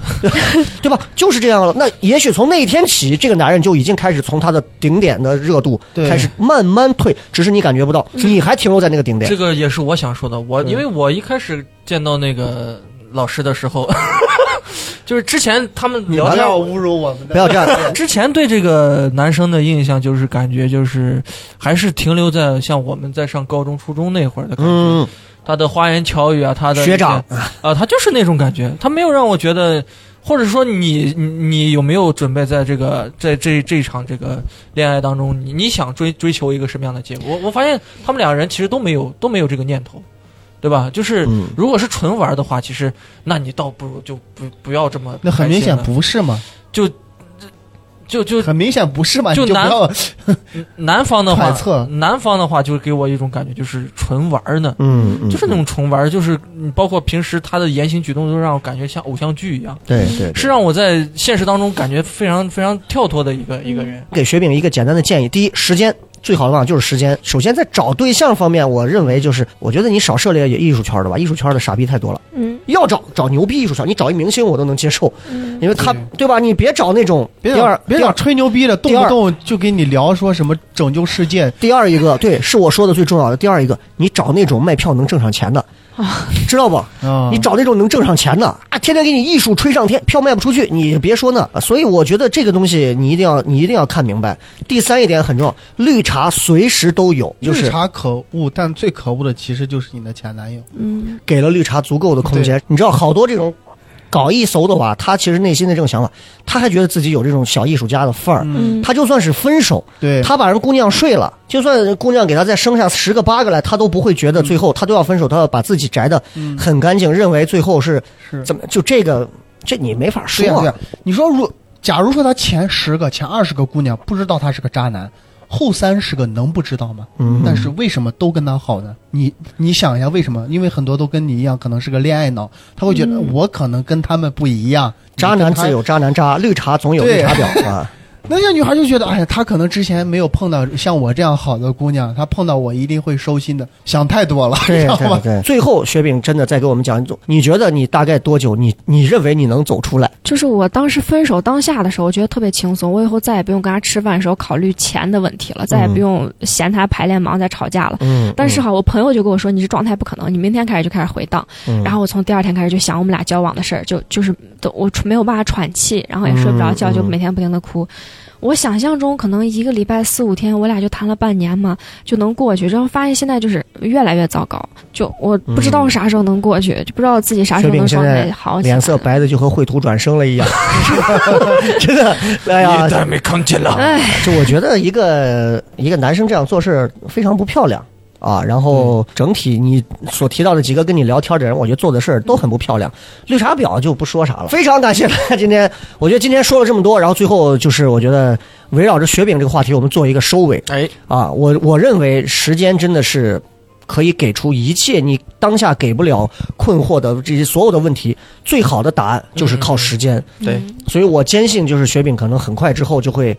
A: 对吧？就是这样了。那也许从那一天起，这个男人就已经开始从他的顶点的热度
C: 对
A: 开始慢慢退，只是你感觉不到，你还停留在那个顶点
E: 这。个嗯也是我想说的。我
A: 嗯
E: 因为我一开始见到那个老师的时候， 就是之前他们聊
C: 不
E: 天，
C: 要侮辱我们
A: 不
C: 的，
A: 要这样，
E: 之前对这个男生的印象就是感觉就是还是停留在像我们在上高中、初中那会儿的感觉。
A: 嗯，
E: 他的花言巧语啊，他的
A: 学长
E: 啊、他就是那种感觉，他没有让我觉得，或者说你你你有没有准备在这个在这这场这个恋爱当中，你你想追追求一个什么样的结果？我我发现他们两人其实都没有都没有这个念头，对吧？就是、
A: 嗯
E: 如果是纯玩的话，其实那你倒不如就不不要这么
C: 那很明显
E: 开心了
C: 不是嘛，
E: 就就
C: 很明显不是嘛，
E: 就
C: 你就不
E: 男
C: 要
E: 男方的话
C: 揣，测。
E: 男方的话就给我一种感觉就是纯玩呢。
A: 嗯，嗯
E: 就是那种纯玩，就是嗯包括平时他的言行举动都让我感觉像偶像剧一样，
A: 对对，对
E: 是啊让我在现实当中感觉非常非常跳脱的一个一个人。
A: 给雪饼一个简单的建议：第一，时间最好的办法就是时间。首先，在找对象方面，我认为就是，我觉得你少涉猎艺术圈的吧，艺术圈的傻逼太多了。
D: 嗯
A: 要找找牛逼艺术圈，你找一明星我都能接受，
D: 嗯，
A: 因为他对吧？你别找那种第
C: 别
A: 二
C: 老别
A: 第
C: 老
A: 二
C: 吹牛逼的，动
A: 第
C: 不
A: 二
C: 动就跟你聊说什么拯救世界，
A: 第二一个，对，是我说的最重要的。第二一个，你找那种卖票能挣上钱的，知道不？
C: 啊，
A: 你找那种能挣上钱的啊，天天给你艺术吹上天，票卖不出去，你别说呢。所以我觉得这个东西你一定要你一定要看明白。第三一点很重要，绿茶随时都有，就
C: 绿
A: 是
C: 茶可恶，但最可恶的其实就是你的前男友。
D: 嗯，
A: 给了绿茶足够的空间。你知道，好多这种搞艺术的吧，他其实内心的这种想法，他还觉得自己有这种小艺术家的范儿。
C: 嗯，
A: 他就算是分手，
C: 对，
A: 他把人姑娘睡了，就算姑娘给他再生下十个八个来，他都不会觉得最后他都要分手，他要把自己摘的
C: 嗯
A: 很干净，认为最后是
C: 是
A: 怎么就这个这你没法说
C: 对呀、对呀、
A: 啊。
C: 你说如假如说他前十个、前二十个姑娘不知道他是个渣男，后三十个能不知道吗？
A: 嗯
C: 但是为什么都跟他好呢？你你想一下为什么？因为很多都跟你一样，可能是个恋爱脑，他会觉得我可能跟他们不一样。
A: 嗯渣男自
C: 有。
A: 有渣男渣，绿茶总有
C: 对
A: 绿茶婊啊。
C: 那些女孩就觉得，哎呀，她可能之前没有碰到像我这样好的姑娘，她碰到我一定会收心的，想太多了，
A: 对
C: 知道
A: 对
C: 吗？
A: 对，最后雪饼真的再给我们讲一种，你觉得你大概多久？你你认为你能走出来？
D: 就是我当时分手当下的时候，我觉得特别轻松，我以后再也不用跟他吃饭的时候考虑钱的问题了，再也不用嫌他排练忙再吵架了。
A: 嗯，
D: 但是哈，我朋友就跟我说，你这状态不可能，你明天开始就开始回荡。
A: 嗯
D: 然后我从第二天开始就想我们俩交往的事儿，就就是都我喘没有办法喘气，然后也睡不着觉，
A: 嗯
D: 就
A: 嗯
D: 每天不停的哭。我想象中可能一个礼拜四五天，我俩就谈了半年嘛，就能过去。然后发现现在就是越来越糟糕，就我不知道啥时候能过去，就不知道自己啥时候能
A: 薛
D: 状
A: 炳现
D: 态
A: 在
D: 好起
A: 嗯
D: 来。
A: 脸色白的就和绘图转生了一样， 真的，哎呀
E: 你，再没看见了，
D: 哎，
A: 就我觉得一个一个男生这样做事非常不漂亮啊。然后整体你所提到的几个跟你聊天的人，我觉得做的事儿都很不漂亮。绿茶婊就不说啥了。非常感谢大家今天，我觉得今天说了这么多，然后最后就是我觉得围绕着雪饼这个话题，我们做一个收尾。
E: 哎，
A: 啊，我我认为时间真的是可以给出一切你当下给不了困惑的这些所有的问题，最好的答案就是靠时间。
E: 对，
D: 嗯
A: 所以我坚信，就是雪饼可能很快之后就会。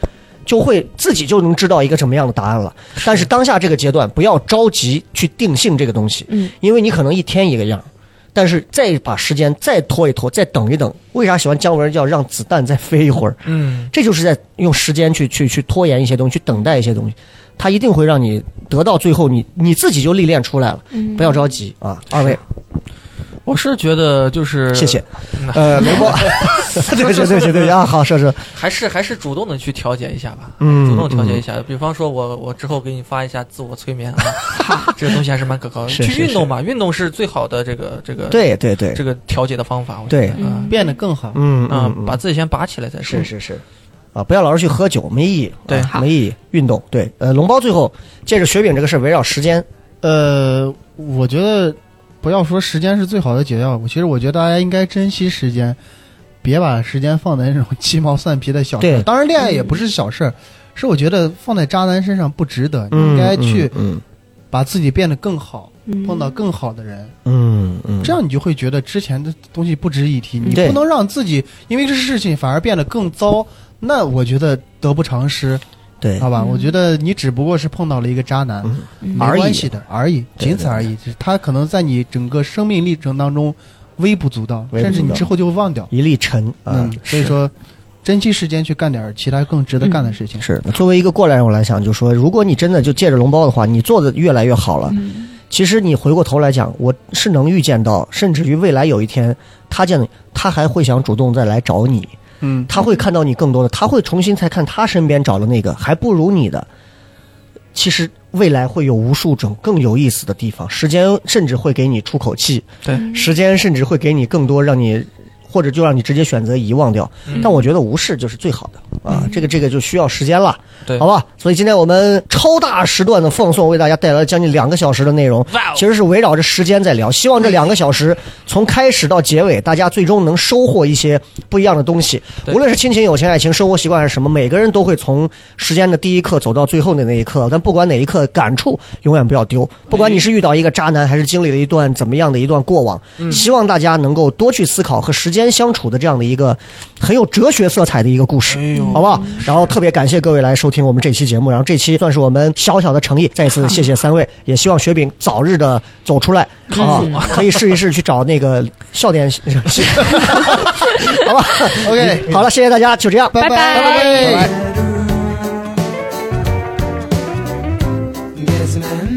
A: 就会自己就能知道一个什么样的答案了，但是当下这个阶段不要着急去定性这个东西，
D: 嗯，
A: 因为你可能一天一个样，但是再把时间再拖一拖，再等一等。为啥喜欢姜文叫让子弹再飞一会儿？
E: 嗯，
A: 这就是在用时间去去去拖延一些东西，去等待一些东西，它一定会让你得到最后你你自己就历练出来了。
D: 嗯
A: 不要着急啊，二位，
E: 我是觉得就是嗯
A: 谢谢。呃，没 播， 对不起，对不起，对不起啊，好，说说，
E: 还是还是主动的去调节一下吧，
A: 嗯，
E: 主动调节一
A: 下，
E: 下。比方说我我之后给你发一下自我催眠 啊，这个东西还是蛮可靠的。
A: 是是
E: 去运动吧，运动是最好的这个这个
A: 嗯对对对，
E: 这个调节的方法。我觉得
A: 对
E: 啊
C: 变得更好。
A: 嗯
E: 啊
A: 嗯，嗯
E: 把自己先拔起来再说
A: 是。是是，啊，不要老是去喝酒，没意义，
E: 对
A: 啊
D: 好
A: 没意义，运动对，呃，龙包最后借着雪饼这个事儿围绕时间，
C: 呃，我觉得不要说时间是最好的解药，其实我觉得大家应该珍惜时间，别把时间放在那种鸡毛蒜皮的小事
A: 对
C: 儿。当然，恋爱也不是小事儿，是我觉得放在渣男身上不值得。你应该去
A: 嗯
C: 把自己变得更好，
D: 嗯
C: 碰到更好的人，
A: 嗯嗯，
C: 这样你就会觉得之前的东西不值一提。你
A: 对
C: 不能让自己因为这事情反而变得更糟，那我觉得得不偿失，
A: 对
C: 好吧？
D: 嗯
C: 我觉得你只不过是碰到了一个渣男。
A: 嗯
D: 嗯
C: 没
A: 而
C: 关
A: 已
C: 系的而已，
A: 对
C: 仅此
A: 对
C: 而已。就是他可能在你整个生命历程当中微不足道，
A: 微不
C: 甚至
A: 足
C: 你
A: 道
C: 之后就会忘掉。
A: 一粒尘啊
C: 嗯，，所以
A: 是
C: 说，珍惜时间去干点儿其他更值得干的事情。
A: 是作为一个过来人我来想，就说如果你真的就借着龙包的话，你做的越来越好了，其实你回过头来讲，我是能预见到，甚至于未来有一天他见你，他还会想主动再来找你，
C: 嗯，
A: 他会看到你更多的，他会重新再看他身边找的那个还不如你的。其实未来会有无数种更有意思的地方，时间甚至会给你出口气，
E: 对
A: 时间甚至会给你更多让你。或者就让你直接选择遗忘掉，
E: 嗯
A: 但我觉得无视就是最好的啊，这个这个就需要时间了，
E: 对
A: 好吧？所以今天我们超大时段的放送为大家带来了将近两个小时的内容，
E: 哇哦
A: 其实是围绕着时间在聊。希望这两个小时从开始到结尾，大家最终能收获一些不一样的东西。
E: 对
A: 无论是亲情、友情、爱情、生活习惯还是什么，每个人都会从时间的第一刻走到最后的那一刻。但不管哪一刻，感触永远不要丢。不管你是遇到一个渣男，还是经历了一段怎么样的一段过往，希望大家能够多去思考和时间相处的这样的一个很有哲学色彩的一个故事。好不好？然后特别感谢各位来收听我们这期节目，然后这期算是我们小小的诚意，再一次谢谢三位，也希望雪饼早日的走出来啊，可以试一试去找那个笑点， 好吧
C: OK
A: 嗯 好了，谢谢大家，就这样，
C: 拜
D: 拜
C: 拜
D: 拜
C: 拜。
F: Yes, man.